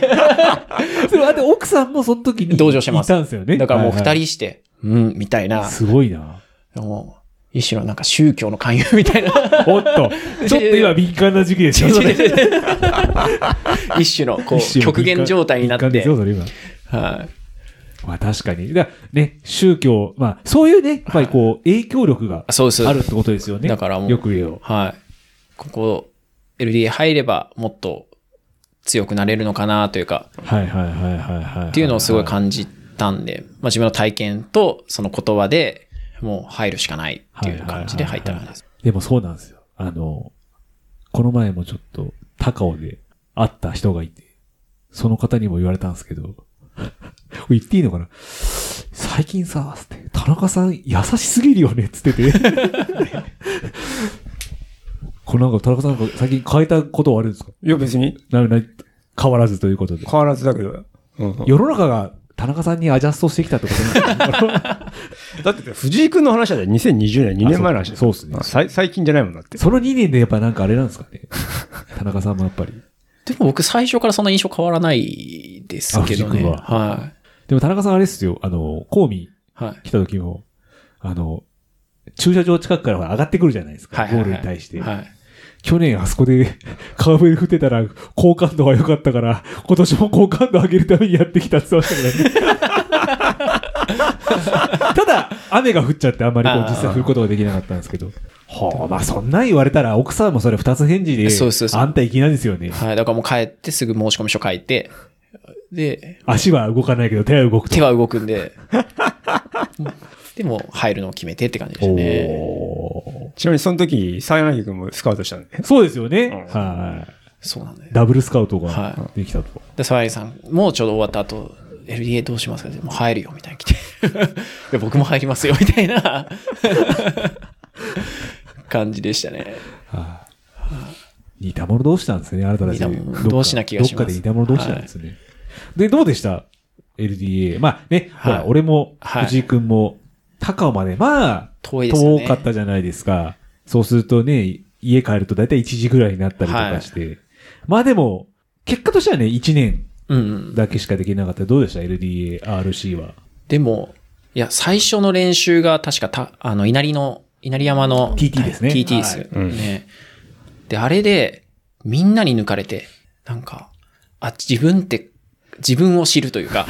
[SPEAKER 3] それはで奥さんもその時に
[SPEAKER 4] 同情してます
[SPEAKER 3] いたんですよね。
[SPEAKER 4] だからもう
[SPEAKER 3] はいは
[SPEAKER 4] 二
[SPEAKER 3] い
[SPEAKER 4] 人して、うん、みたいな。
[SPEAKER 3] すごいな。
[SPEAKER 4] もう、一種のなんか宗教の勧誘みた いな。
[SPEAKER 3] おっと、ちょっと今敏感な時期ですよ。
[SPEAKER 4] 一種のこ
[SPEAKER 3] 一
[SPEAKER 4] う、
[SPEAKER 3] 瞬
[SPEAKER 4] 極限状態になっ
[SPEAKER 3] 敏感ですよ
[SPEAKER 4] て。
[SPEAKER 3] それ今
[SPEAKER 4] はい。
[SPEAKER 3] まあ確かに。だね、宗教、まあそういうね、やっぱりこう、影響力が
[SPEAKER 4] あそうです
[SPEAKER 3] あるってことですよね。
[SPEAKER 4] だからもう
[SPEAKER 3] よく言うよ。
[SPEAKER 4] はい。ここ、LDA 入ればもっと強くなれるのかなというか、
[SPEAKER 3] はいはいはいはいはい。
[SPEAKER 4] っていうのをすごい感じたんで、まあ自分の体験とその言葉でもう入るしかないっていう感じで入ったんです。
[SPEAKER 3] でもそうなんですよ。あの、この前もちょっと、高尾で会った人がいて、その方にも言われたんですけど、 これ言っていいのかな最近さ、つって、田中さん優しすぎるよね、つって て。これなんか田中さんなんか最近変えたことはあるんですか
[SPEAKER 2] いや、別に
[SPEAKER 3] な、な、変わらずということで。
[SPEAKER 2] 変わらずだけど。うん
[SPEAKER 3] 世の中が田中さんにアジャストしてきたってことなんですか
[SPEAKER 2] だって、藤井君の話だよ。2020年、2年前の話だよ
[SPEAKER 3] あそうそうっすね
[SPEAKER 2] あ最最近じゃないもんだって。
[SPEAKER 3] その2年でやっぱなんかあれなんですかね。田中さんもやっぱり。
[SPEAKER 4] でも僕最初からそんな印象変わらないですけどね。
[SPEAKER 3] あ藤君は
[SPEAKER 4] は
[SPEAKER 3] でも田中さんあれですよ、あの、コーミ
[SPEAKER 4] い。はい。
[SPEAKER 3] 来た時も、あの、駐車場近くからほら上がってくるじゃないですか、
[SPEAKER 4] はいはいはい
[SPEAKER 3] ゴールに対して。
[SPEAKER 4] はい。
[SPEAKER 3] 去年あそこで カーブで振ってたら好感度が良かったから、今年も好感度上げるためにやってきたって言ってました からね。ただ、雨が降っちゃってあんまりこう
[SPEAKER 4] あー
[SPEAKER 3] 実際降ることができなかったんですけど。はあ、まあそんなん言われたら奥さんもそれ二つ返事で、
[SPEAKER 4] そうそうそう
[SPEAKER 3] あんた粋なんですよね。
[SPEAKER 4] はい。だからもう帰ってすぐ申し込み書書いて、で、
[SPEAKER 3] 足は動かないけど手は動くと
[SPEAKER 4] 手。は動く んで、でも入るのを決めてって感じでしたね。
[SPEAKER 3] おー
[SPEAKER 2] ちなみに、その時、沢柳君もスカウトしたんだよ。
[SPEAKER 3] そうですよね。
[SPEAKER 2] うん
[SPEAKER 3] はい。
[SPEAKER 4] そうなんだよ。
[SPEAKER 3] ダブルスカウトが
[SPEAKER 4] は
[SPEAKER 3] できたと。
[SPEAKER 4] で、沢入さん、もうちょうど終わった後、LDA どうしますかってもう入るよ、みたいに来て。 で、僕も入りますよ、みたいな 感じでしたね。
[SPEAKER 3] はい似た者同士なんですね、あなたたち。
[SPEAKER 4] 似た者同士な気がします
[SPEAKER 3] どっかで似た者同士なんですね。で、どうでした ?LDA。まあね、ほ
[SPEAKER 4] はい
[SPEAKER 3] ら、俺も、
[SPEAKER 4] はい
[SPEAKER 3] 藤井君も、高尾まで、まあ、
[SPEAKER 4] 遠いですよね
[SPEAKER 3] 遠かったじゃないですか。そうするとね、家帰ると大体1時ぐらいになったりとかして。まあでも、結果としてはね、1年
[SPEAKER 4] うんうん。
[SPEAKER 3] だけしかできなかった。どうでした ?LDARC は。
[SPEAKER 4] でも、いや、最初の練習が確かた、あの、稲荷の、稲荷山の。
[SPEAKER 3] TT ですね
[SPEAKER 4] はい TT です、
[SPEAKER 2] うん
[SPEAKER 4] ね。で、あれで、みんなに抜かれて、なんか、あ、自分って、自分を知るというか、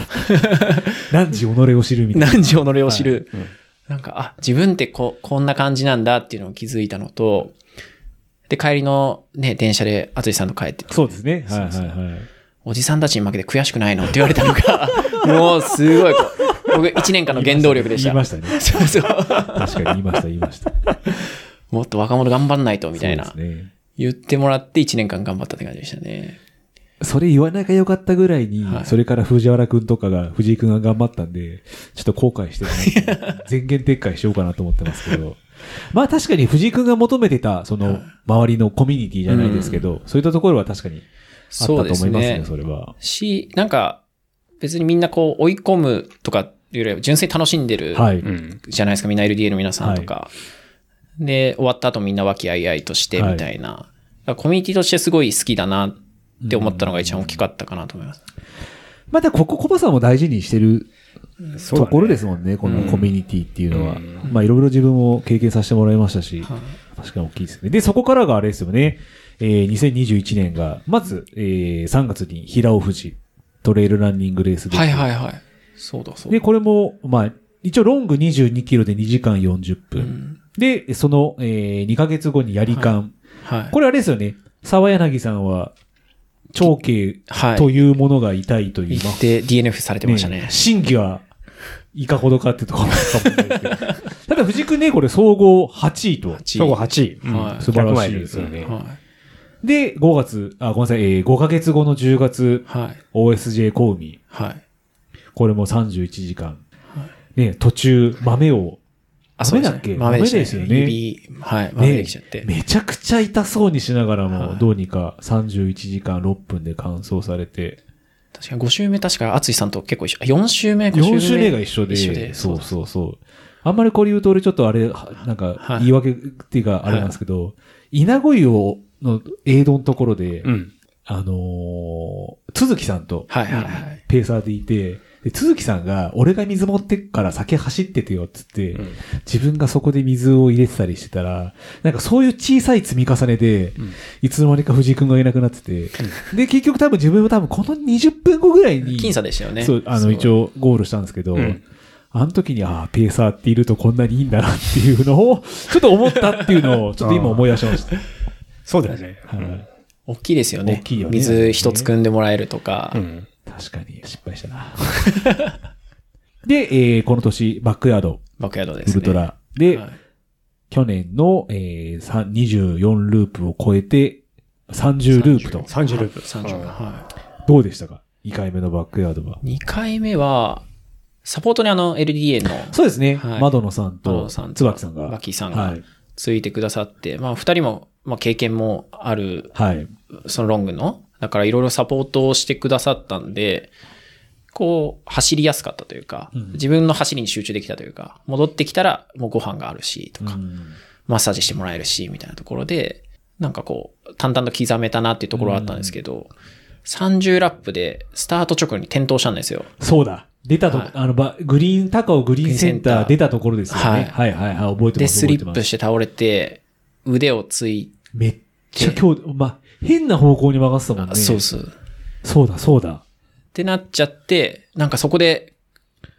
[SPEAKER 3] 何時己を知るみたいな。
[SPEAKER 4] 何時己を知る、
[SPEAKER 2] はいうん
[SPEAKER 4] なんか、あ、自分ってこ、こんな感じなんだっていうのを気づいたのと、で、帰りのね、電車で、あつさんと帰ってて、
[SPEAKER 3] そうですね。はい
[SPEAKER 4] そう
[SPEAKER 3] は
[SPEAKER 4] そう
[SPEAKER 3] いはい。
[SPEAKER 4] おじさんたちに負けて悔しくないのって言われた のが、もうすごいこう、僕1年間の原動力でした。
[SPEAKER 3] 言いましたね。
[SPEAKER 4] そうそう。
[SPEAKER 3] 確かに言いました、言いました。
[SPEAKER 4] もっと若者頑張んないと、みたいな
[SPEAKER 3] そ。うですね。
[SPEAKER 4] 言ってもらって1年間頑張ったって感じでしたね。
[SPEAKER 3] それ言わなきゃよかったぐらいに、
[SPEAKER 4] はい
[SPEAKER 3] それから藤原くんとかが、藤井くんが頑張ったんで、ちょっと後悔してる な、全言撤回しようかなと思ってますけど。まあ確かに藤井くんが求めてた、その、周りのコミュニティじゃないですけど、そういったところは確かにあったと
[SPEAKER 4] そう
[SPEAKER 3] 思い
[SPEAKER 4] で
[SPEAKER 3] ます
[SPEAKER 4] す
[SPEAKER 3] ね、
[SPEAKER 4] ね
[SPEAKER 3] そ。れは。
[SPEAKER 4] し、なんか、別にみんなこう追い込むとかっていうよりは、純粋に楽しんでる
[SPEAKER 3] はい。
[SPEAKER 2] うん。
[SPEAKER 4] じゃないですか、みんな LDA の皆さんとか。で、終わった後みんな和気あいあいとしてみたいな。だからコミュニティとしてすごい好きだなって思ったのが一番大きかったかなと思います。
[SPEAKER 3] またここ、コバさんも大事にしてる
[SPEAKER 2] そうだ
[SPEAKER 3] と
[SPEAKER 2] ね
[SPEAKER 3] ころですもんね、このコミュニティっていうのは。まあいろいろ自分も経験させてもらいましたし、確かに大きいですね。で、そこからがあれですよね、えー、2021年が、まず、えー、3月に平尾富士トレイルランニングレースで。
[SPEAKER 4] はいはいはい。そうだそうだ
[SPEAKER 3] で、。これも、まあ、一応ロング22キロで2時間40分。で、その、えー、2ヶ月後にやりかん。
[SPEAKER 4] はい。
[SPEAKER 3] これあれですよね、沢柳さんは、長径
[SPEAKER 4] はい
[SPEAKER 3] というものが痛いという、まあ
[SPEAKER 4] 行って DNF されてましたね。
[SPEAKER 3] 真偽はいかほどかってところかもしれないですけど。 ただ藤井君ね、これ総合8位と。
[SPEAKER 4] 地位
[SPEAKER 2] 総合8位。
[SPEAKER 4] はい
[SPEAKER 3] 素晴らしい
[SPEAKER 2] 100マイルですよね。
[SPEAKER 4] は
[SPEAKER 3] で、5月、あ、ごめんなさい、えー5ヶ月後の10月
[SPEAKER 4] い。、はい。
[SPEAKER 3] OSJ コウミ。
[SPEAKER 4] はい。
[SPEAKER 3] これも31時間。ね、途中、豆を、
[SPEAKER 4] あ、
[SPEAKER 3] 豆だっけ
[SPEAKER 4] 豆でした
[SPEAKER 3] 豆ですよね
[SPEAKER 4] 指、はい。豆
[SPEAKER 3] ね
[SPEAKER 4] できちゃって。
[SPEAKER 3] めちゃくちゃ痛そうにしながら
[SPEAKER 4] は
[SPEAKER 3] も、
[SPEAKER 4] い
[SPEAKER 3] どうにか31時間6分で完走されて、
[SPEAKER 4] 確かに5周目、確か、淳さんと結構一緒。4周目、5
[SPEAKER 3] 4
[SPEAKER 4] 周
[SPEAKER 3] 周
[SPEAKER 4] 目
[SPEAKER 3] 目が一緒で、
[SPEAKER 4] 一緒で
[SPEAKER 3] そうそうそう。あんまりこれ言うと俺ちょっとあれ、はなんか
[SPEAKER 4] はい
[SPEAKER 3] 言い訳っていうかあれなんですけど、稲子湯をのエイドのところで、
[SPEAKER 2] うん。
[SPEAKER 3] あのー、都築さんと
[SPEAKER 4] はいはいはい。
[SPEAKER 3] ペーサーでいて、で、都築さんが、俺が水持ってっから先走っててよっつって、
[SPEAKER 2] うん
[SPEAKER 3] 自分がそこで水を入れてたりしてたら、なんかそういう小さい積み重ねで、
[SPEAKER 2] ん
[SPEAKER 3] いつの間にか藤井くんがいなくなってて、で、結局多分自分も多分この20分後ぐらいに、
[SPEAKER 4] 僅差でしたよね。
[SPEAKER 3] そう、あの、一応ゴールしたんですけど、
[SPEAKER 2] うん
[SPEAKER 3] あの時に、ああ、ペーサーっているとこんなにいいんだなっていうのを、ちょっと思ったっていうのを、ちょっと今思い出しました。
[SPEAKER 2] そうだよね。
[SPEAKER 3] はい
[SPEAKER 4] 大きいですよね。
[SPEAKER 3] 大きいよね
[SPEAKER 4] 水一つ汲んでもらえるとか
[SPEAKER 2] う。ん。
[SPEAKER 3] 確かに失敗したな。 で、えーこの年、バックヤード、
[SPEAKER 4] バックヤードで
[SPEAKER 3] ウ
[SPEAKER 4] すね。
[SPEAKER 3] ルトラ。で、
[SPEAKER 4] はい。
[SPEAKER 3] 去年の、えー、さ24ループを超えて、30ループと。
[SPEAKER 2] 30ループ。
[SPEAKER 4] 30
[SPEAKER 2] うん
[SPEAKER 4] は
[SPEAKER 3] どうでしたか ?2 回目のバックヤードは。
[SPEAKER 4] い。2回目は、サポートにあの、LDA の、
[SPEAKER 3] そうですね。
[SPEAKER 4] はい
[SPEAKER 3] 窓野さん
[SPEAKER 4] 窓
[SPEAKER 3] と
[SPEAKER 4] 野さん、と
[SPEAKER 3] 椿さんが。
[SPEAKER 4] 脇さん
[SPEAKER 3] は
[SPEAKER 4] が
[SPEAKER 3] い。
[SPEAKER 4] ついてくださって、まあ、2人も、まあ、経験もある
[SPEAKER 3] はい。
[SPEAKER 4] そのロングの、だからいろいろサポートをしてくださったんで、こう、走りやすかったというか、
[SPEAKER 3] うん
[SPEAKER 4] 自分の走りに集中できたというか、戻ってきたらもうご飯があるし、とか、
[SPEAKER 3] うん
[SPEAKER 4] マッサージしてもらえるし、みたいなところで、なんかこう、淡々と刻めたなっていうところはあったんですけど、30ラップでスタート直後に転倒したんですよ。
[SPEAKER 3] そうだ。出たと、
[SPEAKER 4] はい
[SPEAKER 3] あの、ばグリーン、高尾グリーンセン
[SPEAKER 4] グリーンセン
[SPEAKER 3] タ
[SPEAKER 4] タ
[SPEAKER 3] ー
[SPEAKER 4] ー
[SPEAKER 3] 出たところですよね。は、
[SPEAKER 4] はいい
[SPEAKER 3] はい、はいはい覚えて
[SPEAKER 4] で、
[SPEAKER 3] ます。
[SPEAKER 4] ス
[SPEAKER 3] 覚え
[SPEAKER 4] リ
[SPEAKER 3] て
[SPEAKER 4] ッ
[SPEAKER 3] ま
[SPEAKER 4] プ
[SPEAKER 3] す
[SPEAKER 4] して倒れて、腕をつい、
[SPEAKER 3] めっちゃ今日、ま、変な方向に曲がってたもんね。
[SPEAKER 4] そうそう。っ
[SPEAKER 3] そうだ、そうだ。
[SPEAKER 4] てなっちゃって、なんかそこで、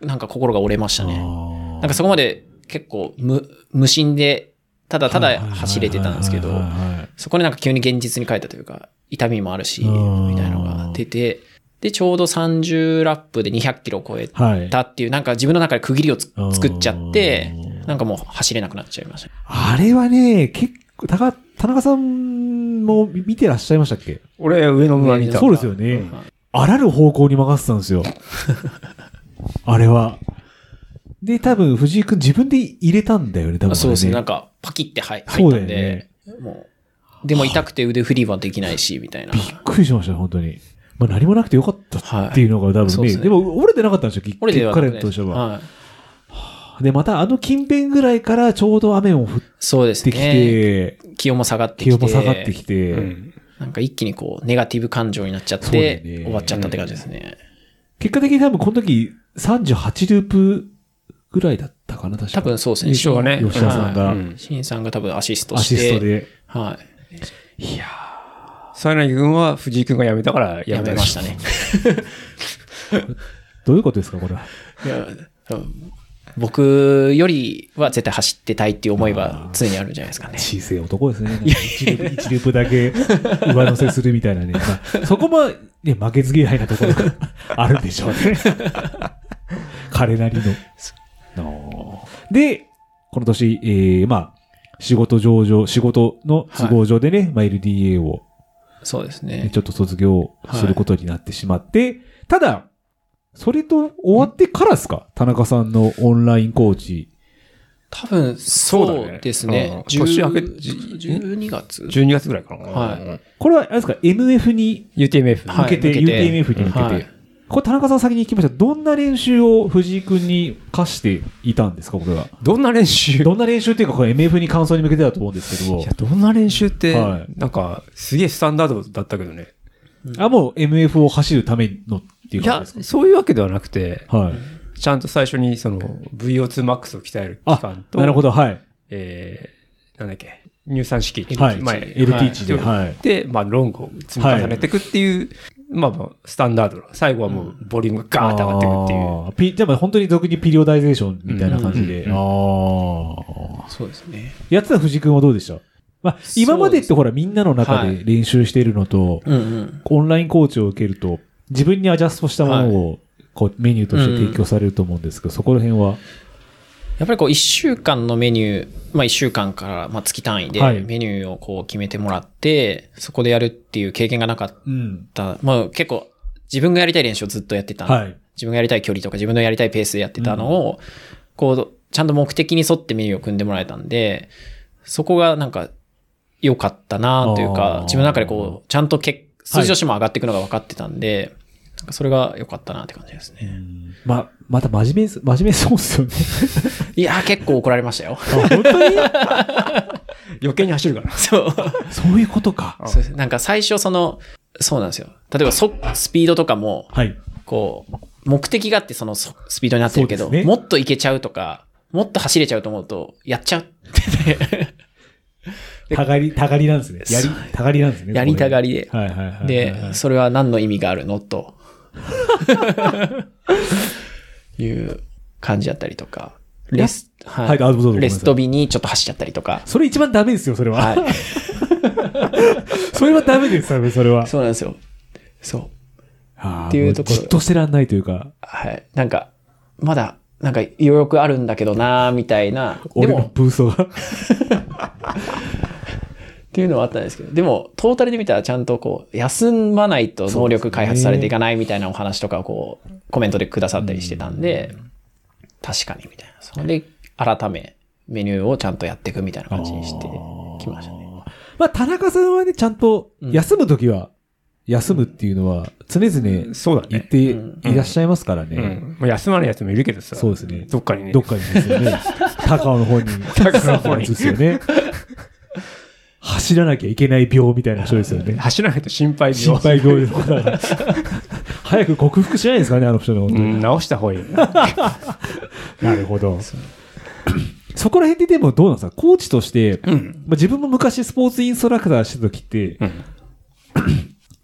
[SPEAKER 4] なんか心が折れましたね。
[SPEAKER 3] あー
[SPEAKER 4] なんかそこまで結構無無心で、ただただ走れてたんですけど
[SPEAKER 3] はい、はいはいはいはい
[SPEAKER 4] そこでなんか急に現実に変えたというか、痛みもあるし、
[SPEAKER 3] うん
[SPEAKER 4] みたいなのが出て、で、ちょうど30ラップで200キロを超え
[SPEAKER 3] はい
[SPEAKER 4] たっていう、なんか自分の中で区切りをつ
[SPEAKER 3] うん
[SPEAKER 4] 作っちゃって、なんかもう走れなくなっちゃいましたね。
[SPEAKER 3] あれはね、結構、たか田中さんも見てらっしゃいましたっけ
[SPEAKER 2] 俺、上の村にいた。
[SPEAKER 3] そうですよね。
[SPEAKER 4] はい
[SPEAKER 3] あらぬ方向に曲がってたんです よ。あれは。で、多分、藤井くん自分で入れたんだよね、多分、
[SPEAKER 4] あそうですね。
[SPEAKER 3] あ
[SPEAKER 4] な
[SPEAKER 3] れ
[SPEAKER 4] んかパキって入
[SPEAKER 3] そ
[SPEAKER 4] 入
[SPEAKER 3] う
[SPEAKER 4] っ
[SPEAKER 3] だ
[SPEAKER 4] た
[SPEAKER 3] よ
[SPEAKER 4] ん
[SPEAKER 3] ね
[SPEAKER 4] で、もう、でも痛くて腕振りはできないし、みたいな。
[SPEAKER 3] びっくりしましたよ、本当に。まあ、何もなくてよかったっていうのが多分ね。
[SPEAKER 4] そうで
[SPEAKER 3] です
[SPEAKER 4] ね
[SPEAKER 3] も、折れてなかったんですよ、結
[SPEAKER 4] これでは
[SPEAKER 3] 局
[SPEAKER 4] なく
[SPEAKER 3] 彼
[SPEAKER 4] て
[SPEAKER 3] のとしては。
[SPEAKER 4] はい
[SPEAKER 3] で、また、あの近辺ぐらいからちょうど雨も降っ
[SPEAKER 4] そうです
[SPEAKER 3] てき
[SPEAKER 4] ね。
[SPEAKER 3] て、
[SPEAKER 4] 気温も下がってき
[SPEAKER 3] 気
[SPEAKER 4] て。
[SPEAKER 3] 温も下がってきて、
[SPEAKER 2] うん。
[SPEAKER 4] なんか一気にこう、ネガティブ感情になっちゃっ
[SPEAKER 3] そうだよ
[SPEAKER 4] て、
[SPEAKER 3] ね
[SPEAKER 4] 終わっちゃったって感じですね。
[SPEAKER 3] 結果的に多分この時38ループぐらいだったかな、確か
[SPEAKER 4] 多分そうですね。
[SPEAKER 2] 優勝がね
[SPEAKER 3] 吉田さん
[SPEAKER 4] は
[SPEAKER 3] が
[SPEAKER 2] うん
[SPEAKER 4] いシンさんが多分アシス
[SPEAKER 3] ア
[SPEAKER 4] ト
[SPEAKER 3] シ
[SPEAKER 4] して。
[SPEAKER 3] ストで。
[SPEAKER 4] はい。
[SPEAKER 3] いや
[SPEAKER 2] サイナギ君は藤井君が辞めたから辞
[SPEAKER 4] やめました
[SPEAKER 2] ね。
[SPEAKER 4] ね。
[SPEAKER 3] どういうことですか、これは。
[SPEAKER 4] いやうん僕よりは絶対走ってたいっていう思いは常にあるんじゃないですかね。
[SPEAKER 3] 小さい男ですね。一ループ一ループだけ上乗せするみたいなね。ま あそこも、ね、負けず嫌いなところがあるんでしょうね。彼なりの。ので、この年、えー、まあ、仕事上場、仕事の都合上でね、まあ、LDA を
[SPEAKER 4] そうです
[SPEAKER 3] ね
[SPEAKER 4] ね。
[SPEAKER 3] ちょっと卒業することになってしまって、ただ、それと終わってからですか田中さんのオンラインコーチ。
[SPEAKER 4] 多分、そうですね。
[SPEAKER 2] そうだねうん年明
[SPEAKER 4] 10
[SPEAKER 2] けじ
[SPEAKER 4] 12月
[SPEAKER 2] 12月ぐらいかな。
[SPEAKER 4] は
[SPEAKER 3] これは、あれですか、MF に
[SPEAKER 2] UTMF。
[SPEAKER 4] は
[SPEAKER 3] 向
[SPEAKER 4] い
[SPEAKER 3] けて、
[SPEAKER 4] 向けて
[SPEAKER 3] UTMF に向けて、
[SPEAKER 4] はい
[SPEAKER 3] これ田中さん先に聞きました。どんな練習を藤井君に課していたんですか、これは。
[SPEAKER 2] どんな練習
[SPEAKER 3] どんな練習っていうか、これ MF に感想に向けてだと思うんですけど
[SPEAKER 2] いや、どんな練習って
[SPEAKER 3] はい、
[SPEAKER 2] なんか、すげえスタンダードだったけどね。
[SPEAKER 3] あ、もう MF を走るためのっていう
[SPEAKER 2] い
[SPEAKER 3] 感
[SPEAKER 2] や
[SPEAKER 3] じ、です
[SPEAKER 2] そういうわけではなくて、
[SPEAKER 3] か。はい。
[SPEAKER 2] ちゃんと最初にその VO2max を鍛える期間
[SPEAKER 3] あ、
[SPEAKER 2] と、
[SPEAKER 3] なるほど、はい。
[SPEAKER 2] えー、なんだっけ、乳酸式。
[SPEAKER 3] はい。
[SPEAKER 2] 前
[SPEAKER 3] LT 値で、はい。
[SPEAKER 2] で、まあ、ロングを積み重ねていくっていう、まあまあ、スタンダードの。最後はもう、ボリュームがガーッと上がっていくっていう。
[SPEAKER 3] あーピでも本当に俗にピリオダイゼーションみたいな感じで。
[SPEAKER 2] うんう
[SPEAKER 3] あ
[SPEAKER 2] ん
[SPEAKER 3] あ。
[SPEAKER 4] い。そうですね。
[SPEAKER 3] やってた藤井君はどうでしたまあ、今までってほらみんなの中
[SPEAKER 4] は
[SPEAKER 3] で
[SPEAKER 4] い
[SPEAKER 3] 練習しているのと、
[SPEAKER 4] うんうん。
[SPEAKER 3] オンラインコーチを受けると、自分にアジャストしたものを、こう、メニューとして提供されると思うんですけど、そこら辺は。
[SPEAKER 4] やっぱりこう1週間のメニュー、まあ1週間からまあ月単位で
[SPEAKER 3] はい
[SPEAKER 4] メニューをこう決めてもらって、そこでやるっていう経験がなかっ
[SPEAKER 3] うん。
[SPEAKER 4] た。まあ結構自分がやりたい練習をずっとやってた。
[SPEAKER 3] はい。
[SPEAKER 4] 自分がやりたい距離とか自分のやりたいペースでやってたのを、こう、ちゃんと目的に沿ってメニューを組んでもらえたんで、そこがなんか良かったなという
[SPEAKER 3] あー
[SPEAKER 4] か、自分の中でこう、ちゃんとけ数字としても上がっていくのが分かってたんで、なんかそれが良かったなって感じですね。
[SPEAKER 3] ま、また真面目す、真面目そうっす よね。
[SPEAKER 4] いやー結構怒られ ましたよ。
[SPEAKER 3] 本当に
[SPEAKER 2] 余計に走るから。
[SPEAKER 4] そう。
[SPEAKER 3] そういうことか。
[SPEAKER 4] そうですなんか最初その、そうなんですよ。例えばそスピードとかも、
[SPEAKER 3] はい。
[SPEAKER 4] こう、目的があってそのそスピードになってるけ
[SPEAKER 3] そ
[SPEAKER 4] ど、
[SPEAKER 3] うですね
[SPEAKER 4] もっといけちゃうとか、もっと走れちゃうと思うと、やっちゃうってねで
[SPEAKER 3] たがり、たがりなんですね。やり
[SPEAKER 4] そう、
[SPEAKER 3] たがりなんですね。
[SPEAKER 4] やりたがり
[SPEAKER 3] そ
[SPEAKER 4] で
[SPEAKER 3] こ。ら辺。はいはいはいはい。
[SPEAKER 4] で、それは何の意味があるの と、いう感じだったりとか、レス、
[SPEAKER 3] はいあどうぞどうぞ
[SPEAKER 4] レスト日にちょっと走っちゃったりとか、
[SPEAKER 3] それ一番ダメですよ、それは。
[SPEAKER 4] はい。
[SPEAKER 3] それはダメです、多分それ は。
[SPEAKER 4] そうなんですよ。そう。
[SPEAKER 3] っ
[SPEAKER 4] っていうところ
[SPEAKER 3] じっとしてらんないというか、
[SPEAKER 4] はい。なんか、まだ、なんか余力あるんだけどなーみたいな。で
[SPEAKER 3] 俺の
[SPEAKER 4] も、
[SPEAKER 3] ブーストが。
[SPEAKER 4] っていうのはあったんですけど、でも、トータルで見たらちゃんとこう、休まないと能力開発されていかないみたいなお話とかをこう、コメントでくださったりしてたんで、確かにみたいな。それで、改め、メニューをちゃんとやっていくみたいな感じにしてきましたね。
[SPEAKER 3] まあ、田中さんはね、ちゃんと休むときは、休むっていうのは常々
[SPEAKER 2] そうだ
[SPEAKER 3] 言
[SPEAKER 2] ね
[SPEAKER 3] っ。ていらっしゃいますからね。
[SPEAKER 2] うん。まあ、休まないやつもいるけどさ。
[SPEAKER 3] そうですね
[SPEAKER 2] どっかにね。
[SPEAKER 3] どっかにですよ ね。高尾の方に。
[SPEAKER 2] 高尾の方に
[SPEAKER 3] そうですよね。 走らなきゃいけない病みたいな人ですよね。
[SPEAKER 2] 走 らないと心配
[SPEAKER 3] 心
[SPEAKER 2] 病。
[SPEAKER 3] 配病ですから。早く克服しないですかね、あの人の。本当
[SPEAKER 2] う
[SPEAKER 3] に
[SPEAKER 2] ん、直した方がいいよね。
[SPEAKER 3] なるほど。そこら辺ででもどうなんですかコーチとして、まあ、自分も昔スポーツインストラクターしてた時って、
[SPEAKER 2] うん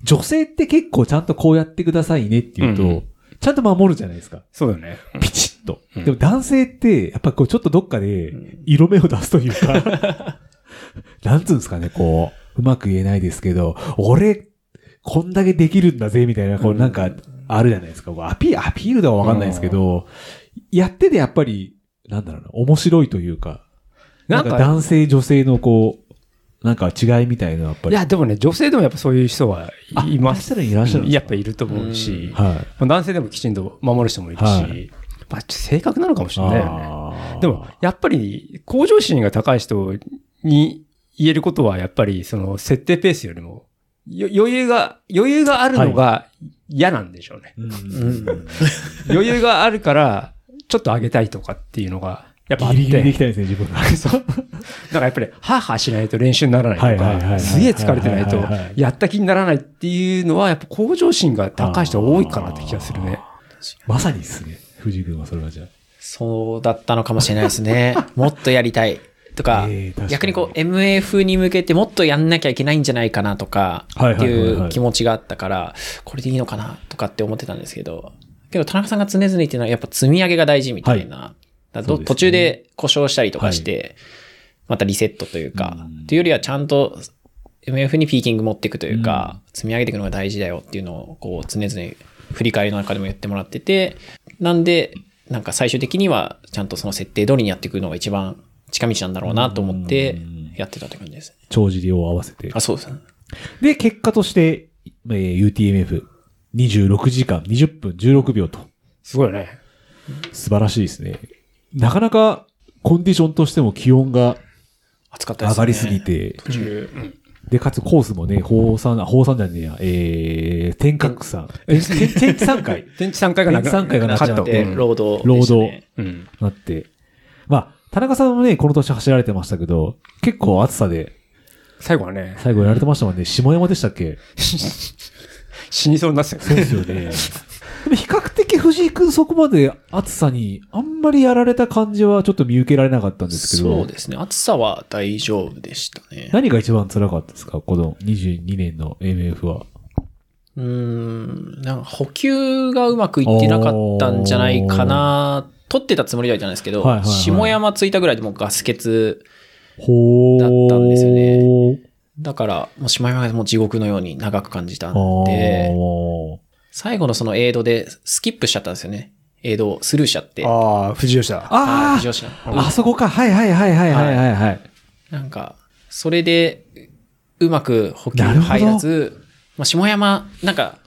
[SPEAKER 3] 女性って結構ちゃんとこうやってくださいねって言うと、
[SPEAKER 2] うんうん
[SPEAKER 3] ちゃんと守るじゃないですか。
[SPEAKER 2] そうだね。
[SPEAKER 3] ピチッと。
[SPEAKER 2] ん
[SPEAKER 3] でも男性って、やっぱこうちょっとどっかで色目を出すというか、 なんつうんですかね、こう、うまく言えないですけど、俺、こんだけできるんだぜ、みたいな、こうなんか、あるじゃないですか。こうアピール、アピールではわかんないですけど、やっててやっぱり、なんだろうな、面白いというか、な
[SPEAKER 2] なんん
[SPEAKER 3] か
[SPEAKER 2] か
[SPEAKER 3] 男性、女性のこう、なんか違いみたいな、やっぱ
[SPEAKER 2] い
[SPEAKER 3] り。
[SPEAKER 2] や、でもね、女性でもやっぱそういう人はい
[SPEAKER 3] いら
[SPEAKER 2] ま
[SPEAKER 3] っ
[SPEAKER 2] す。
[SPEAKER 3] しゃるいらっしゃるんです
[SPEAKER 2] やっぱいると思うし、
[SPEAKER 3] か。はい。
[SPEAKER 2] まあ男性でもきちんと守る人もいるし、
[SPEAKER 3] はい
[SPEAKER 2] まあ、性格なのかもしれないよね。
[SPEAKER 3] あー
[SPEAKER 2] でも、、やっぱり、向上心が高い人に言えることは、やっぱり、その、設定ペースよりも、よ余裕が、余裕があるのが嫌なんでしょうね。
[SPEAKER 3] うん
[SPEAKER 4] うん
[SPEAKER 2] 余裕があるから、ちょっと上げたいとかっていうのが、やっぱあっ
[SPEAKER 3] ギリギリでき
[SPEAKER 2] て、
[SPEAKER 3] たいですね、自分 が。
[SPEAKER 2] そう。だからやっぱり、ハーハーしないと練習になら
[SPEAKER 3] は
[SPEAKER 2] ないいと
[SPEAKER 3] はいはいは
[SPEAKER 2] か、
[SPEAKER 3] い
[SPEAKER 2] すげえ疲れてないと
[SPEAKER 3] はいはいはい、
[SPEAKER 2] やった気にならないっていうのは、やっぱ向上心が高い人多いかなって気がするね。
[SPEAKER 3] まさにですね。藤井君はそれはじゃあ。
[SPEAKER 4] そうだったのかもしれないですね。もっとやりたい。とか、
[SPEAKER 3] ええ確かに
[SPEAKER 4] 逆にこう MF に向けてもっとやんなきゃいけないんじゃないかなとか
[SPEAKER 3] はい
[SPEAKER 4] って
[SPEAKER 3] はいはいはい
[SPEAKER 4] いう気持ちがあったから、これでいいのかなとかって思ってたんですけど、けど田中さんが常々言ってるのはやっぱ積み上げが大事みたいな。だからど
[SPEAKER 3] そうですね
[SPEAKER 4] 途中で故障したりとかして、またリセットというか、というよりはちゃんと MF にピーキング持っていくというか、積み上げていくのが大事だよっていうのを、こう、常々振り返りの中でも言ってもらってて、なんで、なんか最終的には、ちゃんとその設定通りにやっていくのが一番近道なんだろうなと思って、やってたって感じです。
[SPEAKER 3] 帳尻を合わせて
[SPEAKER 4] あ、。そうですね。
[SPEAKER 3] で、結果として、えー UTMF26 時間20分16秒と。
[SPEAKER 2] すごいよね。
[SPEAKER 3] 素晴らしいですね。なかなかコンディションとしても気温が
[SPEAKER 4] 暑かったで
[SPEAKER 3] 上
[SPEAKER 4] す
[SPEAKER 3] がりす
[SPEAKER 4] ね。
[SPEAKER 3] ぎ。て、
[SPEAKER 2] 途中。うん
[SPEAKER 3] で、かつコースもね、宝山、宝山じゃねえや、えー、天閣さん。え、天気3回
[SPEAKER 2] 天地3回がな
[SPEAKER 3] 天地
[SPEAKER 2] く
[SPEAKER 3] 三回がなく
[SPEAKER 2] カ
[SPEAKER 3] なっち
[SPEAKER 2] ッ
[SPEAKER 3] ゃっ
[SPEAKER 2] ト。
[SPEAKER 4] で、
[SPEAKER 2] うん
[SPEAKER 4] 労働でしたね。
[SPEAKER 2] うん。
[SPEAKER 3] なって。まあ、田中さんもね、この年走られてましたけど、結構暑さで
[SPEAKER 2] 最後はね、
[SPEAKER 3] 最後やられてましたもんね。下山でしたっけ
[SPEAKER 2] 死にそうになってたよね。
[SPEAKER 3] ですよね。でも比較的藤井君そこまで暑さにあんまりやられた感じはちょっと見受けられなかったんですけど。
[SPEAKER 4] そうですね。暑さは大丈夫でしたね。
[SPEAKER 3] 何が一番辛かったですかこの22年の MF は。
[SPEAKER 4] うーん、なんか補給がうまくいってなかったんじゃないかな。取ってたつもりではいたんですけど、
[SPEAKER 3] はいはいはい
[SPEAKER 4] 下山着いたぐらいでもうガス欠。
[SPEAKER 3] ほー。
[SPEAKER 4] だったんですよねだから、もう下山がもう地獄のように長く感じた
[SPEAKER 3] あ
[SPEAKER 4] んで、
[SPEAKER 3] ー
[SPEAKER 4] 最後のそのエイドでスキップしちゃったんですよね。エイドをスルーしちゃって。
[SPEAKER 2] ああ、藤吉だ。
[SPEAKER 4] はい
[SPEAKER 3] あ
[SPEAKER 4] 非常識な
[SPEAKER 3] ああそこか。はいはいはいはいはいはいはい。
[SPEAKER 4] なんか、それで、うまく補給
[SPEAKER 3] なるほど
[SPEAKER 4] 入らず、まあ、下山、なんか、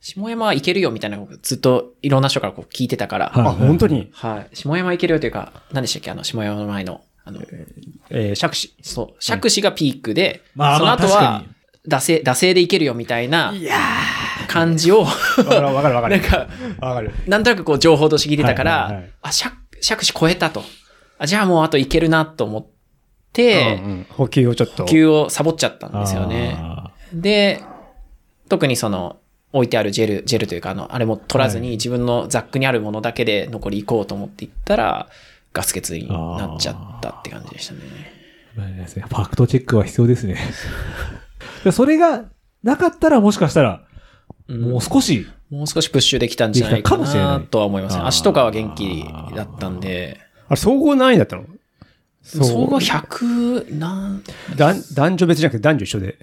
[SPEAKER 4] 下山は行けるよみたいなことずっといろんな人からこう聞いてたから、
[SPEAKER 3] はい
[SPEAKER 2] あ、本当に。
[SPEAKER 4] はい。下山行けるよというか、何でしたっけあの、下山の前の、あの、
[SPEAKER 2] えー、釈子。
[SPEAKER 4] そう、釈子がピークで、
[SPEAKER 3] まあ
[SPEAKER 4] その後
[SPEAKER 3] まあ確
[SPEAKER 4] は
[SPEAKER 3] かに、
[SPEAKER 4] 惰性、惰性で行けるよみたいな、感じを、
[SPEAKER 2] わかるわかるわか
[SPEAKER 4] なん
[SPEAKER 2] る。
[SPEAKER 4] か、
[SPEAKER 2] わかる。
[SPEAKER 4] なんとなくこう情報として聞いてたか
[SPEAKER 3] はいはい
[SPEAKER 4] ら
[SPEAKER 3] はい、
[SPEAKER 4] あ、釈、釈子超えたと。あ、じゃあもうあと行けるなと思って、
[SPEAKER 2] うんうん補給をちょっと。
[SPEAKER 4] 補給をサボっちゃったんですよね。
[SPEAKER 3] あ
[SPEAKER 4] で、特にその、置いてあるジェル、ジェルというか、あの、あれも取らずに自分のザックにあるものだけで残り行こうと思って行ったら、ガス欠になっちゃったって感じでしたね。
[SPEAKER 3] ーまあですねファクトチェックは必要ですね。 でそれがなかったらもしかしたら、
[SPEAKER 4] うん
[SPEAKER 3] もう少し、
[SPEAKER 4] もう少しプッシュできたんじゃないか
[SPEAKER 3] できたかもしれな
[SPEAKER 4] ないとは思いますね。
[SPEAKER 3] あー
[SPEAKER 4] 足とかは元気だったんで、
[SPEAKER 2] あれ、総合何位だったの
[SPEAKER 4] 総合100何、
[SPEAKER 2] だん男女別じゃなくて男女一緒で。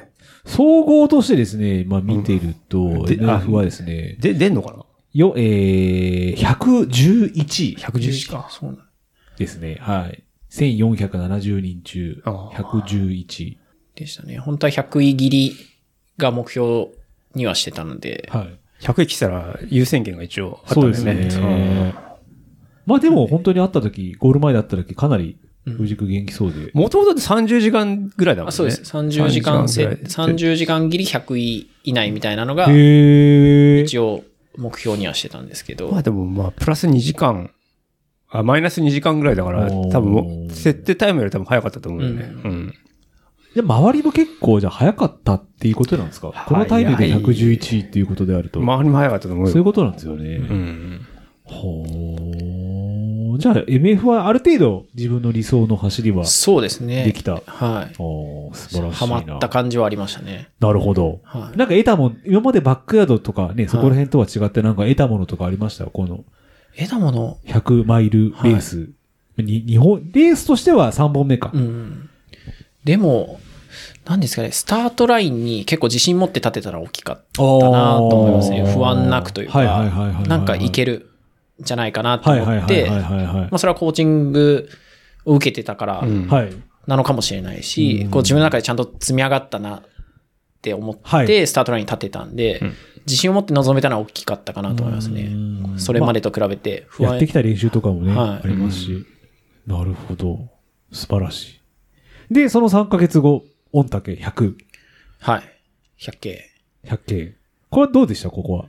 [SPEAKER 3] 総合としてですね、まあ見ていると、
[SPEAKER 2] であ
[SPEAKER 3] MF はですね、
[SPEAKER 2] で、出んのかな
[SPEAKER 3] よ、えー、111位
[SPEAKER 2] ?111 か。
[SPEAKER 4] そうなん
[SPEAKER 3] ですね。はい。1470人中、
[SPEAKER 2] あー
[SPEAKER 3] 111位。
[SPEAKER 4] でしたね。本当は100位切りが目標にはしてたので、
[SPEAKER 3] はい。
[SPEAKER 2] 100位来たら優先権が一応あった
[SPEAKER 3] そうんで
[SPEAKER 2] だ
[SPEAKER 3] す
[SPEAKER 2] よね。
[SPEAKER 3] ね。まあでも本当に会った時、ゴール前だった時、かなり藤君元気そうで。
[SPEAKER 2] もともと30時間ぐらいだもんね。
[SPEAKER 4] あそうです。30時間せ、
[SPEAKER 2] 30ぐらい
[SPEAKER 4] 30時間切り100位以内みたいなのが、
[SPEAKER 3] へえ。
[SPEAKER 4] 一応目標にはしてたんですけど、
[SPEAKER 2] まあでもまあ、プラス2時間、あ、マイナス2時間ぐらいだから、
[SPEAKER 3] おー
[SPEAKER 2] 多分もう、設定タイムより多分早かったと思うんだよね。うん。
[SPEAKER 3] じゃあ周りも結構、じゃあ早かったっていうことなんですかこのタイムで111位っていうことであると。
[SPEAKER 2] 周りも早かったと思う
[SPEAKER 3] そう
[SPEAKER 2] よ。
[SPEAKER 3] いうことなんですよね。
[SPEAKER 2] うん。
[SPEAKER 3] ほー。じゃあ MF はある程度自分の理想の走りは
[SPEAKER 4] そうですね。
[SPEAKER 3] できた。
[SPEAKER 4] はい。
[SPEAKER 3] おー素晴らし
[SPEAKER 4] ハ
[SPEAKER 3] いな。
[SPEAKER 4] マった感じはありましたね。
[SPEAKER 3] なるほど。
[SPEAKER 4] はい。
[SPEAKER 3] なんか得たもん、今までバックヤードとかね、そこら辺とは違ってなんか得たものとかありましたこの
[SPEAKER 4] 枝物、
[SPEAKER 3] 100マイルレース。に日本、レースとしては3本目か。
[SPEAKER 4] うん。でも、何ですかね、スタートラインに結構自信持って立てたら大きかったなと思いますね。
[SPEAKER 3] あー
[SPEAKER 4] 不安なくという
[SPEAKER 3] はいはいはいはいは
[SPEAKER 4] か
[SPEAKER 3] い、
[SPEAKER 4] なんかいけるんじゃないかなと
[SPEAKER 3] はいはい
[SPEAKER 4] 思っ
[SPEAKER 3] はい
[SPEAKER 4] て、
[SPEAKER 3] はい
[SPEAKER 4] ま
[SPEAKER 3] はいはい
[SPEAKER 4] あそれはコーチングを受けてたから
[SPEAKER 2] うん
[SPEAKER 3] はい。
[SPEAKER 4] なのかもしれないし、
[SPEAKER 3] うん
[SPEAKER 4] こう自分の中でちゃんと積み上がったなって思
[SPEAKER 3] は
[SPEAKER 4] って、
[SPEAKER 3] い
[SPEAKER 4] スタートラインに立てたんで、
[SPEAKER 2] ん
[SPEAKER 4] 自信を持って臨めたのは大きかったかなと思いますね
[SPEAKER 3] う。ん
[SPEAKER 4] それまでと比べて不
[SPEAKER 3] やっ
[SPEAKER 4] 安
[SPEAKER 3] て。きた練習とかもね、
[SPEAKER 4] は
[SPEAKER 3] あ
[SPEAKER 4] い
[SPEAKER 3] りますし。なるほど。素晴らしい。で、その3ヶ月後、御嶽100、
[SPEAKER 4] はい。100系。
[SPEAKER 3] 100系。これはどうでしたここは。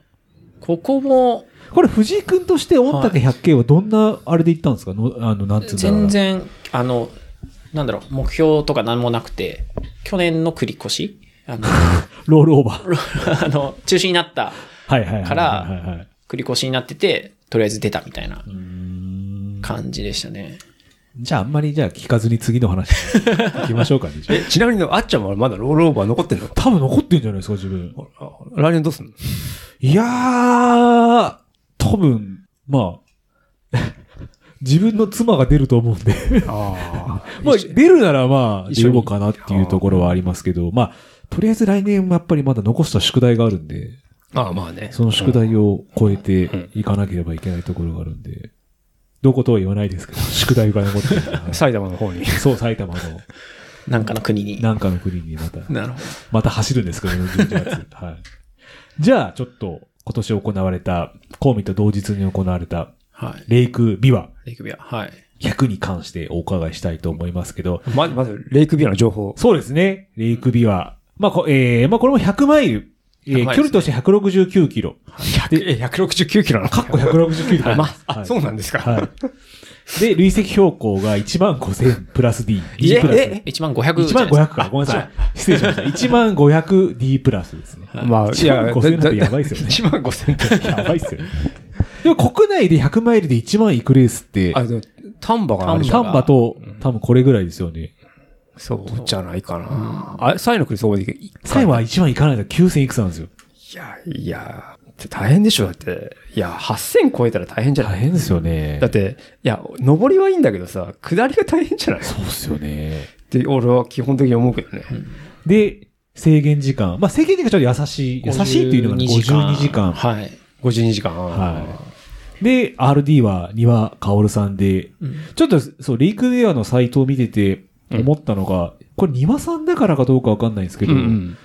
[SPEAKER 4] ここも、
[SPEAKER 3] これ藤井君として御嶽100系はどんなあれで行ったんですかのあの、なんつうんだろうな
[SPEAKER 4] 全。然、あの、なんだろう、目標とか何もなくて、去年の繰り越し あの、
[SPEAKER 3] ロールオーバー。
[SPEAKER 4] あの中止になった、
[SPEAKER 3] はいはいはいはいはい。
[SPEAKER 4] から
[SPEAKER 3] はい
[SPEAKER 4] 繰り越しになってて、とりあえず出たみたいな
[SPEAKER 3] うーん
[SPEAKER 4] 感じでしたね。
[SPEAKER 3] じゃああんまりじゃあ聞かずに次の話行きましょうかね。じゃあ
[SPEAKER 2] え、ちなみにあっちゃんはまだロールオーバー残ってんの
[SPEAKER 3] 多分残ってんじゃないですか、自分。
[SPEAKER 2] あ来年どうすんの
[SPEAKER 3] いやー、多分、まあ、 自分の妻が出ると思うんで。
[SPEAKER 2] ああ。
[SPEAKER 3] まあ、出るならまあ、
[SPEAKER 2] 一
[SPEAKER 3] 出
[SPEAKER 2] 緒に
[SPEAKER 3] ようかなっていうところはありますけど、まあ、とりあえず来年もやっぱりまだ残した宿題があるんで、
[SPEAKER 2] ああ、まあね。
[SPEAKER 3] その宿題を超えていかなければいけないところがあるんで、どことは言わないですけど、宿題が残ってるから。
[SPEAKER 2] 埼玉の方に。
[SPEAKER 3] そう、埼玉の、
[SPEAKER 4] なんかの国に。
[SPEAKER 3] なんかの国にまた、
[SPEAKER 4] なるほど。
[SPEAKER 3] また走るんですけど、11月。はい。じゃあ、ちょっと、今年行われた、コーミと同日に行われた、
[SPEAKER 4] はい。
[SPEAKER 3] レイクビワ
[SPEAKER 4] レイクビア。はい。
[SPEAKER 3] 100に関してお伺いしたいと思いますけど、
[SPEAKER 2] ま、まず、レイクビアの情報。
[SPEAKER 3] そうですね。レイクビワ。まあ、こえー、まあ、これも100マイル。えー
[SPEAKER 4] 100マイ
[SPEAKER 3] 距
[SPEAKER 4] ルですね
[SPEAKER 3] 離として169キロ。
[SPEAKER 2] え、169キロなの
[SPEAKER 3] かっこ169キロ。
[SPEAKER 2] まあ、
[SPEAKER 3] はい
[SPEAKER 2] そうなんですか。
[SPEAKER 3] はい。で、累積標高が1万5000プラス D。
[SPEAKER 2] い
[SPEAKER 3] D
[SPEAKER 2] え
[SPEAKER 3] プラス。
[SPEAKER 2] え
[SPEAKER 4] 1万500。
[SPEAKER 3] 1万500か。ごめんなさい。失礼しました。1万 500D プラスですね。
[SPEAKER 2] まあ、いや、
[SPEAKER 3] 1万5000ってやばいっすよね
[SPEAKER 2] 1万5000って。
[SPEAKER 3] やばいっすよね。でも国内で100マイルで1万いくレースって、
[SPEAKER 2] あ、でも、丹波があるじゃん。
[SPEAKER 3] 丹波と多分これぐらいですよね。
[SPEAKER 2] そうじゃないかな。あ、サイの国そこで行く
[SPEAKER 3] 最後は1万いかないと9000いくつなんですよ。
[SPEAKER 2] いや、いや、大変でしょ、だって。いや、8000超えたら大変じゃな
[SPEAKER 3] 大
[SPEAKER 2] い
[SPEAKER 3] 変ですよね。
[SPEAKER 2] だっ。て、いや、上りはいいんだけどさ、下りが大変じゃないっ
[SPEAKER 3] そうっすよね。
[SPEAKER 2] て、俺は基本的に思うけどね。
[SPEAKER 3] で、制限時間。まあ制限時間ちょっと優しい。優しいっていうのがね52時間。
[SPEAKER 4] はい。
[SPEAKER 2] 52時間。
[SPEAKER 3] はい。で、RD は庭薫さんで、ちょっと、そう、レイクウェアのサイトを見てて思ったのが、これ庭さんだからかどうかわかんないんですけ
[SPEAKER 2] う
[SPEAKER 3] ど、
[SPEAKER 2] んうん。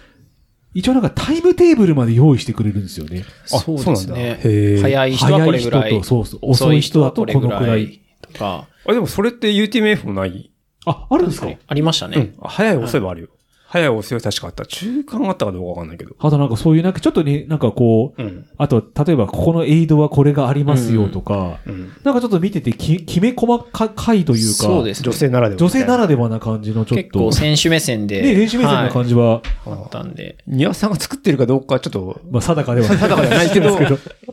[SPEAKER 3] 一応なんかタイムテーブルまで用意してくれるんですよね。
[SPEAKER 2] あ
[SPEAKER 4] そうですね。
[SPEAKER 2] そうなんだへー
[SPEAKER 4] 早い人はこれぐらい。
[SPEAKER 3] 早い人とそうそう遅い人だとこのくらい
[SPEAKER 4] 遅とか、
[SPEAKER 2] あ、でもそれって UTMF もない
[SPEAKER 3] あ、あるんですか
[SPEAKER 4] ありましたね。
[SPEAKER 2] うん。あ早い遅いはあるよ。早い遅いは確かあった。中間あったかどうかわかんないけど。
[SPEAKER 3] あとなんかそういうなんかちょっとね、なんかこう、
[SPEAKER 2] うん。
[SPEAKER 3] あと例えばここのエイドはこれがありますよとか、
[SPEAKER 2] うん。
[SPEAKER 3] なんかちょっと見ててききめ細かかいというか、
[SPEAKER 4] そうですね
[SPEAKER 2] 女性ならでは。
[SPEAKER 3] 女性ならではな感じのちょっ
[SPEAKER 4] 結
[SPEAKER 3] と
[SPEAKER 4] 構、選手目線で。
[SPEAKER 3] ね、練習目線の感じは、
[SPEAKER 4] はいあったんで。
[SPEAKER 2] 庭さんが作ってるかどうかちょっと、
[SPEAKER 3] まあ定かではない。
[SPEAKER 2] 定かじゃないけど、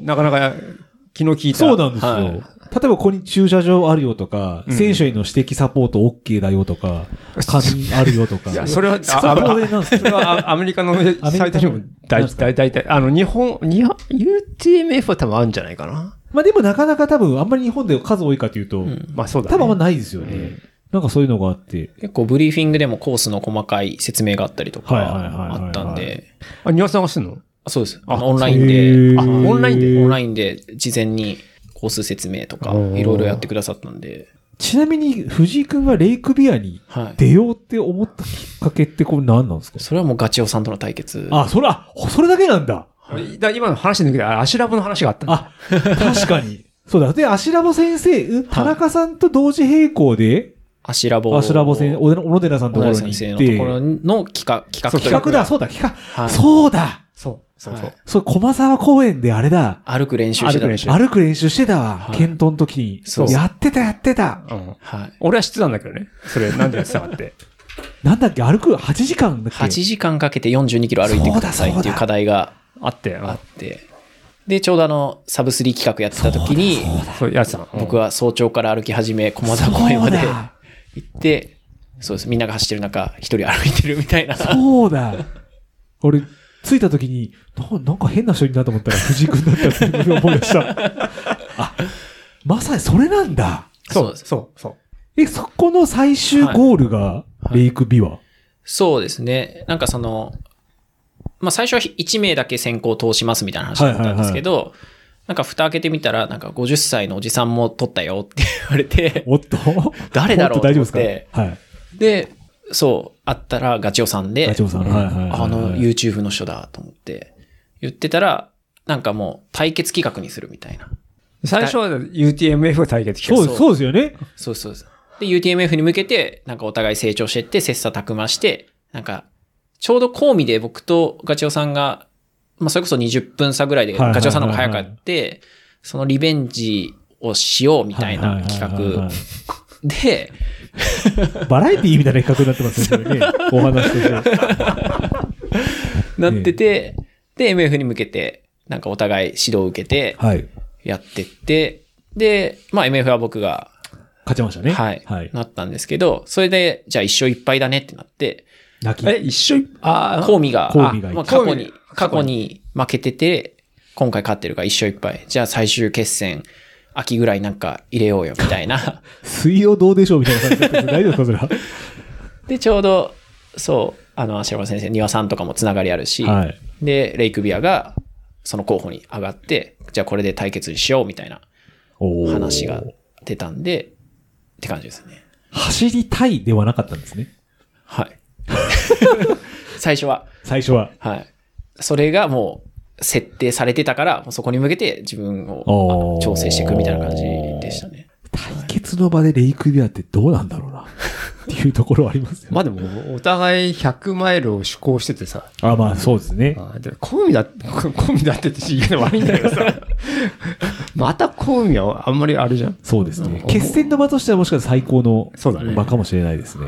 [SPEAKER 2] なかなか昨日聞いた。
[SPEAKER 3] そうなんですよ。
[SPEAKER 4] はい
[SPEAKER 3] 例えばここに駐車場あるよとか、
[SPEAKER 2] うん
[SPEAKER 3] 選手への指摘サポート OK だよとか、仮眠あるよとか。
[SPEAKER 2] いや、それは、
[SPEAKER 3] そこまでなんですよ
[SPEAKER 2] それはあアメリカのサイトにも
[SPEAKER 3] なん
[SPEAKER 2] 大
[SPEAKER 3] すか
[SPEAKER 2] 体、大体、あの、日本、日本 UTMF は多分あるんじゃないかな。
[SPEAKER 3] まあでもなかなか多分あんまり日本で数多いかというと、
[SPEAKER 4] うん
[SPEAKER 2] まあそうだね。
[SPEAKER 3] 多分あんまないですよね。
[SPEAKER 2] うん
[SPEAKER 3] なんかそういうのがあって。
[SPEAKER 4] 結構ブリーフィングでもコースの細かい説明があったりとか
[SPEAKER 3] はいはいはいはいはい
[SPEAKER 4] あったんで、
[SPEAKER 2] あ、庭さんがしてんの
[SPEAKER 4] あそうです。
[SPEAKER 2] あ
[SPEAKER 4] あのオンライ
[SPEAKER 3] へ
[SPEAKER 4] ン
[SPEAKER 3] ー
[SPEAKER 4] で、あ
[SPEAKER 2] オンラインで
[SPEAKER 4] オンラインで事前にコース説明とか
[SPEAKER 2] おー
[SPEAKER 4] いろいろやってくださったんで、
[SPEAKER 3] ちなみに藤井くんがレイクビアに
[SPEAKER 4] はい。
[SPEAKER 3] 出ようって思ったきっかけってこれ何なんですか
[SPEAKER 4] それはもうガチオさんとの対決。
[SPEAKER 3] あ、それ、あ、それだけなんだ。
[SPEAKER 2] だ今の話抜けて、あアシュラブの話があったんだ。
[SPEAKER 3] あ、確かに。そうだ。で、アシラボ先生、うん田中さんと同時並行で、
[SPEAKER 4] アシラボ。
[SPEAKER 3] アシラボ先生、
[SPEAKER 4] 小
[SPEAKER 3] 小野寺さんのとこ
[SPEAKER 4] 田
[SPEAKER 3] ろ
[SPEAKER 4] 先
[SPEAKER 3] に
[SPEAKER 4] 生
[SPEAKER 3] 行っ
[SPEAKER 4] のと
[SPEAKER 3] て、
[SPEAKER 4] ころの企画、企画
[SPEAKER 3] そう
[SPEAKER 4] という
[SPEAKER 3] 企
[SPEAKER 4] か
[SPEAKER 3] 画だ、そうだ、企
[SPEAKER 4] は
[SPEAKER 3] 画。
[SPEAKER 4] い
[SPEAKER 3] そうだ。
[SPEAKER 2] そう、そうそう。
[SPEAKER 4] はい
[SPEAKER 3] そう、駒沢公園であれだ。
[SPEAKER 4] 歩く練習して
[SPEAKER 2] 歩
[SPEAKER 4] た
[SPEAKER 2] く練習
[SPEAKER 3] 歩く練習してたわ。
[SPEAKER 4] はい
[SPEAKER 3] 検討の時
[SPEAKER 4] そう
[SPEAKER 3] に。やってた、やってた。
[SPEAKER 2] うん。
[SPEAKER 4] はい。
[SPEAKER 2] 俺は知ってたんだけどね。それ、なんでやってたかって。
[SPEAKER 3] なんだっけ、歩く8時間だっ
[SPEAKER 4] 8
[SPEAKER 3] け。
[SPEAKER 4] 時間かけて42キロ歩いてくださいっていう課題が
[SPEAKER 2] あって、
[SPEAKER 4] あっ
[SPEAKER 2] あ
[SPEAKER 4] て、で、ちょうどあの、サブ3企画やってた時に、
[SPEAKER 2] そう、やってたの。
[SPEAKER 4] 僕は早朝から歩き始め、駒沢公園まで行って、そうです。みんなが走ってる中、一人歩いてるみたいな。
[SPEAKER 3] そうだ。俺、着いた時に、ななんか変な人いるなと思ったら藤井君だったっていう思い出 した。あ、まさにそれなんだ。
[SPEAKER 2] そ
[SPEAKER 4] そう
[SPEAKER 2] う、そう、そう。
[SPEAKER 3] え、そこの最終ゴールが、レイクビワ。
[SPEAKER 4] そうですね。なんかその、まあ最初は1名だけ先行通しますみたいな話だったんですけど、なんか蓋開けてみたら、なんか50歳のおじさんも取ったよって言われて、
[SPEAKER 3] おっと
[SPEAKER 4] 誰だろ
[SPEAKER 3] お
[SPEAKER 4] う
[SPEAKER 3] っと大丈夫
[SPEAKER 4] と思って
[SPEAKER 3] ですかはい。
[SPEAKER 4] で、そう、あったらガチオさんで、
[SPEAKER 3] ガチオさん
[SPEAKER 4] う
[SPEAKER 3] はいはいはいはい
[SPEAKER 4] あの YouTube の人だと思って、言ってたら、なんかもう対決企画にするみたいな。
[SPEAKER 2] 最初は UTMF が対決企
[SPEAKER 3] そうです、
[SPEAKER 2] 画
[SPEAKER 3] そうですよね。
[SPEAKER 4] そうそうです。で、UTMF に向けて、なんかお互い成長してって、切磋琢磨して、なんか、ちょうどコーミで僕とガチオさんが、まあ、それこそ20分差ぐらいで、
[SPEAKER 3] はいはいはいは
[SPEAKER 4] ガ
[SPEAKER 3] い
[SPEAKER 4] チオさんの方が早かって、そのリベンジをしようみたいな企
[SPEAKER 3] はいはいはい
[SPEAKER 4] 画
[SPEAKER 3] はい
[SPEAKER 4] で、
[SPEAKER 3] バラエティーみたいな企画になってますね、それね。お話として。
[SPEAKER 4] なってて、で、MF に向けて、なんかお互い指導を受けて、
[SPEAKER 3] はい。
[SPEAKER 4] やってって、で、まあ MF は僕が
[SPEAKER 3] 勝ちましたね。
[SPEAKER 4] はい。
[SPEAKER 3] はい。
[SPEAKER 4] なったんですけど、それで、じゃあ一生いっぱいだねってなって、
[SPEAKER 3] 泣き。
[SPEAKER 2] え、一緒い、あ
[SPEAKER 4] コーミが、
[SPEAKER 3] コーミが
[SPEAKER 4] あ
[SPEAKER 3] い
[SPEAKER 4] まあ、
[SPEAKER 3] た
[SPEAKER 4] 過
[SPEAKER 2] コ
[SPEAKER 4] 去
[SPEAKER 2] ーミ
[SPEAKER 4] に、過去に負けてて、今回勝ってるから一生いっぱい。じゃあ最終決戦、秋ぐらいなんか入れようよみたい な。
[SPEAKER 3] 水曜どうでしょうみたいな感じだったんですけど大丈夫ですかそれは。
[SPEAKER 4] で、ちょうど、そう、あの、芦山先生、庭さんとかもつながりあるし、
[SPEAKER 3] はい。
[SPEAKER 4] で、レイクビアが、その候補に上がって、じゃあこれで対決にしようみたいな
[SPEAKER 3] おー
[SPEAKER 4] 話が出たんで、って感じですね。
[SPEAKER 3] 走りたいではなかったんですね。
[SPEAKER 4] はい。 最初は。
[SPEAKER 3] 最初は。
[SPEAKER 4] はい。それがもう設定されてたから、もうそこに向けて自分を
[SPEAKER 3] おー
[SPEAKER 4] 調整していくみたいな感じでしたね。
[SPEAKER 3] 対決の場でレイクビアってどうなんだ ろうな。っていうところはありますよね。
[SPEAKER 2] まあでも、お互い100マイルを趣向しててさ、
[SPEAKER 3] あ、まあそうですね。
[SPEAKER 2] あでもコウミだ、 コウミだってって言い方悪いん だけどさ、またコウミはあんまりあれじゃん。
[SPEAKER 3] そうですね
[SPEAKER 2] うん。
[SPEAKER 3] 決戦の場としてはもしかしたら最高の
[SPEAKER 2] そうだね
[SPEAKER 3] 場かもしれないですね。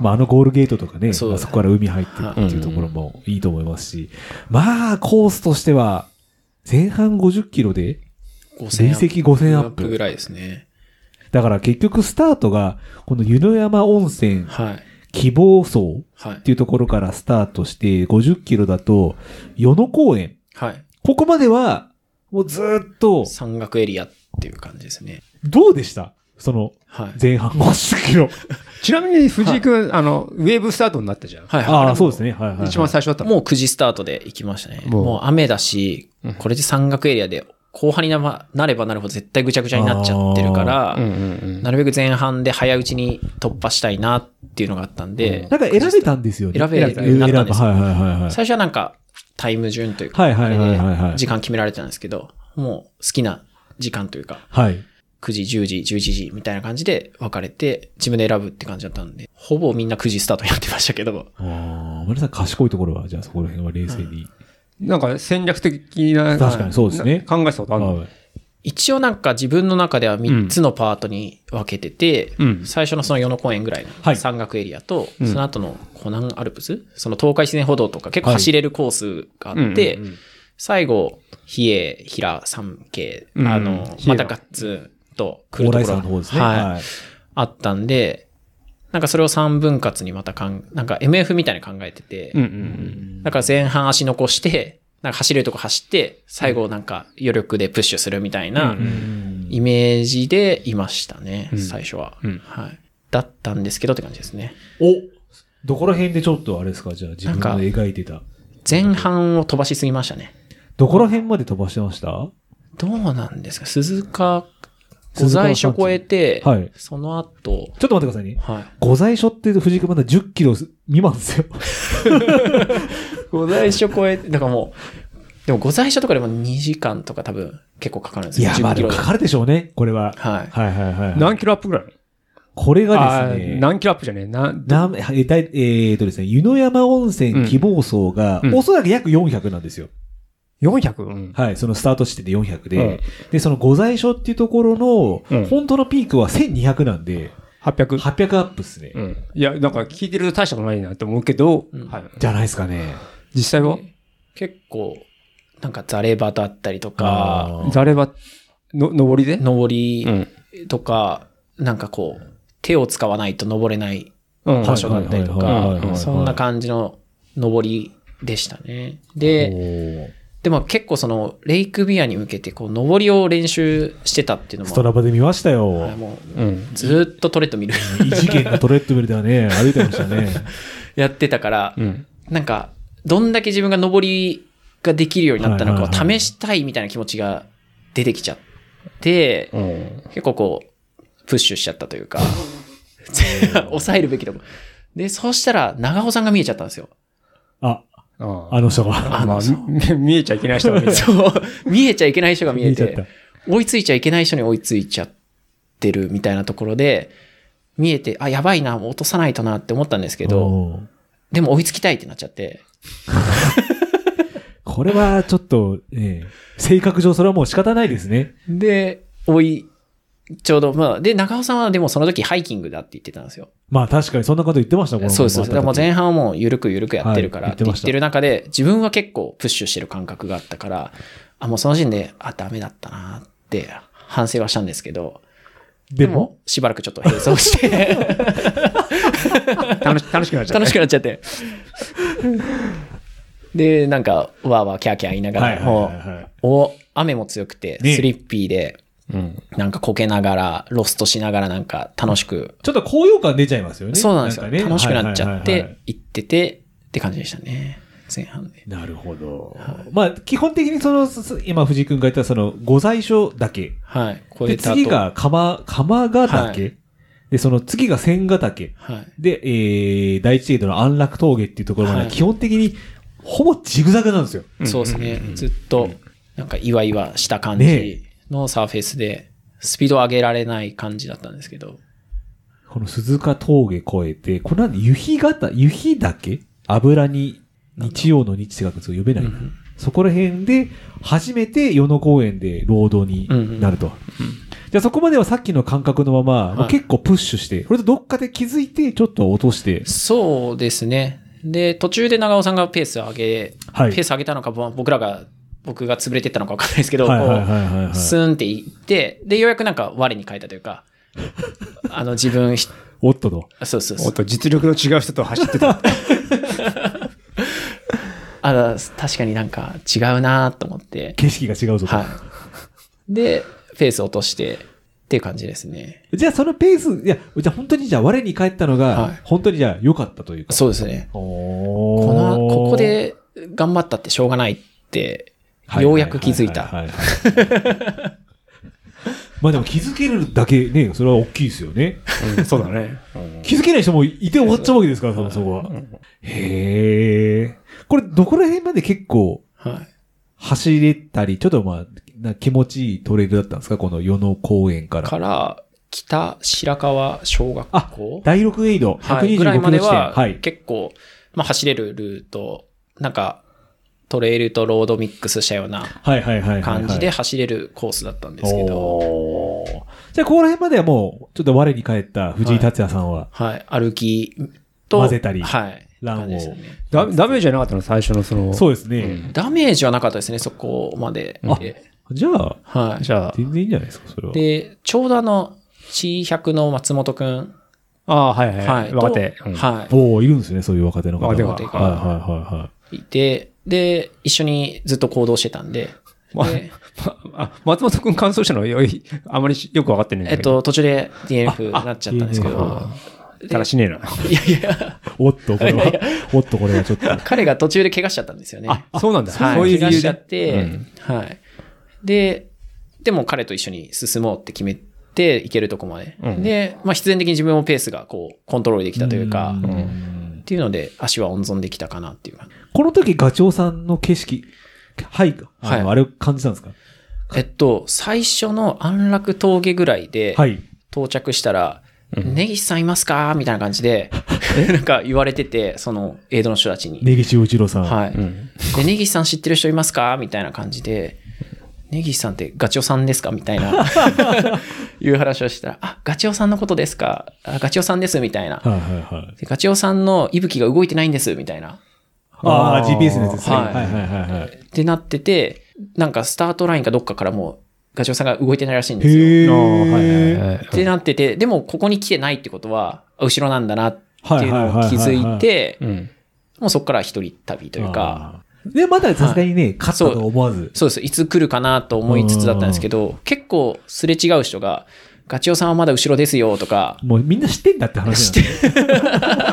[SPEAKER 3] まあ、あのゴールゲートとかね、
[SPEAKER 4] そうだ
[SPEAKER 3] あ
[SPEAKER 4] ね
[SPEAKER 3] そこから海入ってっていうところもいいと思いますし、まあ、コースとしては、前半50キロで、
[SPEAKER 4] 5000
[SPEAKER 3] 累積5000アッ
[SPEAKER 4] ぐ
[SPEAKER 3] プ。
[SPEAKER 4] らいですね。
[SPEAKER 3] だから結局スタートが、この湯の山温泉
[SPEAKER 4] はい。
[SPEAKER 3] 希望層
[SPEAKER 4] はい
[SPEAKER 3] っ。ていうところからスタートして、50キロだと、与野公園。
[SPEAKER 4] はい。
[SPEAKER 3] ここまでは、もうずーっと、
[SPEAKER 4] 山岳エリアっていう感じですね。
[SPEAKER 3] どうでしたその、
[SPEAKER 4] はい。
[SPEAKER 3] 前半50キロ。
[SPEAKER 2] ちなみに藤井君、あの、ウェーブスタートになったじゃん。
[SPEAKER 4] はい、
[SPEAKER 3] ああ、そうですね。はいはい、はい。
[SPEAKER 2] 一番最初だったの。
[SPEAKER 4] もう9時スタートで行きましたね。
[SPEAKER 2] も
[SPEAKER 4] も
[SPEAKER 2] う
[SPEAKER 4] う雨だし、これで山岳エリアで後半になまなればなるほど絶対ぐちゃぐちゃになっちゃってるから、
[SPEAKER 2] うんうん
[SPEAKER 4] なるべく前半で早いうちに突破したいなっていうのがあったんで、
[SPEAKER 3] なんか選べたんですよね。
[SPEAKER 4] 選べるよう
[SPEAKER 3] 選
[SPEAKER 4] にな
[SPEAKER 3] べは
[SPEAKER 4] ったん
[SPEAKER 3] い
[SPEAKER 4] です
[SPEAKER 3] はいはいはい。
[SPEAKER 4] 最初はなんかタイム順というか、
[SPEAKER 3] はいはいはいはいはい
[SPEAKER 4] あれで時間決められてたんですけど、もう好きな時間というか、
[SPEAKER 3] はい。
[SPEAKER 4] 9時、10時、11時みたいな感じで分かれて、自分で選ぶって感じだったんで、ほぼみんな9時スタートやってましたけど、
[SPEAKER 3] ああ、森さん賢いところは、じゃあそこら辺は冷静に。
[SPEAKER 2] なんか戦略的な。
[SPEAKER 3] 確かにそうですね
[SPEAKER 2] な考えたことあるの
[SPEAKER 3] はい
[SPEAKER 4] 一応なんか自分の中では3つのパートに分けてて、
[SPEAKER 2] うん
[SPEAKER 4] 最初のその与野公園ぐらい
[SPEAKER 3] は
[SPEAKER 4] の
[SPEAKER 3] い
[SPEAKER 4] 山岳エリアと、
[SPEAKER 2] うん
[SPEAKER 4] その後の湖南アルプス、その東海自然歩道とか結構走れるコースがあって、
[SPEAKER 2] うんうんうん
[SPEAKER 4] 最後、比叡、平、三景、
[SPEAKER 2] うん
[SPEAKER 4] あの、
[SPEAKER 2] 比叡
[SPEAKER 4] またガッツンと来る
[SPEAKER 3] 蓬莱
[SPEAKER 4] ところ
[SPEAKER 3] 山の方ですね。
[SPEAKER 4] はい
[SPEAKER 3] はい
[SPEAKER 4] あったんで、なんかそれを3分割にまたかん、なんか MF みたいに考えてて、
[SPEAKER 2] うんうん
[SPEAKER 4] だから前半足残して、なんか走れるとこ走って、最後なんか余力でプッシュするみたいな
[SPEAKER 2] うん
[SPEAKER 4] イメージでいましたね、最初は、
[SPEAKER 2] うん
[SPEAKER 4] はい。だったんですけどって感じですね。
[SPEAKER 3] おどこら辺でちょっとあれですかじゃあ自分の描いてた。
[SPEAKER 4] 前半を飛ばしすぎましたね。
[SPEAKER 3] どこら辺まで飛ばしてました
[SPEAKER 4] どうなんですか鈴鹿、御
[SPEAKER 3] 鈴鹿
[SPEAKER 4] 在所超えて、
[SPEAKER 3] はい
[SPEAKER 4] その後、
[SPEAKER 3] ちょっと待ってくださいね。
[SPEAKER 4] はい。
[SPEAKER 3] 御在所って藤井君まだ10キロ未満ですよ。
[SPEAKER 4] 御在所超えて、だからもう、でも御在所とかでも2時間とか多分結構かかるんです
[SPEAKER 3] い
[SPEAKER 4] よ。
[SPEAKER 3] や、まあ
[SPEAKER 4] 10キ
[SPEAKER 3] で
[SPEAKER 4] ロ
[SPEAKER 3] もかかるでしょうね、これは。
[SPEAKER 4] はい
[SPEAKER 3] はいはいはい。
[SPEAKER 2] 何キロアップぐらい
[SPEAKER 3] これ
[SPEAKER 2] あ
[SPEAKER 3] がです
[SPEAKER 2] ー
[SPEAKER 3] ね、
[SPEAKER 2] 何キロアップじゃねえ。な、
[SPEAKER 3] なんえーだいえーとですね、湯の山温泉希望層が、
[SPEAKER 2] うん
[SPEAKER 3] おそらく約400なんですよ。
[SPEAKER 2] 400? うん。
[SPEAKER 3] はい、そのスタート地点で400で、
[SPEAKER 2] うん
[SPEAKER 3] で、その御在所っていうところ
[SPEAKER 2] うん
[SPEAKER 3] の、本当のピークは1200なんで、
[SPEAKER 2] 800?
[SPEAKER 3] 800アップっすね。
[SPEAKER 2] うん。いや、なんか聞いてると大したことないなって思うけど、
[SPEAKER 4] うん
[SPEAKER 2] はい。
[SPEAKER 3] じゃないですかね。
[SPEAKER 2] 実際は
[SPEAKER 4] 結構、なんかザレ場だったりとか、
[SPEAKER 3] ー
[SPEAKER 2] ザレバの、上りで
[SPEAKER 4] 登り
[SPEAKER 2] ん。
[SPEAKER 4] とか、なんかこう、手を使わないと登れない
[SPEAKER 2] うん。
[SPEAKER 4] 場所だったり
[SPEAKER 3] は
[SPEAKER 4] と
[SPEAKER 3] いはいはいはいは
[SPEAKER 4] か、
[SPEAKER 3] い
[SPEAKER 4] そんな感じの登りでしたね。で、でも結構その、レイクビアに向けて、こう、登りを練習してたっていう
[SPEAKER 3] おー
[SPEAKER 4] の
[SPEAKER 3] スト
[SPEAKER 4] も、
[SPEAKER 3] ラバで見ましたよ。
[SPEAKER 4] はいもう
[SPEAKER 2] うん。
[SPEAKER 4] ずーっとトレッドミル
[SPEAKER 3] 異次元のトレッドミルではね、歩いてましたね。
[SPEAKER 4] やってたから
[SPEAKER 2] う、ん。
[SPEAKER 4] なんか、どんだけ自分が登りができるようになった
[SPEAKER 3] は
[SPEAKER 4] のか
[SPEAKER 3] いはいは
[SPEAKER 4] を
[SPEAKER 3] い
[SPEAKER 4] 試したいみたいな気持ちが出てきちゃって、
[SPEAKER 2] うん。
[SPEAKER 4] 結構こう、プッシュしちゃったというか、 抑えるべきとこ。で、そうしたら、長尾さんが見えちゃったんですよ。
[SPEAKER 3] あ、
[SPEAKER 2] あ
[SPEAKER 3] あの人が。
[SPEAKER 2] あ。まあ、み 見えちゃいけない人が見えちゃ
[SPEAKER 4] そう、見えちゃいけない人が見え
[SPEAKER 3] 見えちゃ
[SPEAKER 4] て
[SPEAKER 3] っ、
[SPEAKER 4] 追いついちゃいけない人に追いついちゃってるみたいなところで、見えて、あ、やばいな、もう落とさないとなって思ったんですけど、
[SPEAKER 3] おー
[SPEAKER 4] でも追いつきたいってなっちゃって、
[SPEAKER 3] これはちょっと、ええ性格上それはもう仕方ないですね。
[SPEAKER 4] で、追い、ちょうど、まあ、で、長尾さんはでもその時ハイキングだって言ってたんですよ。
[SPEAKER 3] まあ確かにそんなこと言ってましたもん
[SPEAKER 4] そうそう。だからもう前半はもう緩く緩くやってるから
[SPEAKER 3] はい
[SPEAKER 4] って言ってる中で、自分は結構プッシュしてる感覚があったから、あ、もうその時点で、あ、ダメだったなって反省はしたんですけど、
[SPEAKER 3] で
[SPEAKER 4] でも、しばらくちょっと閉鎖をして、
[SPEAKER 2] 楽し楽しくなっちゃった。
[SPEAKER 4] 楽しくなっちゃって。で、なんか、わーわーキャーキャー言いなが
[SPEAKER 3] はいはい
[SPEAKER 4] ら、
[SPEAKER 3] は
[SPEAKER 4] も
[SPEAKER 3] いは
[SPEAKER 4] う、お、雨も強くて、
[SPEAKER 3] ね
[SPEAKER 4] スリッピーで、
[SPEAKER 2] く。うん。
[SPEAKER 4] なんかこけながら、ロストしながらなんか楽しく、
[SPEAKER 3] い。ちょっと高揚感出ちゃいますよね。
[SPEAKER 4] そうなんですよ。
[SPEAKER 3] かね
[SPEAKER 4] 楽しくなっちゃっ
[SPEAKER 3] はいはいはいは
[SPEAKER 4] て
[SPEAKER 3] い、
[SPEAKER 4] 行ってて、って感じでしたね。前半で。
[SPEAKER 3] なるほど。まあ、基本的にその、す今藤井君が言ったその、御在所だけ。
[SPEAKER 4] はい。こ
[SPEAKER 3] で、次、が鎌、鎌ヶ岳。
[SPEAKER 4] は
[SPEAKER 3] で、その次が千ヶ岳。
[SPEAKER 4] はい。
[SPEAKER 3] で、えー、第一エイドの安楽峠っていうところまで、
[SPEAKER 4] はい
[SPEAKER 3] 基本的に、ほぼジグザグなんですよ。
[SPEAKER 4] そうですね。ずっと、なんか、いわいわした感
[SPEAKER 3] ね
[SPEAKER 4] じのサーフェイスで、スピード上げられない感じだったんですけど、
[SPEAKER 3] この鈴鹿峠越えて、これなんで、夕日型、夕日岳油に、日曜の日って書くんですけど読めないな。そこら辺で、初めて与野公園で労働になると。じゃあそこまではさっきの感覚のまま、
[SPEAKER 4] い
[SPEAKER 3] もう結構プッシュして、これとどっかで気づいて、ちょっと落として、
[SPEAKER 4] そうですね。で、途中で長尾さんがペース上げ、
[SPEAKER 3] はい
[SPEAKER 4] ペース上げたのか、ぼ僕らが、僕が潰れてったのか分かんないですけど、
[SPEAKER 3] はいはいはいはいはい
[SPEAKER 4] こうスーンっていって、で、ようやくなんか我に返ったというか、 あの、自分ひ、
[SPEAKER 3] おっとと。
[SPEAKER 4] そうそうそ
[SPEAKER 2] お
[SPEAKER 4] う
[SPEAKER 2] っ。と、実力の違う人と走ってた。
[SPEAKER 4] あだ確かになんか違うなと思って。
[SPEAKER 3] 景色が違うぞと。
[SPEAKER 4] はい。で、ペース落としてっていう感じですね。
[SPEAKER 3] じゃあそのペース、いや、じゃあ本当にじゃあ我に返ったのが、
[SPEAKER 4] はい
[SPEAKER 3] 本当にじゃあ良かったというか。
[SPEAKER 4] そうですね。
[SPEAKER 3] おー
[SPEAKER 4] この、ここ、で頑張ったってしょうがないって、
[SPEAKER 3] はい
[SPEAKER 4] ようやく気づい
[SPEAKER 3] は
[SPEAKER 4] た。
[SPEAKER 3] ははいはい まあでも気づけるだけね、それは大きいですよね。
[SPEAKER 2] うんそうだね。うん
[SPEAKER 3] 気づけない人もいて終わっちゃうわけですから、そのそこは。へえ。これどこら辺まで結構
[SPEAKER 4] はい。
[SPEAKER 3] 走れたり、ちょっとまあ、な気持ちいいトレイルだったんですかこの与野公園から。
[SPEAKER 4] から、北白川小学
[SPEAKER 3] あ
[SPEAKER 4] 校、
[SPEAKER 3] 第6エイド、125
[SPEAKER 4] はい、
[SPEAKER 3] キ
[SPEAKER 4] ぐらいま
[SPEAKER 3] ロ
[SPEAKER 4] で
[SPEAKER 3] 地点。
[SPEAKER 4] は
[SPEAKER 3] はい、。
[SPEAKER 4] 結構、まあ、走れるルート、なんか、トレイルとロードミックスしたような
[SPEAKER 3] はいはいはいはいはい。
[SPEAKER 4] 感じで走れるコースだったんですけど、
[SPEAKER 3] おーじゃあ、ここら辺まではもう、ちょっと我に返った藤井達也さんは、
[SPEAKER 4] はい、歩きと、
[SPEAKER 3] 混ぜたり
[SPEAKER 4] はい、
[SPEAKER 3] ランを
[SPEAKER 4] 感じですよね
[SPEAKER 2] ダダメージじゃなかったの、最初のその。
[SPEAKER 3] そうですね。
[SPEAKER 4] ダメージはなかったですね、そこまで。
[SPEAKER 3] あ
[SPEAKER 4] で
[SPEAKER 3] じゃあ、
[SPEAKER 4] はい。
[SPEAKER 2] じゃあ、
[SPEAKER 3] 全然いいんじゃないですか、それは。
[SPEAKER 4] で、ちょうどあの、C100 の松本くん、
[SPEAKER 2] ああー、はいはい。
[SPEAKER 4] はい、
[SPEAKER 2] 若手。
[SPEAKER 4] と
[SPEAKER 2] うん
[SPEAKER 4] は、
[SPEAKER 3] おおいるんですね、そういう若手の方
[SPEAKER 2] 若手が
[SPEAKER 3] はいはいはいはい
[SPEAKER 4] いて、で、一緒にずっと行動してたんで、
[SPEAKER 2] ま
[SPEAKER 4] で
[SPEAKER 2] あ、松本くん感想したのよいあまりしよくわかってないん
[SPEAKER 4] え
[SPEAKER 2] だ
[SPEAKER 4] っ
[SPEAKER 2] けど。
[SPEAKER 4] と、途中で DNF になっちゃったんですけど、
[SPEAKER 2] えっと、だらしねえな。
[SPEAKER 4] いやいや、
[SPEAKER 3] い。おっと、これは、おっと、これはちょっ と。
[SPEAKER 4] 彼が途中で怪我しちゃったんですよね。
[SPEAKER 2] あ、そうなんだ。
[SPEAKER 4] はい、
[SPEAKER 2] そういう理
[SPEAKER 4] 怪我
[SPEAKER 2] 由
[SPEAKER 4] しちゃっ
[SPEAKER 2] で。
[SPEAKER 4] て、はい。で、でも彼と一緒に進もうって決めて、行けるとこまで。
[SPEAKER 2] うん
[SPEAKER 4] で、まあ必然的に自分もペースがこう、コントロールできたというか、
[SPEAKER 3] うん
[SPEAKER 4] っていうので、足は温存できたかなっていう。
[SPEAKER 3] この時、ガチョウさんの景色、はい、あの
[SPEAKER 4] はい
[SPEAKER 3] あれを感じたんですか
[SPEAKER 4] えっと、最初の安楽峠ぐらいで、
[SPEAKER 3] はい。
[SPEAKER 4] 到着したら、根岸さんいますかみたいな感じで、 なんか言われてて、その、エイドの人たちに。
[SPEAKER 3] 根岸雄一郎さん。
[SPEAKER 4] はい。
[SPEAKER 2] ん
[SPEAKER 4] で、根岸さん知ってる人いますかみたいな感じで、根岸さんってガチオさんですかみたい な、いう話をしたら、あ、ガチオさんのことですかあ、ガチオさんです、みたいな。
[SPEAKER 3] はいはいはい。
[SPEAKER 4] でガチオさんの息吹が動いてないんです、みたいな。
[SPEAKER 3] ああ、
[SPEAKER 2] あー
[SPEAKER 3] GPS のやつですね。は
[SPEAKER 4] はいい
[SPEAKER 3] はいはいはい。
[SPEAKER 4] ってなってて、なんかスタートラインかどっかからもう、ガチオさんが動いてないらしいんですよ。
[SPEAKER 3] へえ。
[SPEAKER 2] あーはいはい
[SPEAKER 3] い。
[SPEAKER 2] はい
[SPEAKER 4] ってなってて、でもここに来てないってことは、あ後ろなんだなっていうのを気づいて、
[SPEAKER 2] うん。
[SPEAKER 4] もうそこから一人旅というか、
[SPEAKER 3] あー。で、まださすがにね、勝ったとは思わず。
[SPEAKER 4] そうです。いつ来るかなと思いつつだったんですけど、結構すれ違う人が、ガチオさんはまだ後ろですよとか、
[SPEAKER 3] もうみんな知ってんだって話なんだ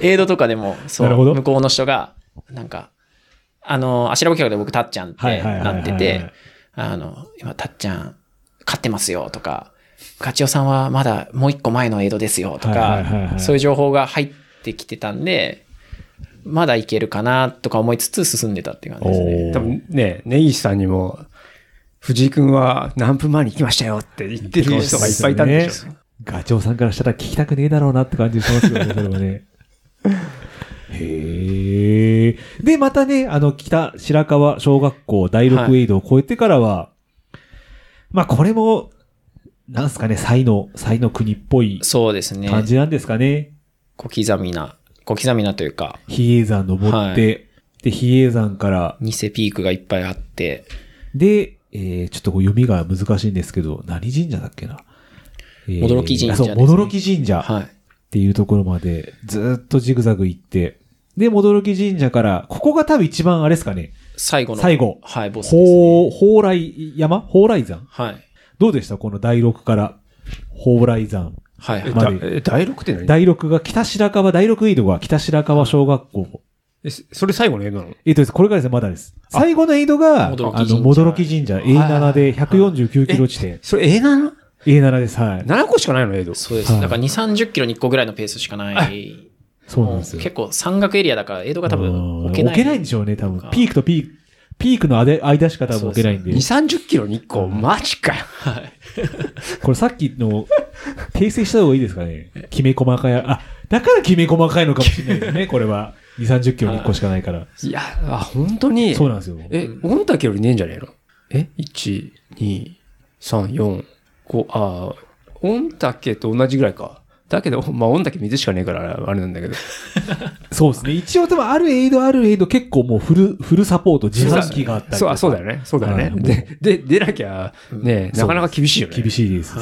[SPEAKER 4] エイドとかでも、そ
[SPEAKER 3] なるほど
[SPEAKER 4] う、向こうの人が、なんか、あの、あしらぼ企画で僕、たっちゃんっ
[SPEAKER 3] はい
[SPEAKER 4] て
[SPEAKER 3] はいはいはいはい
[SPEAKER 4] なってて、あの、今、たっちゃん、勝ってますよとか、ガチオさんはまだもう一個前のエイドですよと
[SPEAKER 3] はいはいはいは
[SPEAKER 4] か
[SPEAKER 3] い、
[SPEAKER 4] そういう情報が入ってきてたんで、まだいけるかなとか思いつつ進んでたっていう感じですね。
[SPEAKER 3] おー
[SPEAKER 2] 多分ね、根岸さんにも、藤井くんは何分前に来ましたよって言ってる人がいっぱいいたんでしょ。
[SPEAKER 3] ねガチョウさんからしたら聞きたくねえだろうなって感じしますよね、それはね。へえ。で、またね、あの、北白川小学校第6
[SPEAKER 4] は
[SPEAKER 3] エイドを超えてからは、まあ、これも、なんすかね、才の、才の国っぽい
[SPEAKER 4] そうですね。
[SPEAKER 3] 感じなんですかね。
[SPEAKER 4] 小刻みな、小刻みなというか、
[SPEAKER 3] 比叡山登って、で、比叡山から、
[SPEAKER 4] 偽ピークがいっぱいあって、
[SPEAKER 3] で、ええー、ちょっとこう読みが難しいんですけど、何神社だっけな。えー
[SPEAKER 4] 戻ろき神社
[SPEAKER 3] あそう、
[SPEAKER 4] ですね
[SPEAKER 3] 戻ろき神社。
[SPEAKER 4] はい。
[SPEAKER 3] っていうところまで、ずーっとジグザグ行って、で、戻ろき神社から、ここが多分一番あれですかね、
[SPEAKER 4] 最後の。
[SPEAKER 3] 最後
[SPEAKER 4] はい、ボスです、ね。
[SPEAKER 3] ほう、蓬莱山蓬莱山
[SPEAKER 4] はい。
[SPEAKER 3] どうでしたこの第6から、蓬莱山。
[SPEAKER 4] はいはい。
[SPEAKER 3] ま
[SPEAKER 2] だ
[SPEAKER 3] で
[SPEAKER 2] え第6って何
[SPEAKER 3] 第6が北白川、第6井戸が北白川小学校。
[SPEAKER 2] えそそれ最後の映画なの
[SPEAKER 3] えっとです、これがですね、まだです。最後の井戸が、あ
[SPEAKER 4] 戻ろき神社
[SPEAKER 3] の、戻ろき神社、A7 で149キロ地点。
[SPEAKER 2] それ映画なの
[SPEAKER 3] A7 です、はい。
[SPEAKER 2] ?7 個しかないの映像。
[SPEAKER 4] そうです。
[SPEAKER 3] はい
[SPEAKER 4] だから2、30キロに1個ぐらいのペースしかない。
[SPEAKER 3] そうなんですよ。
[SPEAKER 4] 結構山岳エリアだから、江戸が多分
[SPEAKER 3] うん
[SPEAKER 4] 置けない。
[SPEAKER 3] 置けないんでしょうね、多
[SPEAKER 4] な
[SPEAKER 3] 分
[SPEAKER 4] んか。
[SPEAKER 3] ピークとピーク、ピークの間間しか多分置けないんで。
[SPEAKER 2] 2、30キロに1個マジかよ。
[SPEAKER 3] これさっきの、訂正した方がいいですかね。きめ細かい。あ、だからきめ細かいのかもしれないですね、これは。2、30キロに1個しかないから。
[SPEAKER 2] いや、あ、本当に。
[SPEAKER 3] そうなんですよ。
[SPEAKER 2] え、御嶽よりねえんじゃねえのえ ?1、2、3、4、5、あー御嶽と同じぐらいか。だけど、まあ、御嶽水しかねえから、あれなんだけど。
[SPEAKER 3] そうですね。一応多分あるエイドあるエイド結構もうフル、フルサポート、自販機があったりと
[SPEAKER 2] そう、
[SPEAKER 3] か。
[SPEAKER 2] あそうだよね。そうだよ
[SPEAKER 3] はい
[SPEAKER 2] ね。で、で、出なきゃ、ね、なかなか厳しいよね。
[SPEAKER 3] 厳
[SPEAKER 2] い。
[SPEAKER 3] しいです。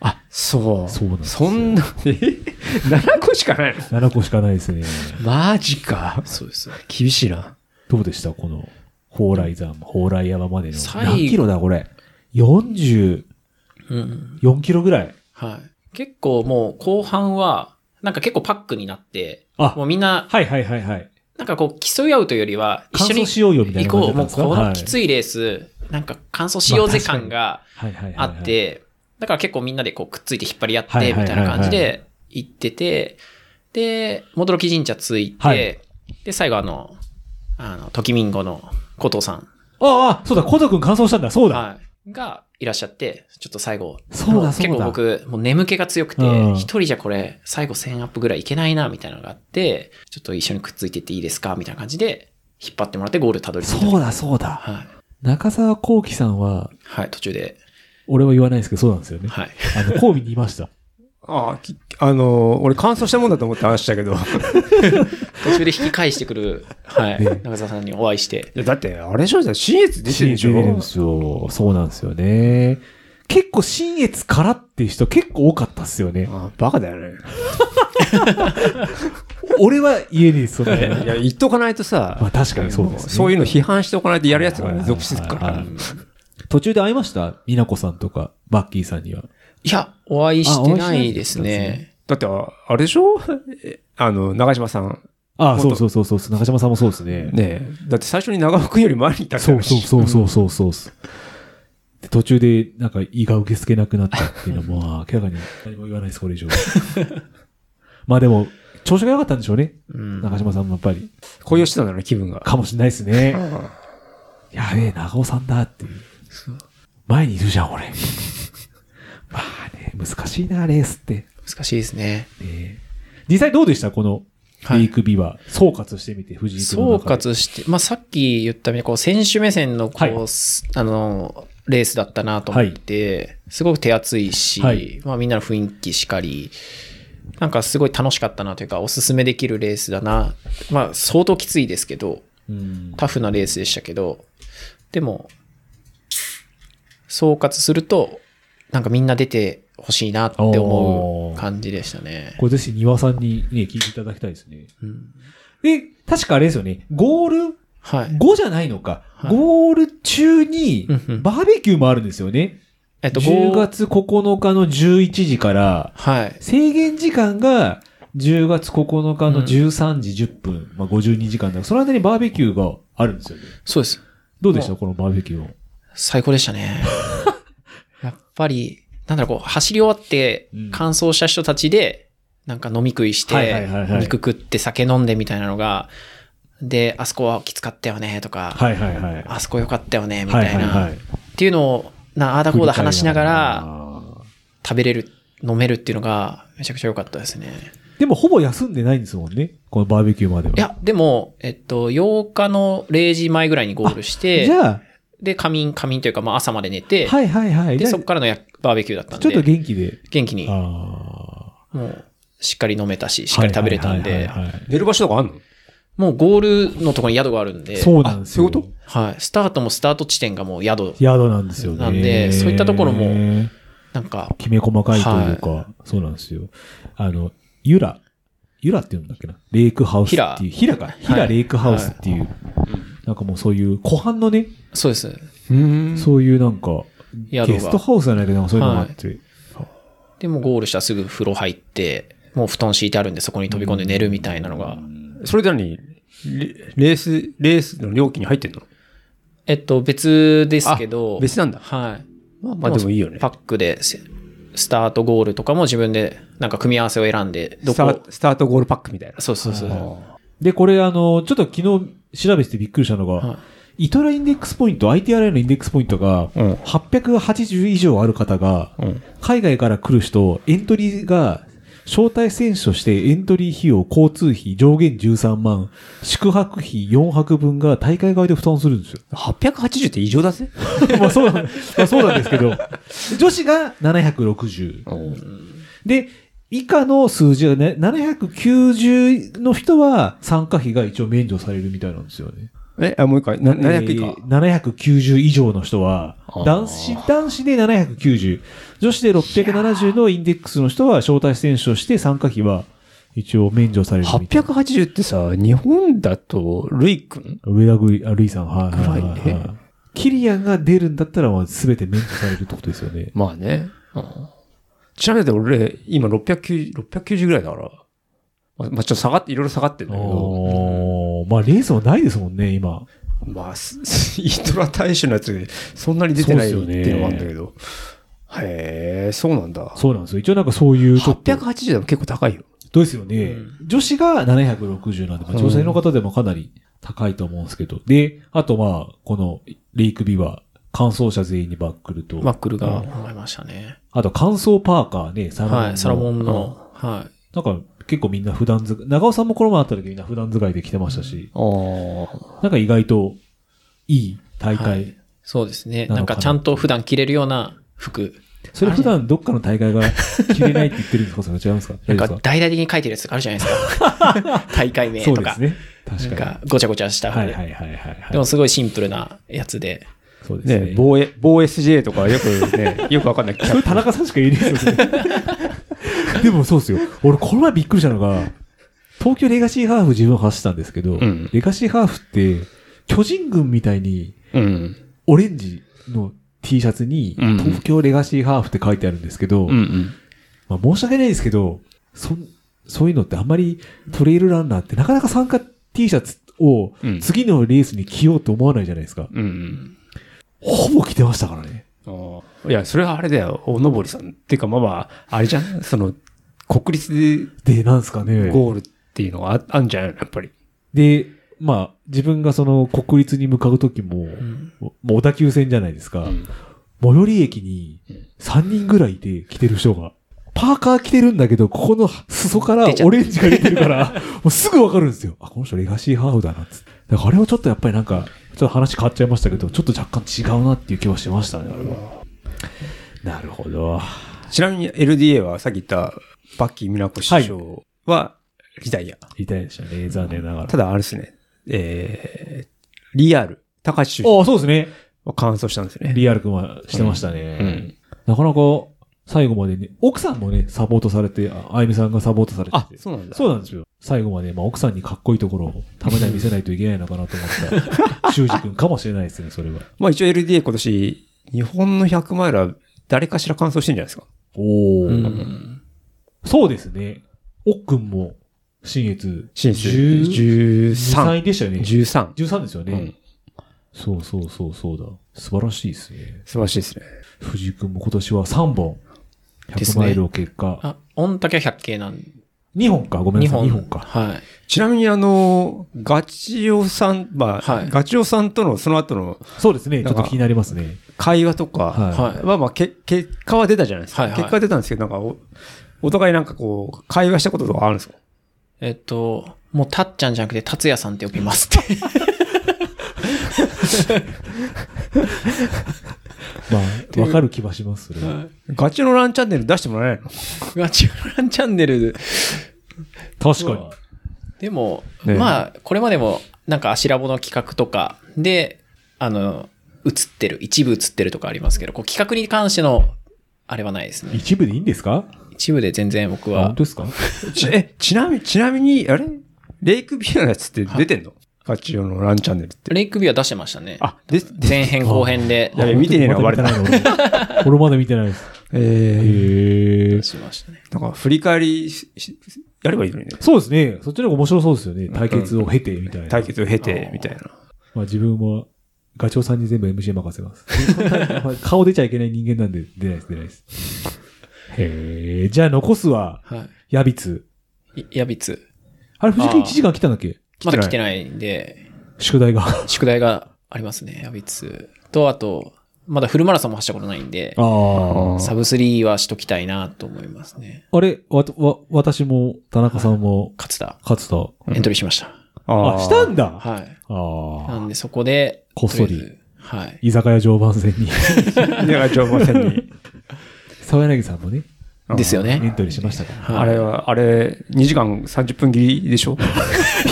[SPEAKER 2] あ、そう。
[SPEAKER 3] そうなんですよ
[SPEAKER 2] そんな、え ?7 個しかないの
[SPEAKER 3] 7個しかないですね。
[SPEAKER 2] マジか。
[SPEAKER 4] そうです。
[SPEAKER 2] 厳しいな。
[SPEAKER 3] どうでしたこの、蓬莱山、蓬莱山までの。
[SPEAKER 4] 最後
[SPEAKER 3] 何キロだこれ。44
[SPEAKER 4] うん。
[SPEAKER 3] キロぐらい。
[SPEAKER 4] はい。結構もう後半は、なんか結構パックになって、
[SPEAKER 3] あ
[SPEAKER 4] もうみんな、
[SPEAKER 3] はいはいはいはい。
[SPEAKER 4] なんかこう競い合うというよりは、一緒
[SPEAKER 3] 完
[SPEAKER 4] に
[SPEAKER 3] 走しようよみたいな
[SPEAKER 4] 行
[SPEAKER 3] 感じ
[SPEAKER 4] こう。
[SPEAKER 3] だったん
[SPEAKER 4] もう
[SPEAKER 3] ですか
[SPEAKER 4] こ
[SPEAKER 3] は
[SPEAKER 4] の
[SPEAKER 3] い
[SPEAKER 4] きついレース、なんか完走しよう
[SPEAKER 3] ま
[SPEAKER 4] ぜ
[SPEAKER 3] あ確かに
[SPEAKER 4] 感が
[SPEAKER 3] はいはいはいは
[SPEAKER 4] あ
[SPEAKER 3] い。
[SPEAKER 4] って、だから結構みんなでこうくっついて引っ張り合って、
[SPEAKER 3] はいはいは
[SPEAKER 4] み
[SPEAKER 3] い
[SPEAKER 4] た
[SPEAKER 3] はいい
[SPEAKER 4] な感じで行ってて、で、戻ろき神社ついて、
[SPEAKER 3] はい
[SPEAKER 4] で、最後あの、あの、ときみんごの古藤さん、
[SPEAKER 3] ああ、そうだ、コト君乾燥したんだ、そうだ。
[SPEAKER 4] はい、がいらっしゃって、ちょっと最後、
[SPEAKER 3] そうだ
[SPEAKER 4] あの
[SPEAKER 3] そうだ
[SPEAKER 4] 結構僕、もう眠気が強くて、
[SPEAKER 3] うん
[SPEAKER 4] 一人じゃこれ、最後1000アップぐらいいけないな、みたいなのがあって、ちょっと一緒にくっついてっていいですかみたいな感じで、引っ張ってもらってゴールたどり着いた。
[SPEAKER 3] そうだ、そうだ。
[SPEAKER 4] はい。
[SPEAKER 3] 中澤幸喜さんは、
[SPEAKER 4] はい、途中で。
[SPEAKER 3] 俺は言わないですけど、そうなんですよ ね。
[SPEAKER 4] はい。
[SPEAKER 3] あの、神戸にいました。
[SPEAKER 2] あーきあのー俺乾燥したもんだと思って話したけど。
[SPEAKER 4] 途中で引き返してくる、はい。中澤さんにお会いして。
[SPEAKER 2] いやだって、あれでしょ新越出てるでしょ
[SPEAKER 3] 出てるんですよ。そうなんですよね。結構、新越からっていう人結構多かったっすよね。
[SPEAKER 2] あバカだよね。
[SPEAKER 3] 俺は言えねえです、そんない
[SPEAKER 2] や、言っとかないとさ、
[SPEAKER 3] まあ確かにそうですね
[SPEAKER 2] もそういうの批判しておかないとやるやつが
[SPEAKER 3] はいはいは
[SPEAKER 2] ね
[SPEAKER 3] い
[SPEAKER 2] 続出するか
[SPEAKER 3] は
[SPEAKER 2] ら
[SPEAKER 3] い。途中で会いました美奈子さんとか、バッキーさんには。
[SPEAKER 4] いや、お会いしてないです
[SPEAKER 3] あお会いしてない
[SPEAKER 4] ね。
[SPEAKER 2] だって、ああれでしょえあの、長島さん。
[SPEAKER 3] ああ、
[SPEAKER 2] もっ
[SPEAKER 3] そ
[SPEAKER 2] と
[SPEAKER 3] うそうそうそう。中島さんもそうですね。
[SPEAKER 2] ねえだって最初に長尾くんより前にいた
[SPEAKER 3] そうそう
[SPEAKER 2] う。
[SPEAKER 3] そうそうそうそうっす。で途中で、なんか胃が受け付けなくなったっていうのも、まあ明らかに何も言わないです、これ以上。まあでも、調子が良かったんでしょうね。
[SPEAKER 4] うん。
[SPEAKER 3] 中島さんもやっぱり。
[SPEAKER 2] 高揚してたんだろうね、気分が。
[SPEAKER 3] かもしれないですね。やべえ、長尾さんだっていう。前にいるじゃん、俺。 まあね、難しいな、レースって。
[SPEAKER 4] 難しいですね。
[SPEAKER 3] ね実際どうでしたこの、
[SPEAKER 4] はい
[SPEAKER 3] リークビは。総括してみて、藤井君の
[SPEAKER 4] 総
[SPEAKER 3] 中で。
[SPEAKER 4] 括して、まあ、さっき言ったみたいに、こう、選手目線の、こう、
[SPEAKER 3] はい
[SPEAKER 4] すあの、レースだったなと思って、すごく手厚いし、
[SPEAKER 3] はい
[SPEAKER 4] まあ、みんなの雰囲気しかり、なんかすごい楽しかったなというか、おすすめできるレースだな。まあ、相当きついですけど、
[SPEAKER 3] うん。
[SPEAKER 4] タフなレースでしたけど、でも、総括すると、なんかみんな出てほしいなって思
[SPEAKER 3] お
[SPEAKER 4] う
[SPEAKER 3] ー
[SPEAKER 4] 感じでしたね。
[SPEAKER 3] これぜひ庭さんにね、聞いていただきたいですね。
[SPEAKER 4] うん
[SPEAKER 3] で、確かあれですよね。ゴール
[SPEAKER 4] はい。
[SPEAKER 3] 5じゃないのか。
[SPEAKER 4] はい
[SPEAKER 3] ゴール中に
[SPEAKER 4] うんうん
[SPEAKER 3] バーベキューもあるんですよね。
[SPEAKER 4] えっと、
[SPEAKER 3] 10
[SPEAKER 4] 5
[SPEAKER 3] 月9日の11時から、
[SPEAKER 4] はい。
[SPEAKER 3] 制限時間が10月9日の13時10分、まあ52時間だから、その間にバーベキューがあるんですよね。
[SPEAKER 4] そうです。
[SPEAKER 3] どうでしたこのバーベキューを。
[SPEAKER 4] 最高でし たね。やっぱり、なんだろう、こう、走り終わって
[SPEAKER 3] うん、
[SPEAKER 4] 乾燥した人たちで、なんか飲み食いし
[SPEAKER 3] はいはい
[SPEAKER 4] て
[SPEAKER 3] はいはい、
[SPEAKER 4] 肉食って酒飲んでみたいなのが、で、あそこはきつかったよね、とか、
[SPEAKER 3] はいはいはい。
[SPEAKER 4] あそこ良かったよね、み
[SPEAKER 3] は
[SPEAKER 4] た
[SPEAKER 3] い
[SPEAKER 4] い
[SPEAKER 3] はいは
[SPEAKER 4] な。っ
[SPEAKER 3] い。
[SPEAKER 4] ていうのを、なああだこうだ話しながら、食べれる、飲めるっていうのが、めちゃくちゃ良かったですね。
[SPEAKER 3] でもほぼ休んでないんですもんね。このバーベキューまでは。
[SPEAKER 4] いや、でも、えっと、8日の0時前ぐらいにゴールして
[SPEAKER 3] じ、ゃ
[SPEAKER 4] で、仮眠、仮眠というか、まあ朝まで寝て
[SPEAKER 3] あ、、はいはいはい。
[SPEAKER 4] で、
[SPEAKER 3] じゃ
[SPEAKER 4] そこからのやバーベキューだった
[SPEAKER 3] あ
[SPEAKER 4] ん
[SPEAKER 3] ちょっと
[SPEAKER 4] で、
[SPEAKER 3] 元気で。
[SPEAKER 4] 元気に
[SPEAKER 3] ああ。
[SPEAKER 4] もう、しっかり飲めたし、しっかり食べれたん
[SPEAKER 3] はい
[SPEAKER 4] で
[SPEAKER 3] はい、はいはい
[SPEAKER 2] 寝る場所とかあんの
[SPEAKER 4] もうゴールのところに宿があるんで、
[SPEAKER 3] そうなんですよ。
[SPEAKER 2] あそういうこ
[SPEAKER 4] はい。スタートもスタート地点がもう宿。
[SPEAKER 3] 宿なんですよね。
[SPEAKER 4] なんでそういったところも、なんか、
[SPEAKER 3] きめ細かいというか、そうなんですよ。あの、ユラ、ユラって言うんだっけな。レイクハウスっていう、ヒラか。ヒラレイクハウスっていう、なんかもうそういう湖畔のね、
[SPEAKER 4] そうです。
[SPEAKER 2] うん
[SPEAKER 3] そういうなんか、
[SPEAKER 4] 宿が
[SPEAKER 3] ゲストハウスじゃないけど、なんかそういうのもあって、
[SPEAKER 4] で、もうゴールしたらすぐ風呂入って、もう布団敷いてあるんでそこに飛び込んで寝るみたいなのが、
[SPEAKER 2] それで何レレース、レースの料金に入ってんの
[SPEAKER 4] えっと、別ですけど、
[SPEAKER 2] あ別なんだ
[SPEAKER 4] はい。まあ、
[SPEAKER 2] まあでもいいよね
[SPEAKER 4] パックで、せスタートゴールとかも自分で、なんか組み合わせを選んで、ど
[SPEAKER 2] スタ
[SPEAKER 4] こ
[SPEAKER 2] ー、スタートゴールパックみたいな。
[SPEAKER 4] そうそうそう。
[SPEAKER 3] で、これあの、ちょっと昨日調べててびっくりしたのが、
[SPEAKER 4] は
[SPEAKER 3] イトラインデックスポイント、ITRA のインデックスポイントが、
[SPEAKER 2] うん
[SPEAKER 3] 880以上ある方が、
[SPEAKER 2] ん
[SPEAKER 3] 海外から来る人、エントリーが、招待選手としてエントリー費用、交通費、上限13万、宿泊費4泊分が大会側で負担するんですよ。
[SPEAKER 2] 880って異常だぜ。
[SPEAKER 3] まあそうなん、まあそうなんですけど、女子が760。で、以下の数字がね、790の人は参加費が一応免除されるみたいなんですよね。
[SPEAKER 2] え、あ、もう一回、な700以下。
[SPEAKER 3] えー790以上の人は、
[SPEAKER 2] あー
[SPEAKER 3] 男子、男子で790、女子で670のインデックスの人は招待選手として参加費は一応免除されるみたいな。
[SPEAKER 2] 880ってさ、日本だと、ルイ君
[SPEAKER 3] 上田グリ、あ、ルイさん、はいはいはい
[SPEAKER 2] ぐらい
[SPEAKER 3] はい。キリアンが出るんだったら、まあ、全て免除されるってことですよね。
[SPEAKER 2] まあね。うんちなみにだって俺、今690、690ぐらいだから。まあ、まあちょっと下がって、いろいろ下がってんだけど。
[SPEAKER 3] おーまあ、レースもないですもんね、今。
[SPEAKER 2] まあ、す イトラ大衆のやつで、そんなに出てないって
[SPEAKER 3] そうっすよね
[SPEAKER 2] いうのもあるんだけど。へえ、そうなんだ。
[SPEAKER 3] そうなんですよ。一応なんかそういうちょっと。
[SPEAKER 2] 880でも結構高いよ。
[SPEAKER 3] どうですよね。女子が760なんで、まあ、女性の方でもかなり高いと思うんですけど。で、あとまあ、このレイクビは、乾燥車全員にバックルと、
[SPEAKER 4] マックルが思いましたね。
[SPEAKER 3] あと乾燥パーカーね、サラモンの。
[SPEAKER 4] はい。サラモンの、はい。
[SPEAKER 3] なんか結構みんな普段使い、長尾さんもこの前あった時みんな普段使いで来てましたし、
[SPEAKER 2] あ
[SPEAKER 3] なんか意外といい大会。
[SPEAKER 4] はいそうですね。
[SPEAKER 3] なのかな
[SPEAKER 4] なんかちゃんと普段着れるような服。
[SPEAKER 3] それ普段どっかの大会が着れないって言ってるんですかそれ違いますか
[SPEAKER 4] なん
[SPEAKER 3] 大丈
[SPEAKER 4] か
[SPEAKER 3] 夫です
[SPEAKER 4] 大々的に書いてるやつあるじゃないで すか。大会名
[SPEAKER 3] そ
[SPEAKER 4] と
[SPEAKER 3] うで
[SPEAKER 4] か。
[SPEAKER 3] すね。
[SPEAKER 4] なん
[SPEAKER 3] 確か
[SPEAKER 4] かごちゃごちゃした
[SPEAKER 3] に。
[SPEAKER 4] 服
[SPEAKER 3] は
[SPEAKER 4] で。
[SPEAKER 3] いはいはいはい、はい。
[SPEAKER 4] でもすごいシンプルなやつで。
[SPEAKER 3] そうです
[SPEAKER 2] ね防衛、防衛 SJ とかよく ね、よくわかんない。
[SPEAKER 3] それ田中さんしか言えないですよね。 でもそうですよ。俺、この前びっくりしたのが、東京レガシーハーフ自分走ったんですけど、
[SPEAKER 2] うん
[SPEAKER 3] レガシーハーフって、巨人軍みたいに、
[SPEAKER 2] うん。
[SPEAKER 3] オレンジの T シャツに、
[SPEAKER 2] うん
[SPEAKER 3] 東京レガシーハーフって書いてあるんですけど、
[SPEAKER 2] うんうん。
[SPEAKER 3] まあ申し訳ないですけど、そん、そういうのってあんまりトレイルランナーってなかなか参加 T シャツを
[SPEAKER 2] うん
[SPEAKER 3] 次のレースに着ようと思わないじゃないですか。
[SPEAKER 2] うん
[SPEAKER 3] ほぼ着てましたからね。
[SPEAKER 2] うん。いや、それはあれだよ。おのぼりさん。っていうか、まあまあ、あれじゃんその、国立
[SPEAKER 3] で、なんですか
[SPEAKER 2] で
[SPEAKER 3] ね。
[SPEAKER 2] ゴールっていうのがああんじゃないのやっぱり。
[SPEAKER 3] で、まあ、自分がその国立に向かうときも、もう小田急線じゃないですか。
[SPEAKER 2] ん
[SPEAKER 3] 最寄り駅に3人ぐらいいて来てる人が。パーカー着てるんだけど、ここの裾から
[SPEAKER 4] 出ちゃう
[SPEAKER 3] オレンジが出てる から、もうすぐわかるんですよ。あ、この人レガシーハーフだなっつって。だからあれはちょっとやっぱりなんか、ちょっと話変わっちゃいましたけど、ちょっと若干違うなっていう気はしましたね、あれは。なるほど。
[SPEAKER 2] ちなみに LDA はさっき言ったバッキー美奈子師匠はリタイア。
[SPEAKER 3] 痛いでしたね、残念ながら。
[SPEAKER 2] ただあれですね、えー、リアル、高橋
[SPEAKER 3] ああ、そうですね。
[SPEAKER 2] は完走したんですよね。
[SPEAKER 3] リアル君はしてましたね。
[SPEAKER 2] うん
[SPEAKER 3] なかなか最後までね、奥さんもね、サポートされて、ああゆみさんがサポートされて
[SPEAKER 2] あ
[SPEAKER 3] て、。
[SPEAKER 2] そうなんだ。
[SPEAKER 3] そうなんですよ。最後まで、まあ、奥さんにかっこいいところをたまには見せないといけないのかなと思った、修二君かもしれないですね、それは。
[SPEAKER 2] まあ一応 LDA 今年、日本の100マイルは誰かしら完走してんじゃないですか。
[SPEAKER 3] おお、
[SPEAKER 4] うん。
[SPEAKER 3] そうですね。奥君も、新越、
[SPEAKER 2] 新州
[SPEAKER 3] 10 13
[SPEAKER 2] 13。
[SPEAKER 3] 位でしたよね。
[SPEAKER 2] 13。
[SPEAKER 3] 13ですよね、
[SPEAKER 2] うん
[SPEAKER 3] そうそうそうそうだ。素晴らしいですね。
[SPEAKER 2] 素晴らしいですね。
[SPEAKER 3] 藤井君も今年は3本、
[SPEAKER 4] です
[SPEAKER 3] 100
[SPEAKER 4] ね
[SPEAKER 3] マイルを結果、
[SPEAKER 4] あ、御嶽は100系なん
[SPEAKER 3] 二2本か、ごめん
[SPEAKER 4] 日
[SPEAKER 3] なさい、
[SPEAKER 4] 本。
[SPEAKER 3] 2本か。
[SPEAKER 4] はい。
[SPEAKER 2] ちなみにあの、ガチオさん、まあ、
[SPEAKER 4] はい
[SPEAKER 2] ガチオさんとのその後の
[SPEAKER 3] そうですね。ち
[SPEAKER 2] な
[SPEAKER 3] ょ
[SPEAKER 2] ん
[SPEAKER 3] っ
[SPEAKER 2] か
[SPEAKER 3] と気になりますね。
[SPEAKER 2] 会話とか、
[SPEAKER 3] はい
[SPEAKER 4] はい。
[SPEAKER 2] まあまあ、け結果は出たじゃないですか。
[SPEAKER 4] はいはい
[SPEAKER 2] 結果は出たんですけど、なんかお、お互いなんかこう、会話したこととかあるんですか
[SPEAKER 4] えっと、もうたっちゃんじゃなくて、たつやさんって呼びますって。
[SPEAKER 3] まあ、わかる気はします。それは
[SPEAKER 2] ガチのランチャンネル出してもらえないの
[SPEAKER 4] ガチュランチャンネル。
[SPEAKER 3] 確かに。
[SPEAKER 4] でも、
[SPEAKER 2] ね
[SPEAKER 4] まあ、これまでも、なんか、あしらぼの企画とかで、あの、映ってる、一部映ってるとかありますけど、こう企画に関しての、あれはないですね。
[SPEAKER 3] 一部でいいんですか
[SPEAKER 4] 一部で全然僕
[SPEAKER 3] あ
[SPEAKER 4] は
[SPEAKER 3] 本当、ですか
[SPEAKER 2] ちえ、ちなみに、ちなみに、あれレイクビアのやつって出てんのカチオのランチャンネルって。
[SPEAKER 4] レイクビューは出してましたね。
[SPEAKER 2] あ、で、で
[SPEAKER 4] 前編後編で
[SPEAKER 2] やべ、見てねえな、バレた。
[SPEAKER 3] まだ見てないの俺俺まだ見てないです。
[SPEAKER 2] え
[SPEAKER 3] へえ
[SPEAKER 4] 出。しましたね。
[SPEAKER 2] ー、なんか振り返りし、しやればいいのにね。
[SPEAKER 3] そうですね。そっちの方が面白そうですよね。対決を経て、みたいな。
[SPEAKER 2] 対決を経て、みたいな。
[SPEAKER 3] まあ自分も、ガチョウさんに全部 MC 任せます。顔出ちゃいけない人間なんで、出ないです、出ないです。へえ。じゃあ残すは、
[SPEAKER 4] は
[SPEAKER 3] ヤビツ。
[SPEAKER 4] い。いやびつ。
[SPEAKER 3] あれ、藤
[SPEAKER 4] あ
[SPEAKER 3] 君
[SPEAKER 4] ー
[SPEAKER 3] 1時間来たんだっけ
[SPEAKER 4] まだ来
[SPEAKER 2] 来
[SPEAKER 4] て
[SPEAKER 2] て
[SPEAKER 4] ないんで、
[SPEAKER 3] 宿題が。あ
[SPEAKER 4] 宿題がありますね、やびつ。と、あと、まだフルマラソンも走ったことないんで、
[SPEAKER 3] あ。
[SPEAKER 4] サブ3はしときたいなと思いますね。
[SPEAKER 3] あれ、わ、わ、私も、田中さんも、
[SPEAKER 4] 勝田、
[SPEAKER 3] 勝つと。
[SPEAKER 4] エントリーしました。
[SPEAKER 3] あ、したんだあ
[SPEAKER 4] はい。な
[SPEAKER 3] あ。
[SPEAKER 4] んで、そこで、
[SPEAKER 3] こっそり
[SPEAKER 4] とりあえず。はい。
[SPEAKER 3] 居酒屋常磐線 に。
[SPEAKER 2] だから、情報戦に。
[SPEAKER 3] 沢柳さんもね、
[SPEAKER 4] ですよ
[SPEAKER 3] エン
[SPEAKER 4] ね。
[SPEAKER 3] トリーしましたから。
[SPEAKER 4] はい
[SPEAKER 2] あれは、あれ、2時間30分切りで しょ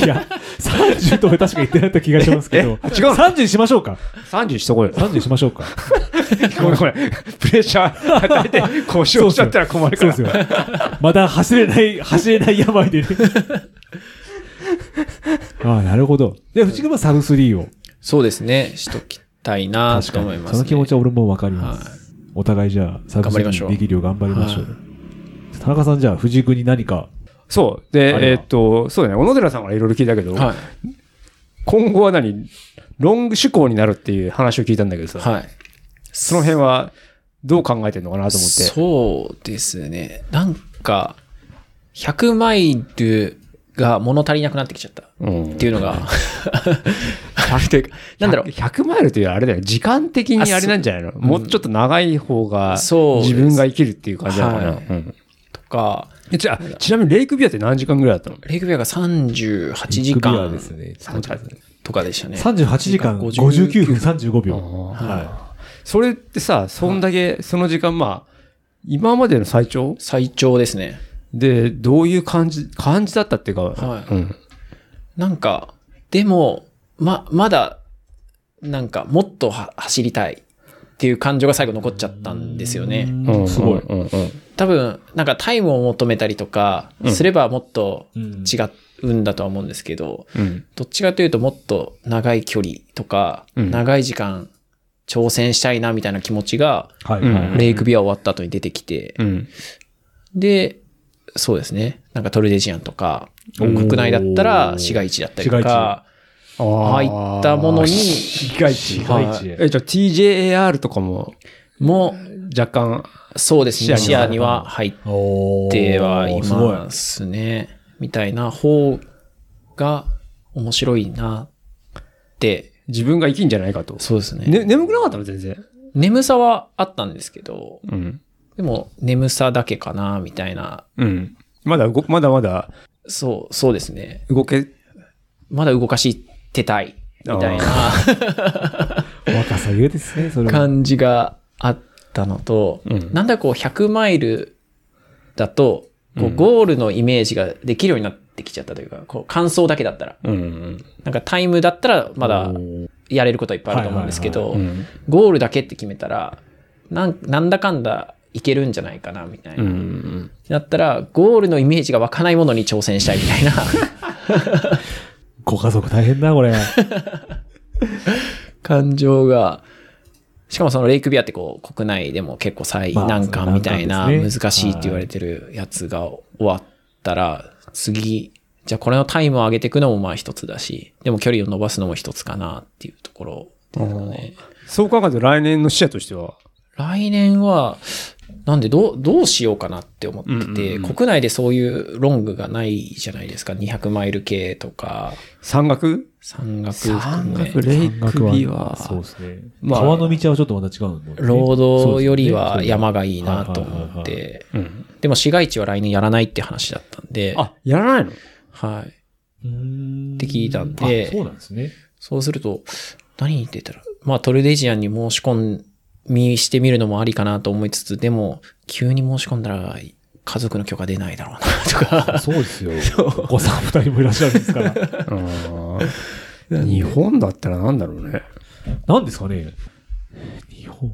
[SPEAKER 3] いや、30と俺確か言ってなかった気がしますけど。
[SPEAKER 2] ええ違う
[SPEAKER 3] 30にしましょうか。
[SPEAKER 2] ?30 しとこうよ。
[SPEAKER 3] 30にしましょうか。
[SPEAKER 2] ごめんごめん。プレッシャー与えて、故障しちゃったら困るか
[SPEAKER 3] そう
[SPEAKER 2] ら。
[SPEAKER 3] ですよ。まだ走れない、走れない病 でね。ああ、なるほど。で、藤君はサブ3を。
[SPEAKER 4] そうですね。しときたいなと思います、
[SPEAKER 3] そ
[SPEAKER 4] ね。
[SPEAKER 3] の気持ち
[SPEAKER 4] を。
[SPEAKER 3] は俺もわかります。お互いじゃあ、サブ
[SPEAKER 4] 頑張りましょ
[SPEAKER 3] 3
[SPEAKER 4] う
[SPEAKER 3] できるよう頑張りましょう。
[SPEAKER 4] は
[SPEAKER 3] 田中さんじゃあ、藤井君に何か。
[SPEAKER 2] そう。で
[SPEAKER 3] あれ、は
[SPEAKER 2] えーっと、そうだね。小野寺さんからいろいろ聞いたけど、
[SPEAKER 4] はい。
[SPEAKER 2] 今後は何ロング思考になるっていう話を聞いたんだけどさ、
[SPEAKER 4] はい。
[SPEAKER 2] その辺はどう考えてるのかなと思って。
[SPEAKER 4] そうですね。なんか、100マイルが物足りなくなってきちゃったっ
[SPEAKER 2] うん
[SPEAKER 4] ていうのが、 あるというか、なんだろう。
[SPEAKER 2] 100 100マイルというあれだよ。時間的にあれなんじゃないのもうちょっと長い方が、
[SPEAKER 4] そうです
[SPEAKER 2] 自分が生きるっていう感じなのかな。
[SPEAKER 4] はい
[SPEAKER 2] うん
[SPEAKER 4] とか、
[SPEAKER 2] えじゃあ、ちなみにレイクビアって何時間ぐらいだったの
[SPEAKER 4] レイクビアが38時
[SPEAKER 3] ビッグビア
[SPEAKER 4] 間
[SPEAKER 3] ですね。
[SPEAKER 4] とかでしたね。
[SPEAKER 3] 38時間59分35秒。
[SPEAKER 4] は
[SPEAKER 2] それってさ、そんだけ、その時間、まあ、今までの最長
[SPEAKER 4] い。最長ですね。
[SPEAKER 2] で、どういう感じ、感じだったっていうか、
[SPEAKER 4] はい
[SPEAKER 2] うん。
[SPEAKER 4] なんか、でも、ま、まだ、なんか、もっとは走りたいっていう感情が最後残っちゃったんですよね。
[SPEAKER 2] うん
[SPEAKER 3] すごい。
[SPEAKER 2] うんうん
[SPEAKER 4] 多分、なんかタイムを求めたりとか、すればもっと違うんだとは思うんですけど、
[SPEAKER 2] うん。
[SPEAKER 4] どっちかというともっと長い距離とか、
[SPEAKER 2] うん
[SPEAKER 4] 長い時間挑戦したいなみたいな気持ちが、
[SPEAKER 3] はい。
[SPEAKER 2] うん
[SPEAKER 3] はい
[SPEAKER 4] レイクビア終わった後に出てきて、
[SPEAKER 2] うん。
[SPEAKER 4] で、そうですね。なんかトルデジアンとか、
[SPEAKER 3] おー
[SPEAKER 4] 国内だったら市街地だったりと
[SPEAKER 3] 市街
[SPEAKER 4] か、ああいったものに
[SPEAKER 2] 市街地。
[SPEAKER 3] 市街地へ
[SPEAKER 2] え、じゃあ TJAR とかも、
[SPEAKER 4] も、
[SPEAKER 2] 若干、
[SPEAKER 4] そうですね、
[SPEAKER 2] 視
[SPEAKER 4] 視
[SPEAKER 2] 野
[SPEAKER 4] 野
[SPEAKER 2] に
[SPEAKER 4] には入っ
[SPEAKER 3] おー
[SPEAKER 4] てはい
[SPEAKER 3] すごい
[SPEAKER 4] ますね。みたいな方が面白いなって、
[SPEAKER 2] 自分が生きんじゃないかと。
[SPEAKER 4] そうですね。
[SPEAKER 2] ね、眠くなかったの全然。
[SPEAKER 4] 眠さはあったんですけど、
[SPEAKER 2] うん。
[SPEAKER 4] でも眠さだけかな、みたいな。
[SPEAKER 2] うん。まだ動、まだまだ
[SPEAKER 4] そう、そうですね。
[SPEAKER 2] 動け、
[SPEAKER 4] まだ動かしてたい、みたいな
[SPEAKER 3] 若さゆえですね、それは。
[SPEAKER 4] 感じがあったのと、
[SPEAKER 2] うん
[SPEAKER 4] なんだこう100マイルだと、こうゴールのイメージができるようになってきちゃったというか、こう感想だけだったら。
[SPEAKER 2] うん。
[SPEAKER 4] なんかタイムだったらまだやれることはいっぱいあると思うんですけ
[SPEAKER 2] う
[SPEAKER 4] ど、
[SPEAKER 2] ん。
[SPEAKER 4] ゴールだけって決めたら、なんなんだかんだいけるんじゃないかな、みたいうな。
[SPEAKER 2] ん。
[SPEAKER 4] だったら、ゴールのイメージが湧かないものに挑戦したいみたいな
[SPEAKER 3] ご家族大変だ、これ。
[SPEAKER 4] 感情が、しかもそのレイクビアってこう国内でも結構最
[SPEAKER 3] まあ
[SPEAKER 4] 難関みたいな
[SPEAKER 3] 難関で
[SPEAKER 4] 難
[SPEAKER 3] すね
[SPEAKER 4] しいって言われてるやつが終わったら、次、じゃあこれのタイムを上げていくのもまあ一つだし、でも距離を伸ばすのも一つかなっていうところですよね。
[SPEAKER 2] そう考えると来年の視野としては、
[SPEAKER 4] 来年は、なんでどう、どうしようかなって思ってて、国内でそういうロングがないじゃないですか。200マイル系とか、
[SPEAKER 2] 山岳
[SPEAKER 4] 山岳含め。
[SPEAKER 2] レ
[SPEAKER 3] 山岳そうですね。
[SPEAKER 2] まあ
[SPEAKER 3] 川の道はちょっとまた違うのね
[SPEAKER 4] ロードよりは山
[SPEAKER 3] が。
[SPEAKER 4] がいいなと思っ
[SPEAKER 3] はいはいは
[SPEAKER 4] て。でも市街地は来年やらないって話だったんで、
[SPEAKER 2] あ、やらないの
[SPEAKER 4] はい。
[SPEAKER 3] うーん
[SPEAKER 4] って聞いたんで
[SPEAKER 3] あそうなんですね。
[SPEAKER 4] そうすると、何に出たら、まあトルデジアンに申し込みしてみるのもありかなと思いつつ、でも、急に申し込んだら家族の許可出ないだろうなとか。
[SPEAKER 3] そうですよ。お子 さん二人もいらっしゃるんですから。
[SPEAKER 2] 日本だったらなんだろうね。
[SPEAKER 3] なんですかね日本。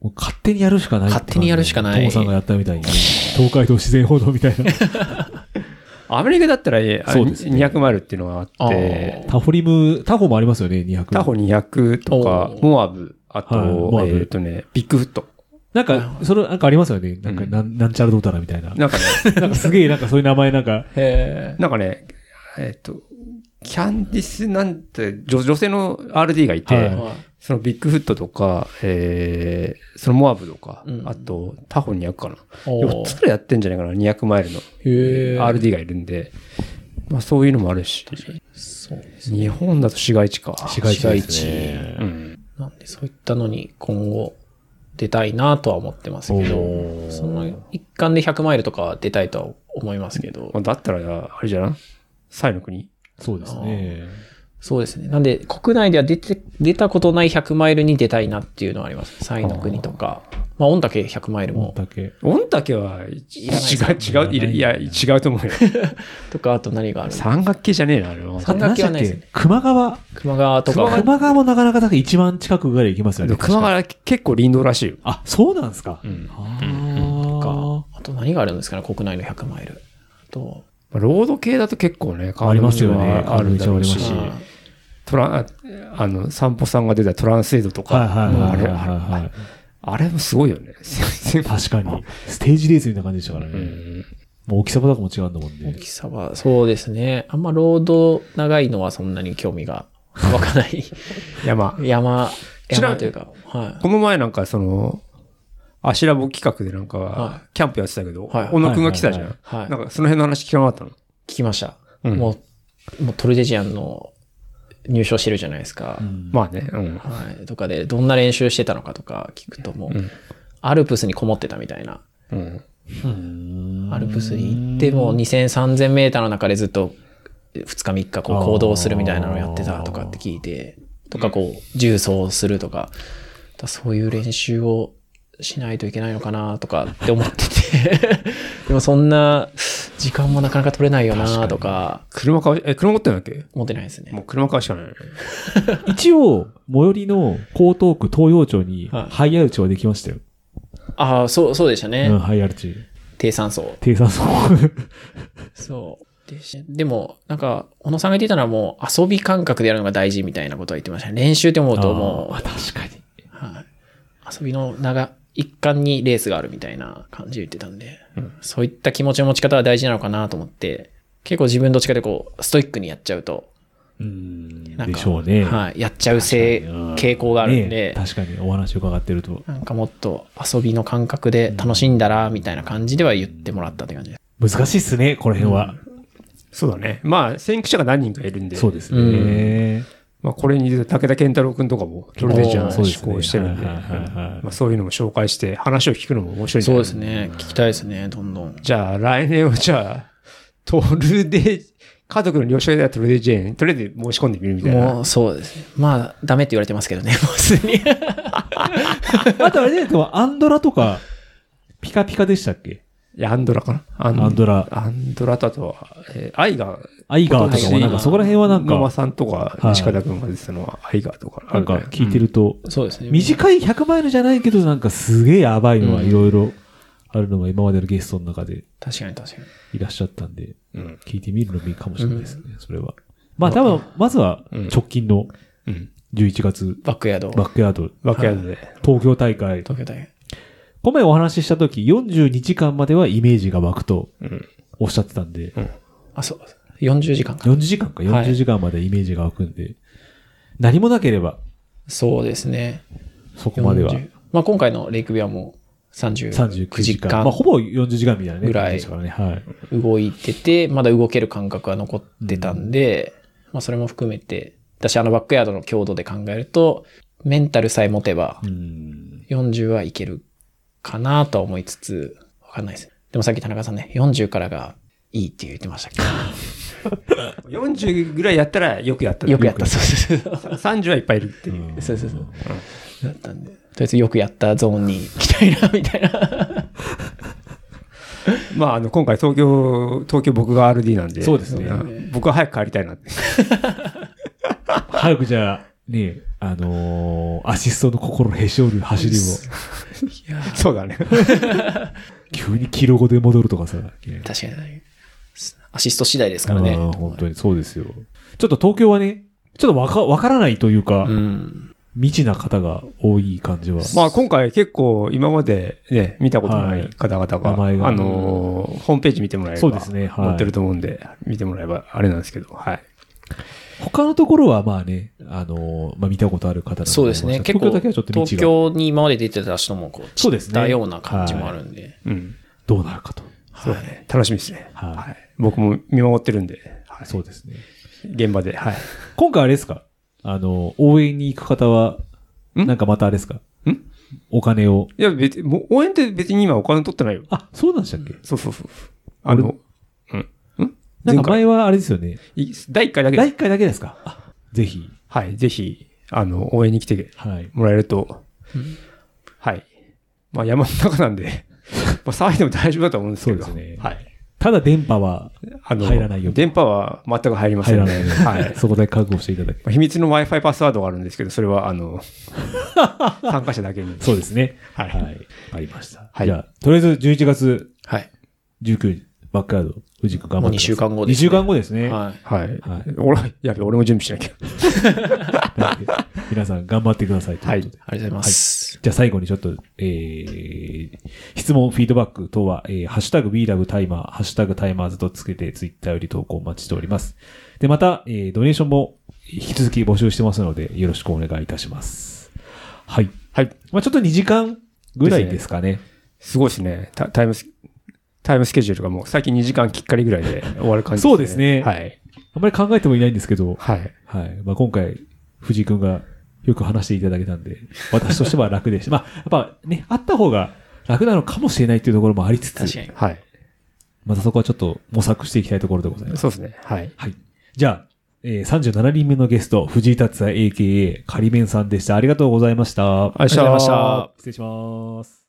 [SPEAKER 3] もう勝手にやるしかないって感じ
[SPEAKER 4] 勝手にやるしかない
[SPEAKER 3] トモさんがやったみたいにね。東海道自然報道みたいな。
[SPEAKER 2] アメリカだったら、えあ
[SPEAKER 3] そうですね
[SPEAKER 2] 200マイルっていうのがあって、
[SPEAKER 3] タホリム、タホもありますよね、200。
[SPEAKER 2] タホ200とか
[SPEAKER 4] お、ー
[SPEAKER 2] モアブ、あと、
[SPEAKER 3] はいモアブ
[SPEAKER 2] えっ、とね、ビッグフット。
[SPEAKER 3] なんか、それ、なんかありますよね。なんか、
[SPEAKER 2] うん
[SPEAKER 3] なんなんちゃらどうたらみたいな。
[SPEAKER 2] なんかね、
[SPEAKER 3] なんかすげえ、なんかそういう名前なんか、
[SPEAKER 4] へ
[SPEAKER 2] なんかね、えっ、と、キャンディスなんて、女女性の RD がいて、
[SPEAKER 3] はい
[SPEAKER 2] そのビッグフットとか、えー、そのモアブとか、
[SPEAKER 4] うん
[SPEAKER 2] あと、タホ200かな。
[SPEAKER 4] お
[SPEAKER 2] 4つくらいやってんじゃないかな、200マイルの。
[SPEAKER 4] へー
[SPEAKER 2] RD がいるんで、まあそういうのもあるし、
[SPEAKER 4] そうですね。
[SPEAKER 2] 日本だと市街地か。
[SPEAKER 3] 市街地です
[SPEAKER 4] 市
[SPEAKER 3] ね
[SPEAKER 4] 街。
[SPEAKER 2] うん。
[SPEAKER 4] なんでそういったのに今後出たいなとは思ってますけど、その一環で100マイルとかは出たいとは思いますけど
[SPEAKER 2] まあ、、だったら、あれじゃないサイの国
[SPEAKER 3] そうですね。
[SPEAKER 4] そうですね。なんで国内では出て、出たことない100マイルに出たいなっていうのはあります。サイの国とか、まあ御嶽100マイル
[SPEAKER 3] もう、
[SPEAKER 4] も
[SPEAKER 3] だけ。
[SPEAKER 2] 御嶽は、い違
[SPEAKER 4] らな
[SPEAKER 2] う、違う、いるいや、違うと思うよ。
[SPEAKER 4] とか、あと何がある
[SPEAKER 2] 三角形じゃねえな、あれは。
[SPEAKER 4] 三角形はないですね
[SPEAKER 3] んだっけ熊川。
[SPEAKER 4] 熊川とかは、
[SPEAKER 3] 熊川もなかなか、だから一番近くぐらい行きますよ
[SPEAKER 2] で
[SPEAKER 3] ね。
[SPEAKER 2] も熊
[SPEAKER 3] 確か。
[SPEAKER 2] が結構林道らしいよ。
[SPEAKER 3] あ、そうなんですか。
[SPEAKER 2] ん
[SPEAKER 3] あ
[SPEAKER 4] か
[SPEAKER 3] ー。
[SPEAKER 4] あと何があるんですかね、国内の100マイル。あと、
[SPEAKER 2] まあロード系だと結構ね、
[SPEAKER 3] ありますよね
[SPEAKER 2] 川の上はあるんだろうし
[SPEAKER 3] 川の上はありま、
[SPEAKER 2] トラン、ああの、散歩さんが出たトランスエイドとか、
[SPEAKER 3] はいはい
[SPEAKER 2] もうあ
[SPEAKER 3] はい
[SPEAKER 2] れ、
[SPEAKER 3] はい
[SPEAKER 2] あれ
[SPEAKER 3] はいはい。
[SPEAKER 2] あれもすごいよ ね。全然
[SPEAKER 3] 確かに。ステージレースみたいな感じでしたから
[SPEAKER 2] う
[SPEAKER 3] ね。
[SPEAKER 2] ん
[SPEAKER 3] もう大きさもとかも違うんだもん
[SPEAKER 4] 大
[SPEAKER 3] ね。
[SPEAKER 4] きさは、そうですね。あんまロード長いのはそんなに興味が湧か ない。
[SPEAKER 2] 山。
[SPEAKER 4] 山、
[SPEAKER 2] ちなみ
[SPEAKER 4] 山
[SPEAKER 2] に
[SPEAKER 4] というか、はい。
[SPEAKER 2] この前なんかその、アシラボ企画でなんか
[SPEAKER 4] は、
[SPEAKER 2] キャンプやってたけど、
[SPEAKER 4] はい
[SPEAKER 2] 小野くんが来たじゃん。
[SPEAKER 3] はい
[SPEAKER 4] はいはい
[SPEAKER 2] なんかその辺の話聞かなかったの。
[SPEAKER 4] 聞きました。
[SPEAKER 2] うん
[SPEAKER 4] もう、もうトルデジアンの入賞してるじゃないですか。
[SPEAKER 2] まあね、うん。
[SPEAKER 4] はい。とかで、どんな練習してたのかとか聞くともう、アルプスにこもってたみたいな。
[SPEAKER 2] うん。
[SPEAKER 4] アルプスに行って、もう2000、3000メーターの中でずっと2日3日こう行動するみたいなのをやってたとかって聞いて、とかこう、重走するとか、だからそういう練習をしないといけないのかなとかって思って て、でもそんな時間もなかなか取れないよなとか、
[SPEAKER 2] 車買う、え、車持ってんだっけ
[SPEAKER 4] 思ってないですね
[SPEAKER 2] も。う車買うしかないよね。
[SPEAKER 3] 一応、最寄りの江東区東洋町に、
[SPEAKER 4] はい
[SPEAKER 3] ハイアルチはできましたよ。
[SPEAKER 4] ああ、そう、そうでしたね。
[SPEAKER 3] うん、ハイアルチ。
[SPEAKER 4] 低酸素。
[SPEAKER 3] 低酸素。
[SPEAKER 4] そう。でしでも、なんか、小野さんが言ってたのはもう遊び感覚でやるのが大事みたいなことは言ってましたね。練習って思うともう
[SPEAKER 3] あー、確かに。
[SPEAKER 4] はい、遊びの長一環にレースがあるみたいな感じで言ってたんで、そういった気持ちの持ち方は大事なのかなと思って結構自分どっちかでこうストイックにやっちゃうと、
[SPEAKER 3] うん。
[SPEAKER 4] なんか
[SPEAKER 3] でしょうね。
[SPEAKER 4] はい、やっちゃう性
[SPEAKER 3] うん
[SPEAKER 4] 傾向があるん
[SPEAKER 3] ね、
[SPEAKER 4] で
[SPEAKER 3] 確かにお話伺ってると、
[SPEAKER 4] なんかもっと遊びの感覚で楽しんだらみたいな感じでは言ってもらったって感じです。
[SPEAKER 3] 難しいっすね、この辺は。
[SPEAKER 2] そうだね。まあ、先駆者が何人かいるんで、
[SPEAKER 3] そうですね。
[SPEAKER 2] まあ、これに出て武田健太郎くんとかも、トルデジャン
[SPEAKER 3] そうで
[SPEAKER 2] 志
[SPEAKER 3] すね
[SPEAKER 2] 向してるんで、
[SPEAKER 3] はいはいはいはい
[SPEAKER 2] まあそういうのも紹介して、話を聞くのも面白いんじゃ
[SPEAKER 4] そう
[SPEAKER 2] ない
[SPEAKER 4] ですね。聞きたいですね、どんどん。
[SPEAKER 2] じゃあ、来年はじゃあ、トルデ、家族の了承が出たらトルデジェーン、とりあえず申し込んでみるみたい
[SPEAKER 4] も
[SPEAKER 2] な。
[SPEAKER 4] うそうですね。まあ、ダメって言われてますけどね、 もうすでに。
[SPEAKER 3] あとあれね、でもアンドラとか、ピカピカでしたっけ
[SPEAKER 2] いやアンドラかなア
[SPEAKER 3] アンドラ
[SPEAKER 2] アンドラとあとは、えーアイガー。
[SPEAKER 3] アイガーとかも、なんかそこら辺はなん
[SPEAKER 2] 野間
[SPEAKER 3] か、
[SPEAKER 2] さんとか、
[SPEAKER 3] はい
[SPEAKER 2] 西方君が出てたのは、アイガーとかあ
[SPEAKER 3] な
[SPEAKER 2] る
[SPEAKER 3] ん
[SPEAKER 2] ね、
[SPEAKER 3] か聞いてると、
[SPEAKER 4] そうですね。
[SPEAKER 3] 短い100マイルじゃないけど、なんかすげえやばいのはいろいろあるのが今までのゲストの中で
[SPEAKER 4] 確かに確かに。
[SPEAKER 3] いらっしゃったんで、
[SPEAKER 2] うん
[SPEAKER 3] 聞いてみるのもいいかもしれないですね、それは。まあ多分、まずは直近の
[SPEAKER 2] うん。うん。
[SPEAKER 3] 11月、
[SPEAKER 4] バックヤード。
[SPEAKER 3] バックヤード、
[SPEAKER 2] バックヤードで。
[SPEAKER 3] 東京大会。
[SPEAKER 4] 東京大学。
[SPEAKER 3] この前お話しした時、42時間まではイメージが湧くと
[SPEAKER 2] うん。
[SPEAKER 3] おっしゃってたんで、
[SPEAKER 4] あ、そう。40時間か。
[SPEAKER 3] 40時間か、
[SPEAKER 4] はい
[SPEAKER 3] 40時間までイメージが湧くんで、何もなければ、
[SPEAKER 4] そうですね。
[SPEAKER 3] そこまでは
[SPEAKER 4] 40まあ今回のレイクビアも39
[SPEAKER 3] 39
[SPEAKER 4] 時
[SPEAKER 3] 時間。
[SPEAKER 4] 間
[SPEAKER 3] まあほぼ40時間みたいなね、
[SPEAKER 4] ぐらい
[SPEAKER 3] 感じでしたからね。はい。
[SPEAKER 4] 動いてて、まだ動ける感覚が残ってたんで、まあそれも含めて、私あのバックヤードの強度で考えると、メンタルさえ持てば
[SPEAKER 3] うん。
[SPEAKER 4] 40はいけるかなとは思いつつ、わかんないです。でもさっき田中さんね、40からがいいって言ってましたけ
[SPEAKER 2] 40ぐらいやったらよくやった。
[SPEAKER 4] ど、よくやった、そうそうそう。
[SPEAKER 2] 30はいっぱいいるっていう。
[SPEAKER 4] そうそうそう。だったんで、とりあえずよくやったゾーンに行きたいな、みたいな。
[SPEAKER 2] まあ、あの、今回東京、東京僕が RD なんで。
[SPEAKER 3] そうですね
[SPEAKER 2] ん僕は早く帰りたいなって。
[SPEAKER 3] 早くじゃあ、ね、あのーアシストの心へし折る走りも、
[SPEAKER 2] そうだね。
[SPEAKER 3] 急にキロ5で戻るとかさ。ね
[SPEAKER 4] 確かに。アシスト次第ですからね。
[SPEAKER 3] うん本当にそうですよ。ちょっと東京はね、ちょっとわか、わからないというか、
[SPEAKER 4] うん。
[SPEAKER 3] 未知な方が多い感じは。
[SPEAKER 2] まあ今回結構今までね、見たことない方々が、
[SPEAKER 3] はい名前が
[SPEAKER 2] あのーホームページ見てもらえれば、
[SPEAKER 3] そうですねはい
[SPEAKER 2] 載ってると思うんで、見てもらえばあれなんですけど、はい。
[SPEAKER 3] 他のところはまあね、あのーまあ見たことある方だと思います
[SPEAKER 4] そうですね。
[SPEAKER 3] 東
[SPEAKER 4] 結構、
[SPEAKER 3] 京だけはちょっと未知
[SPEAKER 4] 東
[SPEAKER 3] が
[SPEAKER 4] 京に今まで出てた人もこう、
[SPEAKER 3] そうですね
[SPEAKER 4] 散ったような感じもあるんで。
[SPEAKER 2] うん。
[SPEAKER 3] どうなるかと。
[SPEAKER 2] そうだね。楽しみですね。
[SPEAKER 3] はい
[SPEAKER 2] はい。僕も見守ってるんで、はい
[SPEAKER 3] そうですね。
[SPEAKER 2] 現場で、はい。
[SPEAKER 3] 今回あれですかあの、応援に行く方は、
[SPEAKER 2] ん
[SPEAKER 3] なんかまたあれですか
[SPEAKER 2] ん
[SPEAKER 3] お金を。
[SPEAKER 2] いや、別に、もう応援って別に今お金取ってないよ。
[SPEAKER 3] あ、そうなんでしたっけ
[SPEAKER 2] そうそうそう。あの、うん。うん
[SPEAKER 3] なん
[SPEAKER 2] 前
[SPEAKER 3] か前
[SPEAKER 2] 回、
[SPEAKER 3] はあれですよね。
[SPEAKER 2] い第1回だけで
[SPEAKER 3] 第
[SPEAKER 2] す
[SPEAKER 3] 1回だけですかあぜひ。
[SPEAKER 2] はい。ぜひ、あの、応援に来て
[SPEAKER 3] はい。
[SPEAKER 2] もらえると、はい。まあ山の中な んで、まあ騒いでも大丈夫だと思うんですけど。
[SPEAKER 3] そうですね
[SPEAKER 2] はい。
[SPEAKER 3] ただ電波は
[SPEAKER 2] あの、
[SPEAKER 3] 入らないように
[SPEAKER 2] 電波は全く入りませ
[SPEAKER 3] 入
[SPEAKER 2] ん
[SPEAKER 3] ら
[SPEAKER 2] の
[SPEAKER 3] な
[SPEAKER 2] で、
[SPEAKER 3] いので、
[SPEAKER 2] はい。ま
[SPEAKER 3] そこで覚悟していただき。
[SPEAKER 2] あ秘密の Wi-Fi パスワードがあるんですけど、それは、あ の、参加者だけに。
[SPEAKER 3] そうですね。
[SPEAKER 2] はい
[SPEAKER 3] はい。ありました。
[SPEAKER 2] はい
[SPEAKER 3] じゃあ、とりあえず11月
[SPEAKER 4] はい。
[SPEAKER 3] 19日、バックヤード、藤井君頑張ってください。
[SPEAKER 4] もう二週間後ですね
[SPEAKER 3] 2週間後ですね。
[SPEAKER 4] は
[SPEAKER 2] はい。
[SPEAKER 3] はい
[SPEAKER 2] 俺、やべ、俺も準備しなきゃ。
[SPEAKER 3] なので皆さん頑張ってくださいということで。
[SPEAKER 4] ありがとうございます。
[SPEAKER 3] じゃあ最後にちょっと、えー、質問、フィードバック等は、えー、ハッシュタグ WeLove タイマー、ハッシュタグタイマーズとつけてツイッターより投稿お待ちしております。で、また、えー、ドネーションも引き続き募集してますので、よろしくお願いいたします。はい。
[SPEAKER 2] はい。
[SPEAKER 3] まあちょっと2時間ぐらいですかね。
[SPEAKER 2] すごいですね。タタイムス、タイムスケジュールがもう最近2時間きっかりぐらいで終わる感じ
[SPEAKER 3] そうですね
[SPEAKER 2] はい。
[SPEAKER 3] あんまり考えてもいないんですけど、
[SPEAKER 2] はい。
[SPEAKER 3] はい。まあ今回、藤井くんがよく話していただけたんで、私としては楽 でした。まあ、やっぱね、あった方が楽なのかもしれないっていうところもありつつ、
[SPEAKER 4] 確かに。
[SPEAKER 2] はい。
[SPEAKER 3] またそこはちょっと模索していきたいところでございます。
[SPEAKER 2] そうですね。はい。
[SPEAKER 3] はい。じゃあ、えー、37人目のゲスト、藤井達也 AKA 仮面さんでした。ありがとうございました。
[SPEAKER 2] ありがとうございました
[SPEAKER 3] 失礼します。